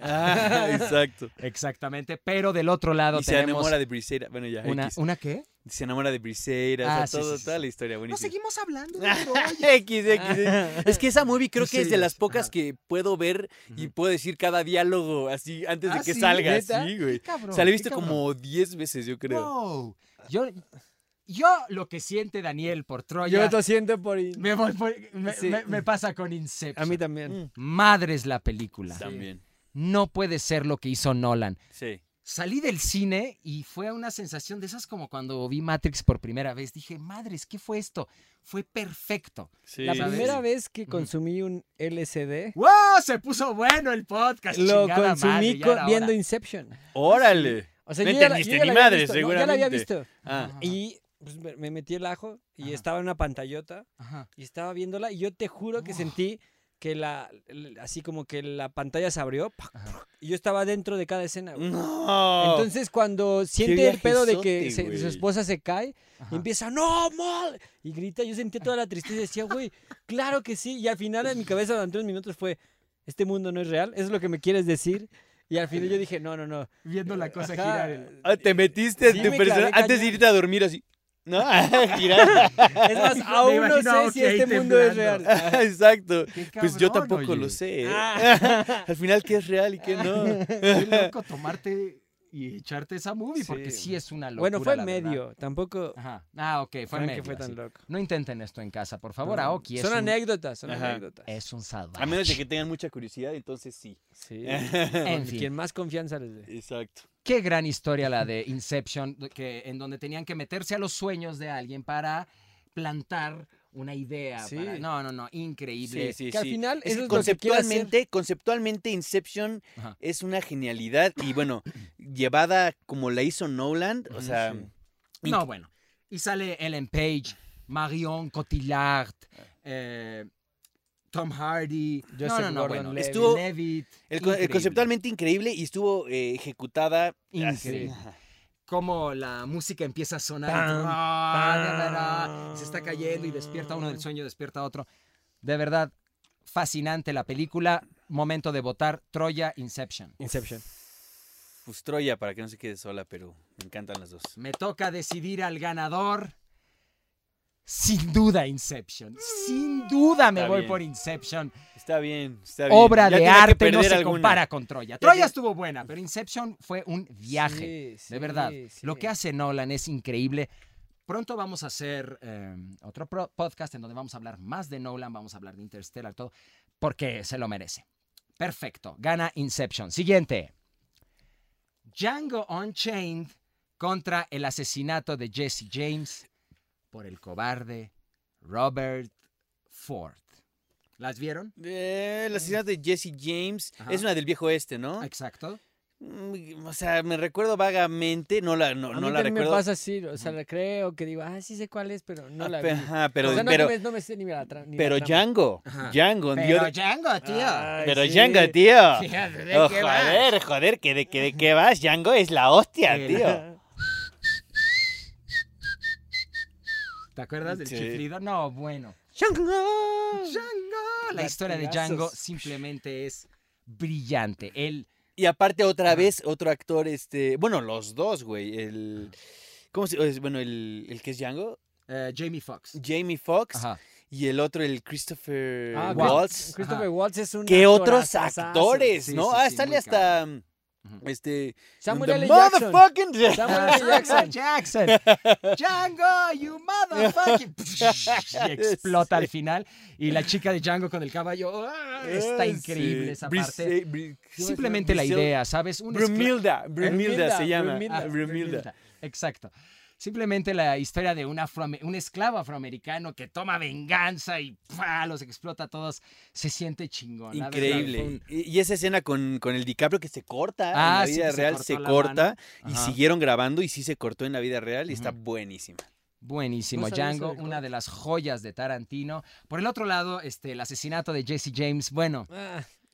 D: Ah, exacto.
B: Exactamente, pero del otro lado
D: Y se
B: tenemos
D: enamora de Briseira, bueno ya,
B: una,
D: X.
B: ¿una qué?
D: se enamora de Briseira, o
B: Ah,
D: sea,
B: sí,
D: todo-
B: sí, sí,
D: toda
B: sí.
D: la historia
B: No,
D: buenísima.
B: seguimos hablando de Troya.
D: X, X, X. Es que esa movie creo que es de
B: Briseira,
D: las pocas
B: ajá.
D: que puedo ver y
B: Ujú.
D: puedo decir cada diálogo así antes de
B: Ah,
D: que
B: ¿sí?
D: salga.
B: ¿Neta?
D: Sí, güey.
B: Qué cabrón,
D: O sea, la he
B: qué
D: visto
B: cabrón.
D: como 10 veces, yo creo.
B: Wow. Yo, yo lo que siente Daniel por
C: Yo
B: Troya,
C: lo siento por... in-
B: me, voy por- me-
C: Sí.
B: me- me pasa con Inception.
C: A mí también.
D: Mm,
B: Madre es la película.
D: También.
B: No puede ser lo que hizo Nolan.
D: Sí.
B: Salí del cine y fue una sensación de esas como cuando vi Matrix por primera vez. Dije, madres, ¿qué fue esto? Fue perfecto.
D: sí. Mm.
C: La
B: ¿sabes?
C: primera vez que
B: Ujú.
C: consumí un LCD,
B: ¡Wow! Se puso bueno el podcast.
C: lo
B: chingada
C: consumí
B: madre, ya
C: co-
B: era
C: viendo
B: hora.
C: Inception.
D: Órale.
C: O sea,
D: No
C: yo ya la-
D: entendiste
C: yo ya
D: ni
C: la había
D: madre,
C: visto, no, ya la había
D: seguramente.
C: visto.
D: Ah,
C: Y pues, me, me metí el ajo y
B: Ajá.
C: estaba en una pantallota
B: Ajá.
C: y estaba viéndola y yo te juro que
B: Uf.
C: sentí que la, el- así como que la pantalla se abrió pac,
B: Ajá.
C: pac, y yo estaba dentro de cada escena. güey.
D: no.
C: Entonces cuando siente el pedo de que
D: viajezote,
C: se-
D: güey.
C: su esposa se cae,
B: ajá.
C: y empieza, no, mal, y grita, yo sentí toda la tristeza y decía, güey, claro que sí, y al final en mi cabeza durante unos minutos fue, este mundo no es real, eso es lo que me quieres decir, y al final yo dije, no, no, no.
B: Viendo la cosa
C: Ajá.
B: girar. el-
D: Ah, te metiste en
C: Sí,
D: tu
C: me
D: persona
C: clavé
D: antes de irte a dormir así. ¿No? ah, Girar.
C: Es más,
B: Me
C: aún no
B: imagino a
C: sé si
B: OK
C: este mundo es
B: temblando.
C: real.
D: Ah, Exacto.
B: Qué
D: Pues yo
B: cabrón,
D: tampoco lo
B: oye.
D: sé. ¿eh?
C: Ah.
D: Al final, ¿qué es real y qué no?
B: Qué loco tomarte y echarte esa movie,
C: Sí.
B: porque sí es una locura.
C: Bueno, fue
B: la verdad.
C: medio, tampoco
B: Ajá. Ah, ok, fue
C: crean
B: medio.
C: que fue tan
B: sí.
C: loco.
B: No intenten esto en casa, por favor.
C: No.
B: Aoki es
C: son
B: un, Eh,
C: anécdotas, son
D: Ajá.
C: anécdotas.
B: es un salvaje.
D: A menos de que tengan mucha curiosidad, entonces sí.
C: Sí.
B: En fin.
C: Quien más confianza les dé.
D: Exacto.
B: Qué gran historia la de Inception, que, en donde tenían que meterse a los sueños de alguien para plantar una idea.
C: Sí.
B: para- No, no, no, increíble.
D: Sí, sí,
C: Que al
D: sí.
C: final
D: Es
C: eso
D: que
C: es lo que quiere hacer.
D: conceptualmente, conceptualmente Inception
B: Ajá.
D: es una genialidad y bueno, llevada como la hizo Nolan, o
B: Ujú,
D: sea,
C: Mm, sí.
B: No, bueno. Y sale Ellen Page, Marion Cotillard, eh, Tom Hardy.
C: Joseph
B: no, no, no, bueno.
C: Gordon-Levitt.
D: Estuvo-
B: Levitt,
D: el co- el
B: increíble.
D: conceptualmente increíble y estuvo eh, ejecutada así.
B: Increíble.
D: Ajá.
B: Cómo la música empieza a sonar. y
C: Pam,
B: tú, "Ah, de verdad",
C: pam.
B: Se está cayendo y despierta uno del sueño, despierta otro. De verdad, fascinante la película. Momento de votar. Troya Inception.
C: Inception.
D: Pues Troya, para que no se quede sola, pero me encantan las dos.
B: Me toca decidir al ganador. Sin duda, Inception. Sin duda me
D: Mm. Está
B: voy
D: bien.
B: por Inception.
D: Está bien, está bien.
B: Obra
D: Ya
B: de
D: tenía que
B: arte no
D: perder
B: se
D: alguna.
B: compara con Troya. Troya
D: tiene-
B: estuvo buena, pero Inception fue un viaje.
C: Sí,
B: de verdad.
C: sí, sí.
B: Lo que hace Nolan es increíble. Pronto vamos a hacer eh, otro pro- podcast en donde vamos a hablar más de Nolan, vamos a hablar de Interstellar, todo, porque se lo merece. Perfecto. Gana Inception. Siguiente. Django Unchained contra el asesinato de Jesse James por el cobarde Robert Ford. ¿Las vieron?
D: Eh, la ciudad de Jesse James
B: Ajá.
D: es una del viejo oeste, ¿no?
B: Exacto.
D: Mm, O sea, me recuerdo vagamente, no la, no,
C: a
D: no
C: mí
D: la
C: también me
D: recuerdo.
C: pasa así, o sea, la creo que digo, ah, sí sé cuál es, pero no
D: Ah,
C: la
D: pe-
C: vi.
D: ajá, pero,
C: o sea, no,
D: pero,
C: me, no me sé ni la tra- ni la
D: pero
C: trama.
D: Django,
B: Ajá.
D: Django,
B: Pero
D: yo-
B: Django, tío.
C: Ay,
D: pero
C: sí.
D: Django, tío.
B: Sí, ¿de qué
D: Oh,
B: vas?
D: joder, joder, que de, que de qué vas, Django es la hostia,
B: El-
D: tío.
B: ¿Te acuerdas del
D: Sí.
B: chiflido? No, bueno.
C: Django.
B: Django. La historia de
C: Latigazos.
B: Django simplemente es brillante. Él,
D: Y aparte otra vez otro actor, este, bueno, los dos, güey, el, ¿cómo se, es- bueno, el, el que es Django,
B: eh, Jamie Foxx.
D: Jamie Foxx
B: Ajá.
D: y el otro, el Christopher
C: Ah,
B: Waltz.
D: Waltz.
C: Christopher Waltz es un.
D: ¿Qué otros
C: actorazazazo.
D: actores,
B: Sí,
D: no?
B: sí,
D: ah,
B: sí,
D: sale
B: muy
D: hasta,
B: Ujú.
D: este,
C: Samuel
D: the
C: L. Jackson.
D: motherfucking...
C: Samuel
B: Ah,
C: L.
B: Jackson.
C: Jackson.
B: Jackson. Django, you motherfucking. Y explota al final. Y la chica de Django con el caballo. ¡ah! Está
D: Ah,
B: increíble
D: sí.
B: esa
D: Bris-
B: parte.
D: eh, Bri- ¿cómo se
B: Simplemente la
D: llama? Brisel-
B: idea, ¿sabes? Un esclavo-
D: Brumilda, ¿Eh? Brumilda
C: Brumilda,
D: se llama.
C: Brumilda.
D: Ah,
B: Ah,
D: Brumilda.
B: Brumilda, Exacto. Simplemente la historia de un, afroame- un esclavo afroamericano que toma venganza y ¡pua! los explota a todos. Se siente chingón. la verdad, fue
D: Increíble.
B: un-
D: Y y esa escena con, con el DiCaprio que se corta
B: Ah,
D: en
B: sí,
D: la vida
B: que se
D: real,
B: cortó
D: se,
B: la
D: corta y
B: Ajá.
D: siguieron grabando y sí se cortó en la vida real y está
B: Ujú.
D: buenísima.
B: Buenísimo,
C: No sabía eso
B: Django,
C: del
B: una
C: corte.
B: de las joyas de Tarantino. Por el otro lado, este, el asesinato de Jesse James, bueno,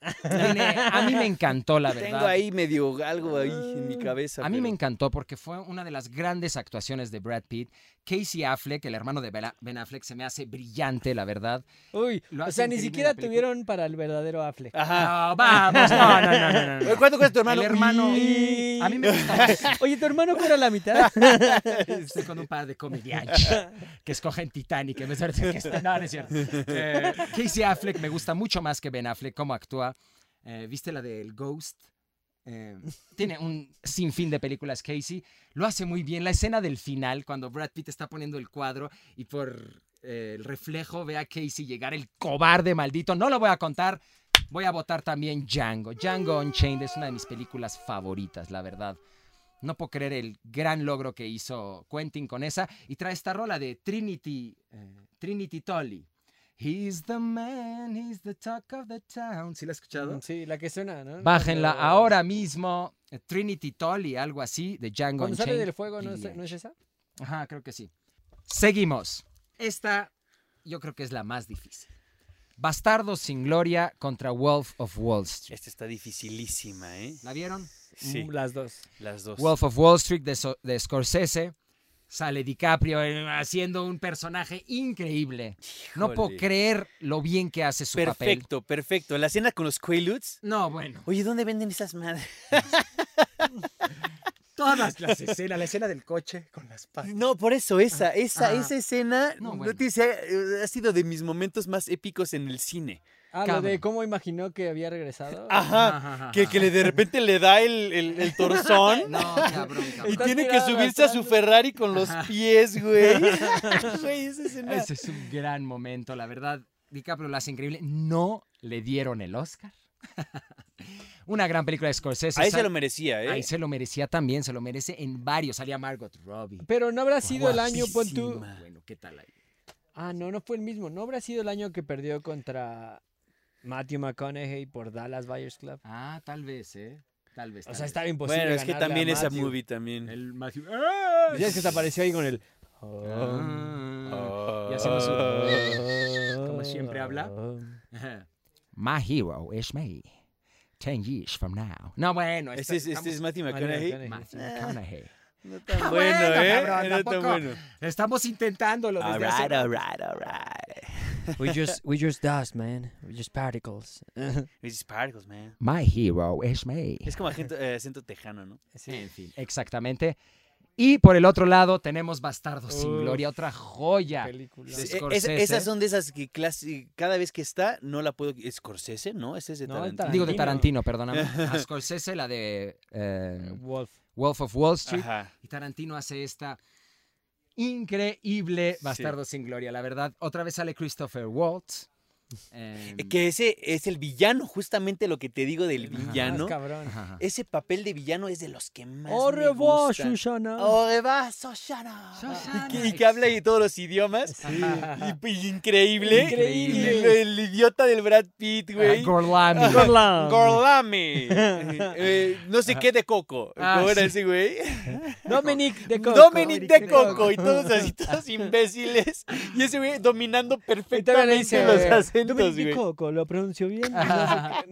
C: Ah,
B: tiene- a mí me encantó, la verdad.
D: Tengo ahí medio algo ahí en mi
C: Ah.
D: cabeza.
B: A mí me
D: pero-
B: encantó porque fue una de las grandes actuaciones de Brad Pitt. Casey Affleck, el hermano de Bela- Ben Affleck, se me hace brillante, la verdad.
C: Uy,
B: Lo
C: o
B: hace
C: sea, ni
B: increíble
C: siquiera
B: la película.
C: tuvieron para el verdadero Affleck.
D: Ajá.
B: No, vamos, no, no, no, no, no, no.
D: Eh, ¿Cuánto cuesta tu hermano?
B: Ah, El hermano.
C: Y-
B: A mí me gusta más
C: Oye, ¿tu hermano cobra la mitad?
B: Estoy con un par de comediantes que escogen Titanic en vez de decir que este- No, no es cierto. Eh, Casey Affleck me gusta mucho más que Ben Affleck, cómo actúa. Eh, ¿Viste la del Ghost? Eh, tiene un sinfín de películas, Casey. Lo hace muy bien. La escena del final, cuando Brad Pitt está poniendo el cuadro y por eh, el reflejo ve a Casey llegar, el cobarde maldito. No lo voy a contar. Voy a votar también Django. Django Unchained es una de mis películas favoritas, la verdad. No puedo creer el gran logro que hizo Quentin con esa. Y trae esta rola de Trinity, eh, Trinity Tolly. He's the man, he's the talk of the town. ¿Sí la has escuchado?
C: Mm, Sí, la que suena, ¿no?
B: Bájenla
C: Cuando-
B: ahora mismo. eh, Trinity Tolly, algo así, de Django
C: Cuando sale
B: Unchained.
C: del fuego, ¿no es,
B: Brilliant.
C: ¿no es esa?
B: Ajá, creo que sí. Seguimos. Esta yo creo que es la más difícil. Bastardos sin gloria contra Wolf of Wall Street.
D: Esta está dificilísima, ¿eh?
B: ¿La vieron?
D: Sí,
C: Mm, Las dos.
D: las dos.
B: Wolf of Wall Street de, So- de Scorsese. Sale DiCaprio eh, haciendo un personaje increíble. No puedo
D: Híjole.
B: creer lo bien que hace su papel.
D: Perfecto, perfecto. La escena con los Quaaludes.
B: No, bueno.
D: Oye, ¿dónde venden esas madres?
B: Todas las escenas, la escena del coche con las patas.
D: No, por eso, esa, esa,
B: ah.
D: esa escena
B: No,
D: no,
B: bueno.
D: te dice, eh, ha sido de mis momentos más épicos en el cine.
C: Ah, lo
B: Cabrón.
C: de cómo imaginó que había regresado.
D: Ajá. Que, que le- de repente le da el, el, el torzón
B: No, cabrón,
D: y
B: cabrón.
C: Está
D: tiene que
C: tirado
D: subirse a su
C: arrastrando.
D: Ferrari con los
B: Ajá.
D: pies, güey. Güey, esa escena.
B: Ese es un gran momento, la verdad. DiCaprio lo hace increíble. No le dieron el Oscar. Una gran película de Scorsese.
D: Ahí se
B: Sal-
D: lo merecía, ¿eh?
B: Ahí se lo merecía también, se lo merece en varios. Salía Margot Robbie.
C: Pero no habrá sido el año, pon tú.
D: Guapísima.
B: Bueno, ¿qué tal ahí?
C: Ah, no, no fue el mismo. No habrá sido el año que perdió contra Matthew McConaughey por Dallas Buyers Club.
B: Ah, tal vez, ¿eh? Tal vez.
C: O
B: tal
C: sea,
B: vez.
C: estaba imposible.
D: Bueno, es que
C: ganarle a
D: también esa
C: Matthew. Pues
D: movie también.
B: El Matthew.
C: Ya es que se apareció ahí con el.
D: Oh.
B: Y haciendo su-
C: Como
B: siempre habla. My hero is me. Ten years from now. No, bueno.
D: Este es, este es Matthew McConaughey.
B: Matthew
D: Ah.
B: McConaughey.
D: No tan
B: Ah,
D: bueno,
B: ¿eh? bueno,
D: ¿eh?
B: cabrón,
D: no tan
B: tampoco.
D: bueno.
B: Estamos intentándolo desde hace
D: Alright,
B: rato.
D: alright, alright.
C: We just, we just dust, man. We just particles.
D: It's sparkles, man.
B: My hero is me.
D: Es como acento, eh, acento tejano, ¿no?
B: En fin, exactamente. Y por el otro lado tenemos Bastardos sin
C: Uf.
B: Gloria, otra joya.
C: Película.
B: De
D: Sí, e- es-
B: Scorsese.
D: esas son de esas que clasi- cada vez que está no la puedo. Scorsese, ¿no? Ese es de
C: No,
D: Tarantino.
B: Digo de
C: Tarantino.
B: Tarantino, perdóname. A Scorsese, la de eh,
C: Wolf.
B: Wolf of Wall Street.
D: Ajá.
B: Y Tarantino hace esta increíble
D: Sí.
B: Bastardos sin Gloria, la verdad. Otra vez sale Christopher Waltz. Eh,
D: Que ese es el villano, justamente lo que te digo del
B: Ajá.
C: Más
D: villano.
C: Ah, cabrón.
B: ajá, ajá.
D: Ese papel de villano es de los que más
B: Oh,
C: Au
D: me
C: revoir,
D: gustan.
C: Shoshana.
D: Au revoir, Shoshana.
B: Shoshana.
D: Y que, y que habla de todos los idiomas. Y- y increíble.
C: Increíble.
D: Y lo- el idiota del Brad Pitt, güey.
B: Ah, Gorlami.
D: Ajá.
B: Ah,
C: Gorlami.
D: Gorlami. Eh, no sé qué de coco.
B: Ah,
D: ¿Cómo era
B: sí.
D: ese güey?
C: Dominic de Coco.
D: Dominic de
B: de
D: coco.
B: Coco.
D: Y todos así, todos imbéciles. Y ese güey dominando
C: Y también le
D: perfectamente
C: dice,
D: los
C: eh,
D: acentos,
C: Dominic
D: güey.
C: de Coco, lo pronunció bien. No sé qué,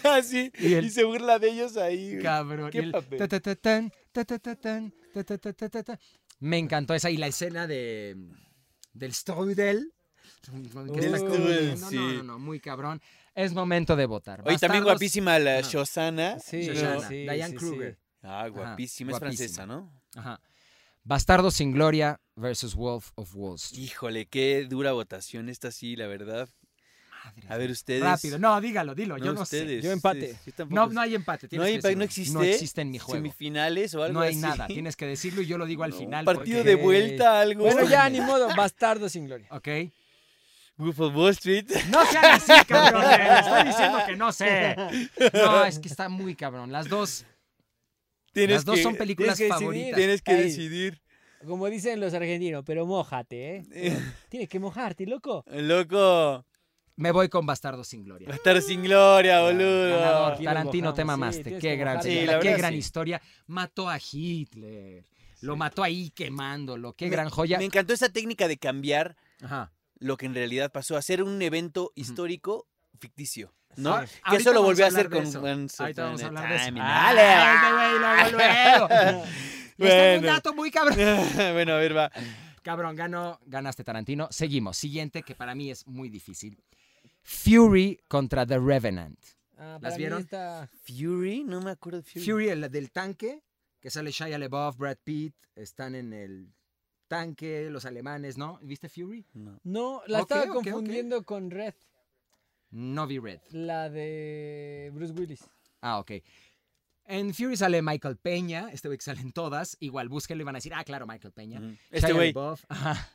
C: ¿no?
D: Así.
B: Y el-
D: Y se burla de ellos ahí, güey.
B: Cabrón.
D: ¿Qué
B: y el
D: papel?
B: ta-ta-ta-tan, ta-ta-ta-tan, ta-ta-ta-ta-ta. Me encantó esa. Y la escena de del Strudel. que
C: Del
B: está como-
D: Strudel,
B: no,
D: sí.
B: no, no, no, muy cabrón. Es momento de votar.
D: Oye, también
B: Bastardos-
D: guapísima la
B: Ajá.
D: Shoshana.
C: Sí,
B: Shoshana,
C: sí,
B: Diane
C: sí,
B: Kruger.
D: Ah, guapísima.
B: guapísima.
D: Es francesa, ¿no?
B: Ajá. Bastardos sin Gloria versus Wolf of Wall Street.
D: Híjole, qué dura votación esta sí, la verdad.
B: Madre
D: A ver,
B: mía.
D: ustedes.
B: Rápido. No, dígalo, dilo. yo no sé.
D: ustedes,
C: Yo empate.
D: ustedes. Yo tampoco
B: No,
D: sé.
B: no hay empate.
D: No
B: tienes
D: hay
B: que
D: empate, no
B: decirlo.
D: existe.
B: No existe en mi juego.
D: Semifinales o algo
B: No hay
D: así.
B: nada. Tienes que decirlo y yo lo digo al
D: No,
B: final.
D: Partido
B: porque-
D: de vuelta, algo.
C: Bueno, ya, ni modo. Bastardo sin gloria.
B: Ok.
D: Wolf of Wall Street.
B: No sean así, cabrón. Le estoy diciendo que no sé. No, es que está muy cabrón. Las dos.
D: Tienes
B: Las dos
D: que-
B: son películas
C: tienes que decidir.
B: favoritas.
D: Tienes que
C: Ey.
D: decidir.
C: Como dicen los argentinos, pero mojate, ¿eh? Tienes que mojarte, loco.
D: Loco.
B: Me voy con Bastardos sin
D: Va a
B: Gloria.
D: estar sin gloria, boludo.
B: Ganador,
C: Aquí nos
B: Tarantino, te
C: mojamos. Sí,
B: mamaste.
C: tienes
B: qué
C: que
B: gran,
C: mojarte.
D: Sí,
B: película,
D: la
B: qué
D: verdad,
B: gran
D: sí.
B: historia. Mató a Hitler. Lo mató ahí quemándolo. Qué gran joya.
D: Me encantó esa técnica de cambiar
B: Ajá.
D: lo que en realidad pasó, hacer un evento histórico ficticio. ¿No?
B: Ah,
D: que
B: ahorita
D: eso lo
B: vamos
D: volvió a
B: hablar
D: hacer
B: de
D: con
B: eso.
D: Once
B: Ahorita
D: Upon
B: vamos
D: a
B: a hablar de eso.
D: Time in
B: Ah, este güey, luego, luego. Les tengo un
D: Bueno.
B: dato muy cabrón.
D: bueno, a ver, va.
B: Cabrón, ganó, ganaste Tarantino. Seguimos. Siguiente, que para mí es muy difícil. Fury contra The Revenant.
C: Ah,
B: ¿Las
C: para mí
B: vieron?
C: está-
D: Fury, no me acuerdo de Fury.
B: Fury, el del tanque, que sale Shia LaBeouf, Brad Pitt, están en el tanque, los alemanes, ¿no? ¿Viste Fury?
D: No.
C: No, la
B: Ok,
C: estaba
B: ok, ok.
C: confundiendo con Red,
B: No vi Red.
C: la de Bruce Willis.
B: Ah, ok. En Fury sale Michael Peña, este güey que salen todas, igual búsquenlo y van a decir, ah, claro, Michael Peña.
D: Ujú. Este
B: Shia
D: güey,
B: LaBeouf, ajá.
C: ¿A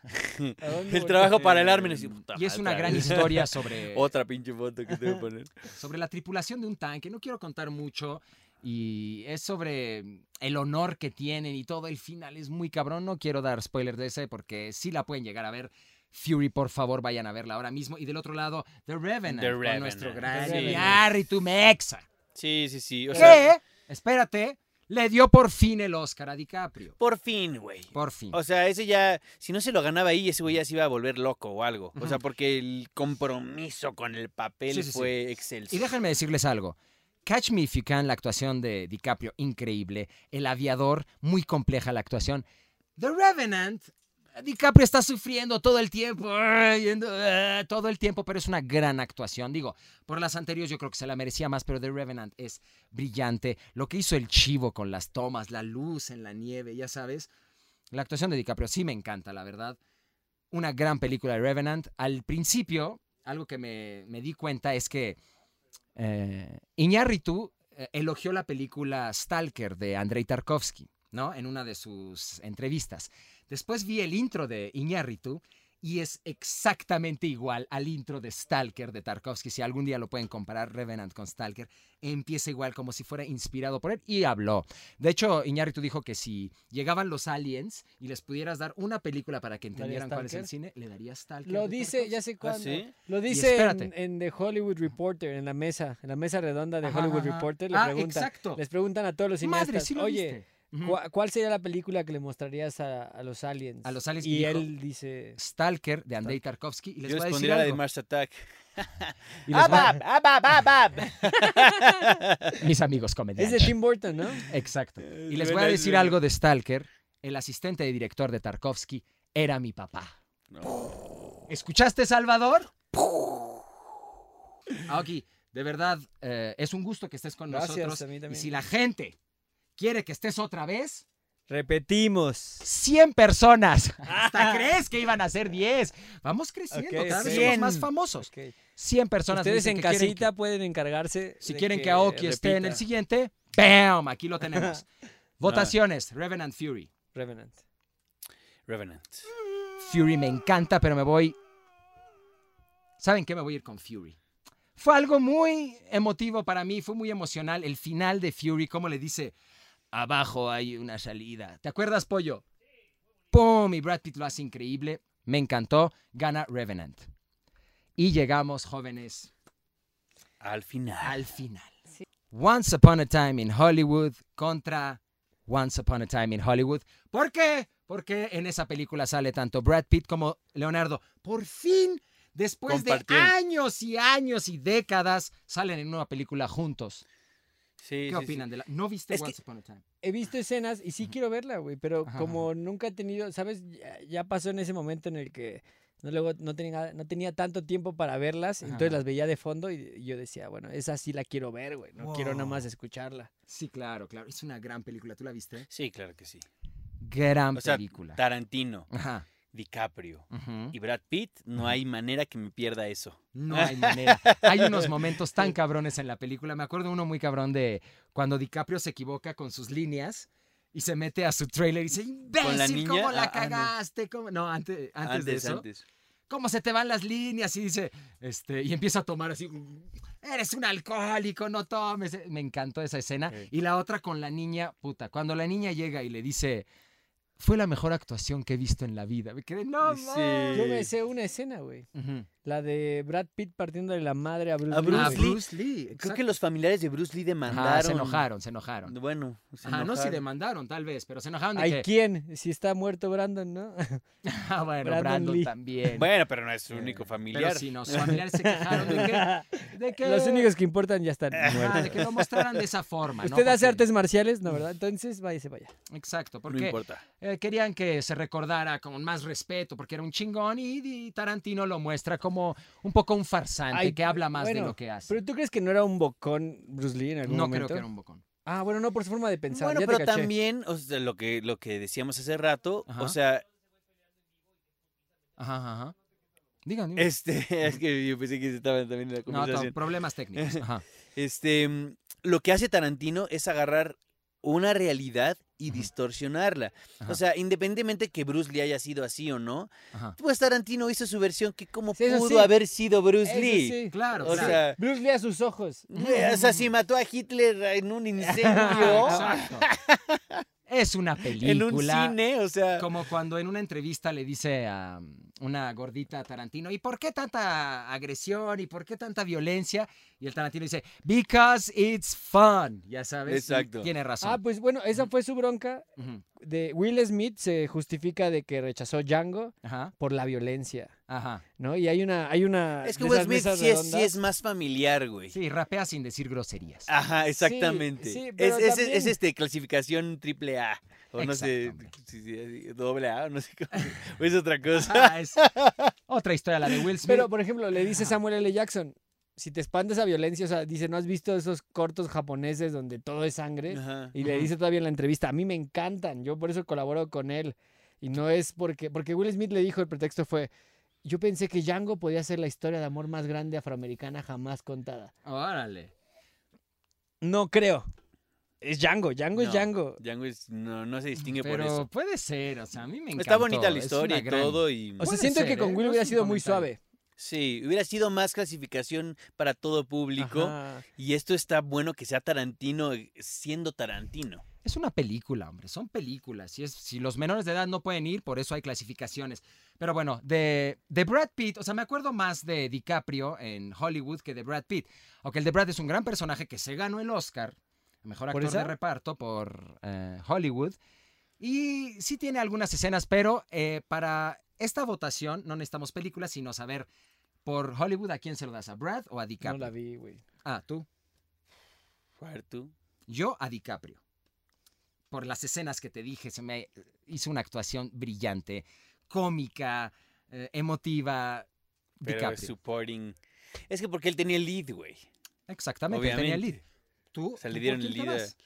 C: dónde
D: el trabajo
C: volteaste?
D: para el Armin. así,
B: Em,
D: puta
B: Y es
D: madre,
B: una gran
D: otra vez.
B: historia sobre,
D: Otra pinche foto que te voy a poner.
B: sobre la tripulación de un tanque. No quiero contar mucho. Y es sobre el honor que tienen y todo. El final es muy cabrón. No quiero dar spoiler de ese porque sí la pueden llegar a ver. Fury, por favor, vayan a verla ahora mismo. Y del otro lado, The Revenant.
D: The
B: con
D: Revenant.
B: nuestro
C: The
B: gran
C: Revenant.
B: Iñárritu Mexa.
D: Sí, sí, sí. O
B: Que,
D: sea,
B: espérate, le dio por fin el Oscar a DiCaprio.
D: por fin, güey.
B: Por fin.
D: O sea, ese ya, si no se lo ganaba ahí, ese güey ya se iba a volver loco o algo. O sea,
B: Ujú.
D: porque el compromiso con el papel
B: Sí, sí, sí.
D: fue excelso.
B: Y déjenme decirles algo. Catch Me If You Can, la actuación de DiCaprio, increíble. El aviador, muy compleja la actuación. The Revenant, DiCaprio está sufriendo todo el tiempo, ah, yendo, ah, todo el tiempo, pero es una gran actuación. Digo, por las anteriores yo creo que se la merecía más, pero The Revenant es brillante. Lo que hizo el chivo con las tomas, la luz en la nieve, ya sabes. La actuación de DiCaprio sí me encanta, la verdad. Una gran película de Revenant. Al principio, algo que me, me di cuenta es que eh, Iñárritu eh, elogió la película Stalker de Andrei Tarkovsky, ¿no? En una de sus entrevistas. Después vi el intro de Iñárritu y es exactamente igual al intro de Stalker de Tarkovsky. Si algún día lo pueden comparar Revenant con Stalker, empieza igual como si fuera inspirado por él y habló. De hecho, Iñárritu dijo que si llegaban los aliens y les pudieras dar una película para que entendieran cuál es el
C: Stalker?
B: cine, le darías Stalker.
C: Lo
B: de Ah,
C: dice, ya sé cuándo.
D: Ah, sí?
C: Lo dice
B: espérate.
C: en, en The Hollywood Reporter, en la mesa, en la mesa redonda de
B: Ajá,
C: Hollywood
B: ajá, ajá.
C: Reporter, le
B: Ah,
C: preguntan,
B: exacto.
C: les preguntan a todos los cineastas,
B: Madre, sí lo
C: oye,
B: viste. Ujú.
C: ¿cuá- ¿cuál sería la película que le mostrarías a, a los aliens?
B: A los aliens,
C: Y
B: dijo.
C: él dice,
B: Stalker de Andrei Tarkovsky y les
D: Yo
B: voy a decir
D: respondía a la de
B: algo. Ah,
D: Mars Attack.
B: Y les voy a-
D: abab, abab!
B: Mis amigos
C: es de
B: comediantes.
C: Tim Burton, ¿no?
B: Exacto.
D: Eh,
B: Y les voy
D: suena
B: a
D: eso,
B: decir
D: güey.
B: algo de Stalker. El asistente de director de Tarkovsky era mi papá. ¿Escuchaste, Salvador? Aoki, de verdad, eh, es un gusto que estés con
C: Gracias,
B: nosotros.
C: a mí
B: Y
C: también.
B: si la gente quiere que estés otra vez,
C: Repetimos.
B: 100 personas. Hasta crees que iban a ser 10. Vamos creciendo,
C: Ok,
B: cada vez
C: sí.
B: somos más
D: 100.
B: famosos.
C: Ok.
B: 100 personas.
C: Ustedes
B: dicen
C: en
B: que quieren que-
C: casita pueden encargarse.
B: Si
C: de
B: quieren que, Aoki esté en el
C: repita
B: siguiente, ¡bam! Aquí lo tenemos. Votaciones, Revenant Fury.
C: Revenant.
D: Revenant.
B: Fury me encanta, pero me voy ¿Saben qué? Me voy a ir con Fury. Fue algo muy emotivo para mí, fue muy emocional el final de Fury, como le dice, abajo hay una salida. ¿Te acuerdas, Pollo? ¡Pum! Y Brad Pitt lo hace increíble. Me encantó. Gana Revenant. Y llegamos, jóvenes,
D: Al final.
B: al final. Once Upon a Time in Hollywood contra Once Upon a Time in Hollywood. ¿Por qué? Porque en esa película sale tanto Brad Pitt como Leonardo. Por fin, después de
D: Compartieron.
B: años y años y décadas, salen en una película juntos.
D: Sí,
B: ¿Qué
D: sí, sí.
B: opinan de la.? ¿No viste
D: Es que-
B: Once Upon a Time?
C: He visto escenas y sí quiero verla, güey, pero
B: Ajá,
C: como nunca he tenido, ¿sabes? Ya, ya pasó en ese momento en el que no, luego no, tenía, no tenía tanto tiempo para verlas, entonces
B: Ajá.
C: las veía de fondo y, y yo decía, bueno, esa sí la quiero ver, güey, no quiero nada
B: Wow.
C: más escucharla.
B: Sí, claro, claro. Es una gran película. ¿Tú la viste?
D: Sí, claro que sí.
B: Gran
D: O sea,
B: película.
D: Tarantino,
B: Ajá.
D: DiCaprio
B: ujú.
D: y Brad Pitt, no hay manera que me pierda eso.
B: No hay manera. Hay unos momentos tan cabrones en la película. Me acuerdo uno muy cabrón de cuando DiCaprio se equivoca con sus líneas y se mete a su trailer y dice,
D: ¿Con la
B: imbécil,
D: niña?
B: ¿cómo la
D: Ah, ah, no.
B: cagaste? ¿Cómo-" No, antes, antes, de eso.
D: antes.
B: ¿Cómo se te van las líneas? Y dice, este, y empieza a tomar así, "Mm, eres un alcohólico, no tomes. Me encantó esa escena.
D: Sí.
B: Y la otra con la niña, puta, cuando la niña llega y le dice, fue la mejor actuación que he visto en la vida. Me quedé, no,
D: Sí.
B: mames".
C: Yo me sé una escena, güey,
B: Ujú.
C: la de Brad Pitt partiendo de la madre a Bruce,
D: A
C: Lee,
B: Ah,
C: güey.
D: Lee.
B: Bruce Lee.
D: Creo
B: exacto.
D: que los familiares de Bruce Lee demandaron.
B: Ajá, se enojaron, se enojaron.
D: Bueno, se
B: Ajá, no si
D: enojaron.
B: demandaron, tal vez, pero se enojaron de
C: Ay,
B: que.
C: ¿quién? Si está muerto Brandon, ¿no?
B: Ah, bueno,
C: Brandon
B: Brandon,
C: Lee.
B: también.
D: Bueno, pero no es su
B: Eh,
D: único
B: pero
D: familiar.
B: sí, no, sus familiares se quejaron de que. de que-
C: Los únicos que importan ya están
B: Ajá,
C: muertos.
B: de que lo mostraran de esa forma. ¿no?
C: Usted hace
B: Porque-
C: artes marciales, ¿no, verdad? Entonces, váyase vaya.
B: Exacto,
D: No
B: porque
D: importa.
B: eh, querían que se recordara con más respeto, porque era un chingón y, y Tarantino lo muestra como un poco un farsante
C: Ay,
B: que habla más de
C: bueno,
B: lo que hace.
C: ¿Pero tú crees que no era un bocón Bruce Lee en algún
B: No
C: momento?
B: creo que era un bocón.
C: Ah, bueno, no por su forma de pensar.
D: bueno,
C: ya te
D: pero
C: caché.
D: también, o sea, lo que, lo que decíamos hace rato,
B: Ajá.
D: o sea,
B: Ajá, ajá, ajá. Digan, digan.
D: este, es que yo pensé que estaban también en la
B: no, to-
D: conversación.
B: problemas técnicos. Ajá.
D: Este, mm, lo que hace Tarantino es agarrar una realidad y
B: Ujú.
D: distorsionarla.
B: Ajá.
D: O sea, independientemente que Bruce Lee haya sido así o no,
B: ajá.
D: pues Tarantino hizo su versión que como
C: Sí, eso
D: pudo
C: sí.
D: haber sido Bruce
C: Eso
D: Lee.
C: sí.
B: Claro,
D: O
B: claro.
D: sea,
C: Bruce Lee a sus ojos.
D: eh, o sea, si mató a Hitler en un incendio,
B: Ah, exacto. es una película.
D: en un cine, o sea,
B: Como cuando en una entrevista le dice a um, una gordita a Tarantino, ¿y por qué tanta agresión? ¿Y por qué tanta violencia? Y el Tarantino dice, because it's fun. Ya sabes. y
D: Exacto. Ah,
B: tiene
C: Ah,
B: razón.
C: pues bueno, esa fue su bronca.
B: Ujú.
C: De Will Smith se justifica de que rechazó Django
B: Ajá,
C: por la violencia,
B: ajá.
C: ¿no? Y hay una, hay una.
D: es que
C: de
D: Will
C: esas
D: Smith
C: mesas
D: sí es, sí
C: redondas.
D: es más familiar, güey.
B: Sí, rapea sin decir groserías.
D: Ajá, exactamente.
C: sí,
D: es,
C: pero
D: es- es-
C: también-
D: es, este, clasificación triple A. O no sé,
B: Exactamente.
D: si- si- doble A, o no sé cómo. O es otra cosa.
B: Ah, es otra historia, la de Will Smith.
C: Pero, por ejemplo, le dice Samuel L. Jackson, si te espantas a violencia, o sea, dice, ¿no has visto esos cortos japoneses donde todo es sangre?
D: Ajá.
C: Y le
B: Ujú.
C: dice todavía en la entrevista, a mí me encantan, yo por eso colaboro con él. Y no es porque, porque Will Smith le dijo, el pretexto fue, yo pensé que Django podía ser la historia de amor más grande afroamericana jamás contada.
B: Órale.
C: No creo. Es Django, Django
D: No,
C: es Django.
D: Django es- no, no se distingue por
B: Pero
D: eso.
B: puede ser, o sea, a mí me encanta.
D: Está bonita la historia y todo. Y,
C: O sea,
B: Puede
C: siento
B: ser,
C: que
B: ¿eh?
C: con Will
B: No
C: hubiera
B: es un
C: sido muy
B: comentario.
C: suave.
D: Sí, hubiera sido más clasificación para todo público.
C: Ajá.
D: Y esto está bueno que sea Tarantino eh, siendo Tarantino.
B: Es una película, hombre, son películas. Si, es, si los menores de edad no pueden ir, por eso hay clasificaciones. Pero bueno, de, de Brad Pitt, o sea, me acuerdo más de DiCaprio en Hollywood que de Brad Pitt. Aunque el de Brad es un gran personaje que se ganó el Oscar, mejor
C: ¿Por
B: actor de
C: esa?
B: reparto por eh, Hollywood. Y sí tiene algunas escenas, pero eh, para esta votación no necesitamos películas, sino saber por Hollywood a quién se lo das, a Brad o a
C: No
B: DiCaprio.
C: la vi, güey.
B: Ah, tú.
D: Jugar tú.
B: Yo a DiCaprio. Por las escenas que te dije, se me hizo una actuación brillante, cómica, eh, emotiva.
D: Pero
B: DiCaprio.
D: supporting. Es que porque él tenía el lead, güey.
B: Exactamente, él
D: Obviamente.
B: tenía el lead. ¿Tú,
D: O sea,
B: tú
D: le
B: por
D: dieron el
B: quién te
D: lead a-
B: vas?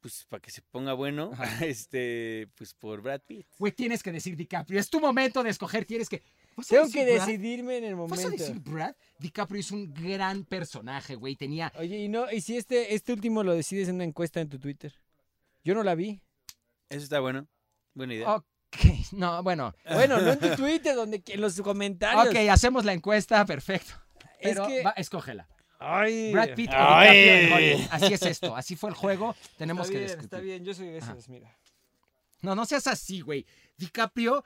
D: Pues para que se ponga bueno,
B: Ajá.
D: este, pues por Brad Pitt.
B: Güey, tienes que decir DiCaprio. Es tu momento de escoger. Tienes que. ¿Vas a
C: Tengo
B: decir
C: que
B: Brad?
C: decidirme en el
B: ¿Vas a
C: momento.
B: decir Brad? DiCaprio es un gran personaje, güey. Tenía.
C: Oye, y no, y si este, este último lo decides en una encuesta en tu Twitter. Yo no la vi.
D: Eso está bueno. Buena idea.
B: Ok, No, bueno.
C: Bueno, no en tu Twitter, donde que- en los comentarios.
B: Ok, hacemos la encuesta, perfecto.
C: Es
B: Pero
C: que-
B: va- escógela.
C: Ay.
B: Brad Pitt o
D: Ay.
B: DiCaprio en Hollywood. Así es esto, así fue el juego. Tenemos
C: está
B: que
C: bien,
B: discutir.
C: Está bien, yo soy de
B: Ajá.
C: esos, mira.
B: No, no seas así, güey. DiCaprio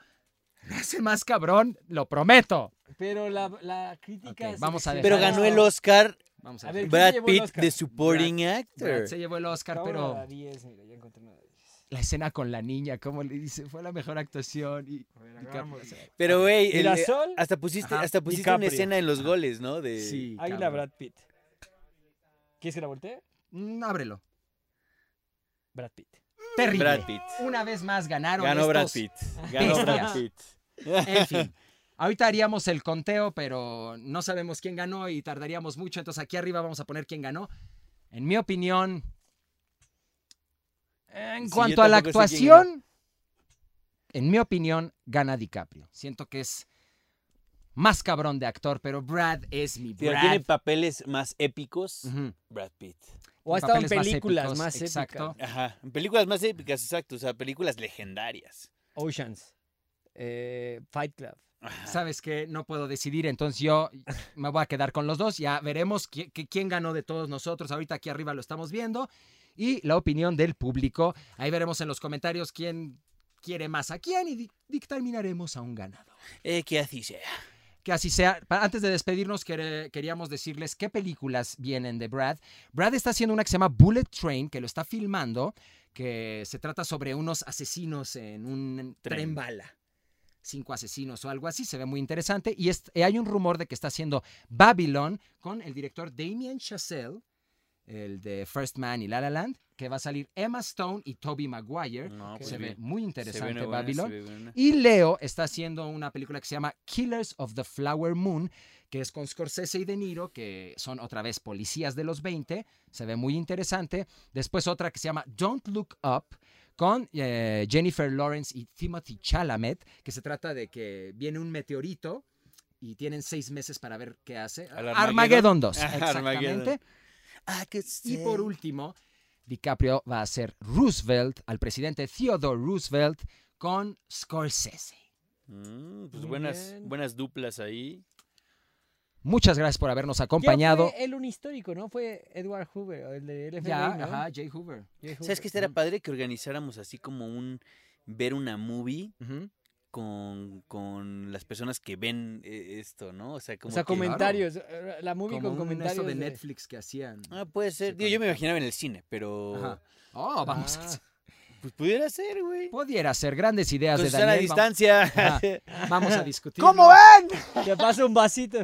B: lo hace más cabrón, lo prometo.
C: Pero la, la crítica.
B: Ok,
C: se
B: vamos a ver.
C: le-
D: Pero
B: Ah.
D: ganó el Oscar
B: Vamos
C: A
B: a ver.
C: ver, ¿quién se
D: Brad
C: llevó el
D: Pitt
C: Oscar?
D: de Supporting Actor.
B: Brad se llevó el Oscar,
C: Ahora la
B: pero
C: 10, mira, ya encontré una de ellas.
B: la escena con la niña, como le dice, fue la mejor actuación. Y
C: A ver,
B: DiCaprio-
C: hagamos.
D: Pero, güey, el-
C: Mirasol,
D: hasta pusiste,
B: Ajá,
D: hasta pusiste una
C: DiCaprio.
D: escena en los goles, ¿no? De...
B: Sí,
C: Águila
B: cabrón.
C: Brad Pitt. ¿Quieres que la voltee?
B: Mm, ábrelo.
C: Brad Pitt.
B: Terrible.
D: Brad Pitt.
B: Una vez más ganaron.
D: Ganó Brad
B: estos-
D: Pitt. Ganó Brad
B: bestias.
D: Pitt.
B: En fin. Ahorita haríamos el conteo, pero no sabemos quién ganó y tardaríamos mucho. Entonces aquí arriba vamos a poner quién ganó. En mi opinión, en
D: Sí, yo
B: cuanto a la
D: tampoco sé quién
B: actuación, en mi opinión, gana DiCaprio. Siento que es más cabrón de actor, pero Brad es mi
D: Pero
B: Brad.
D: tiene papeles más épicos,
B: Ujú.
D: Brad Pitt.
C: O ha
B: En
C: estado en
B: papeles más
C: películas
B: épicos,
C: más, épicas.
B: exacto.
D: Ajá. Películas más épicas, exacto. O sea, películas legendarias.
C: Oceans. eh, Fight Club.
B: Sabes que no puedo decidir, entonces yo me voy a quedar con los dos. Ya veremos qui- qui- quién ganó de todos nosotros. Ahorita aquí arriba lo estamos viendo. Y la opinión del público. Ahí veremos en los comentarios quién quiere más a quién y di- dictaminaremos a un ganador.
D: Eh, que así sea.
B: Que así sea. Pa- Antes de despedirnos, quere- queríamos decirles qué películas vienen de Brad. Brad está haciendo una que se llama Bullet Train, que lo está filmando, que se trata sobre unos asesinos en un
D: Tren.
B: tren, bala. Cinco asesinos o algo así, se ve muy interesante. Y est- eh, hay un rumor de que está haciendo Babylon con el director Damien Chazelle, el de First Man y La La Land, que va a salir Emma Stone y Toby Maguire.
D: No,
B: que
D: pues
B: se ve
D: bien.
B: muy
D: Se ve
B: interesante
D: una buena,
B: Babylon.
D: se ve buena.
B: Y Leo está haciendo una película que se llama Killers of the Flower Moon, que es con Scorsese y De Niro, que son otra vez policías de los 20, se ve muy interesante. Después otra que se llama Don't Look Up, con eh, Jennifer Lawrence y Timothy Chalamet, que se trata de que viene un meteorito y tienen seis meses para ver qué hace.
D: ¿Al
B: Armageddon,
D: Armageddon?
B: 2,
D: Ah,
B: exactamente.
D: Armageddon. I could
B: Y por
D: say-
B: último, DiCaprio va a ser Roosevelt, al presidente Theodore Roosevelt, con Scorsese.
D: Mm, pues
C: Muy
D: buenas,
C: bien.
D: buenas duplas ahí.
B: Muchas gracias por habernos
C: ¿Quién
B: acompañado.
C: Fue él un histórico, ¿no? Fue Edward Hoover, o el de FBI.
B: Ya,
C: ¿no?
B: ajá, Mm, Jay Hoover.
C: J. Hoover.
D: ¿Sabes que estaría padre que organizáramos así como un ver una movie
B: Ujú.
D: con, con las personas que ven eh, esto, ¿no? O sea, como
C: O sea,
D: que-
C: comentarios. eh, La movie
B: Como
C: con
B: un
C: comentarios.
B: eso de Netflix que hacían.
D: Ah, puede ser. Digo, yo me imaginaba en el cine, pero
B: Ajá. Oh, vamos.
C: Ah.
D: pues pudiera ser, güey.
B: Pudiera ser grandes ideas
D: Con
B: de
D: Susana a
B: Daniel. Vamos,
D: distancia.
B: Ajá. vamos a discutir.
D: ¿Cómo ven?
C: Te paso un vasito.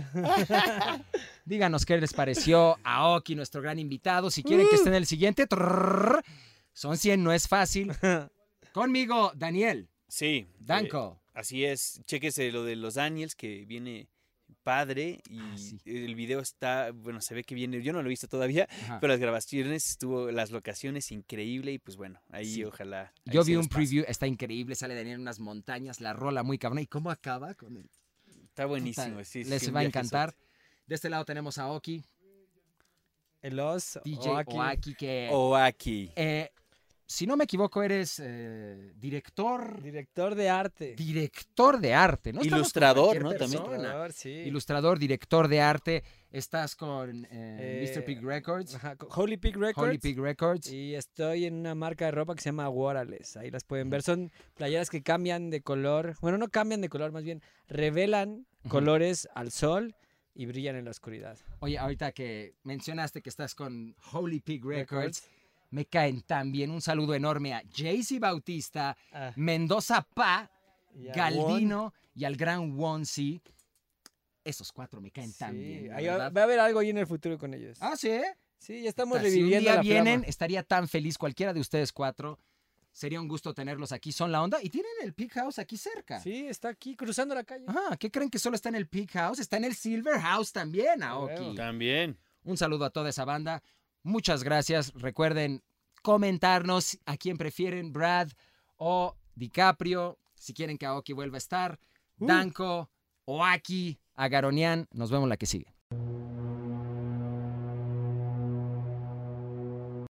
B: Díganos qué les pareció a Oki, nuestro gran invitado. Si quieren que
D: Mm.
B: esté en el siguiente, trrr, son 100, no es fácil. Conmigo, Daniel,
D: Sí. eh,
B: Danco.
D: así es. Chéquese lo de los Daniels que viene padre y
B: Ah, sí.
D: el video está, bueno, se ve que viene, yo no lo he visto todavía,
B: Ajá.
D: pero las grabaciones estuvo, las locaciones increíble y pues bueno, ahí
B: Sí.
D: ojalá. ahí
B: Yo
D: se
B: vi
D: los
B: un
D: pase.
B: preview, está increíble, sale Daniel en unas montañas, la rola muy cabrón. ¿Y cómo acaba con el
D: Está buenísimo,
B: Puta,
D: sí. sí,
B: Les
D: sí, un
B: va a
D: viajezote.
B: encantar. De este lado tenemos a Oki,
C: El oso.
B: DJ
C: Oaki.
B: Oaki, que...
D: O aquí.
B: eh, si no me equivoco, eres eh, director,
C: Director de arte.
B: director de arte, ¿no? Estamos con
D: Ilustrador,
B: cualquier
D: ¿no? También.
B: persona.
C: Ilustrador, sí.
B: Ilustrador, director de arte. Estás con eh,
C: Eh,
B: Mr. Pig Records,
C: Ajá, con Holy Pig Records.
B: Holy Pig Records.
C: Y estoy en una marca de ropa que se llama Warales. Ahí las pueden ver. Son playeras que cambian de color. Bueno, no cambian de color, más bien revelan
B: Ujú.
C: colores al sol y brillan en la oscuridad.
B: Oye, ahorita que mencionaste que estás con Holy Pig Records, me caen también un saludo enorme a Jaycee Bautista,
C: Ah,
B: Mendoza Pa,
C: y a Won.
B: Galdino y al gran Wonsi. Esos cuatro me caen
C: Sí,
B: tan bien. la
C: ahí va,
B: verdad.
C: va a haber algo ahí en el futuro con ellos.
B: Ah, sí.
C: Sí, ya estamos
B: Puta, Si
C: reviviendo
B: un día
C: la
B: vienen,
C: flama.
B: estaría tan feliz cualquiera de ustedes cuatro. Sería un gusto tenerlos aquí. Son la onda y tienen el Pig House aquí cerca.
C: Sí, está aquí cruzando la calle.
B: Ah, ¿qué creen que solo está en el Pig House? Está en el Silver House también,
C: Ah, huevo.
B: Aoki.
D: También.
B: Un saludo a toda esa banda. Muchas gracias. Recuerden comentarnos a quién prefieren, Brad o DiCaprio. Si quieren que Aoki vuelva a estar,
C: Uh.
B: Danko, Oaki, Agaronian. Nos vemos la que sigue.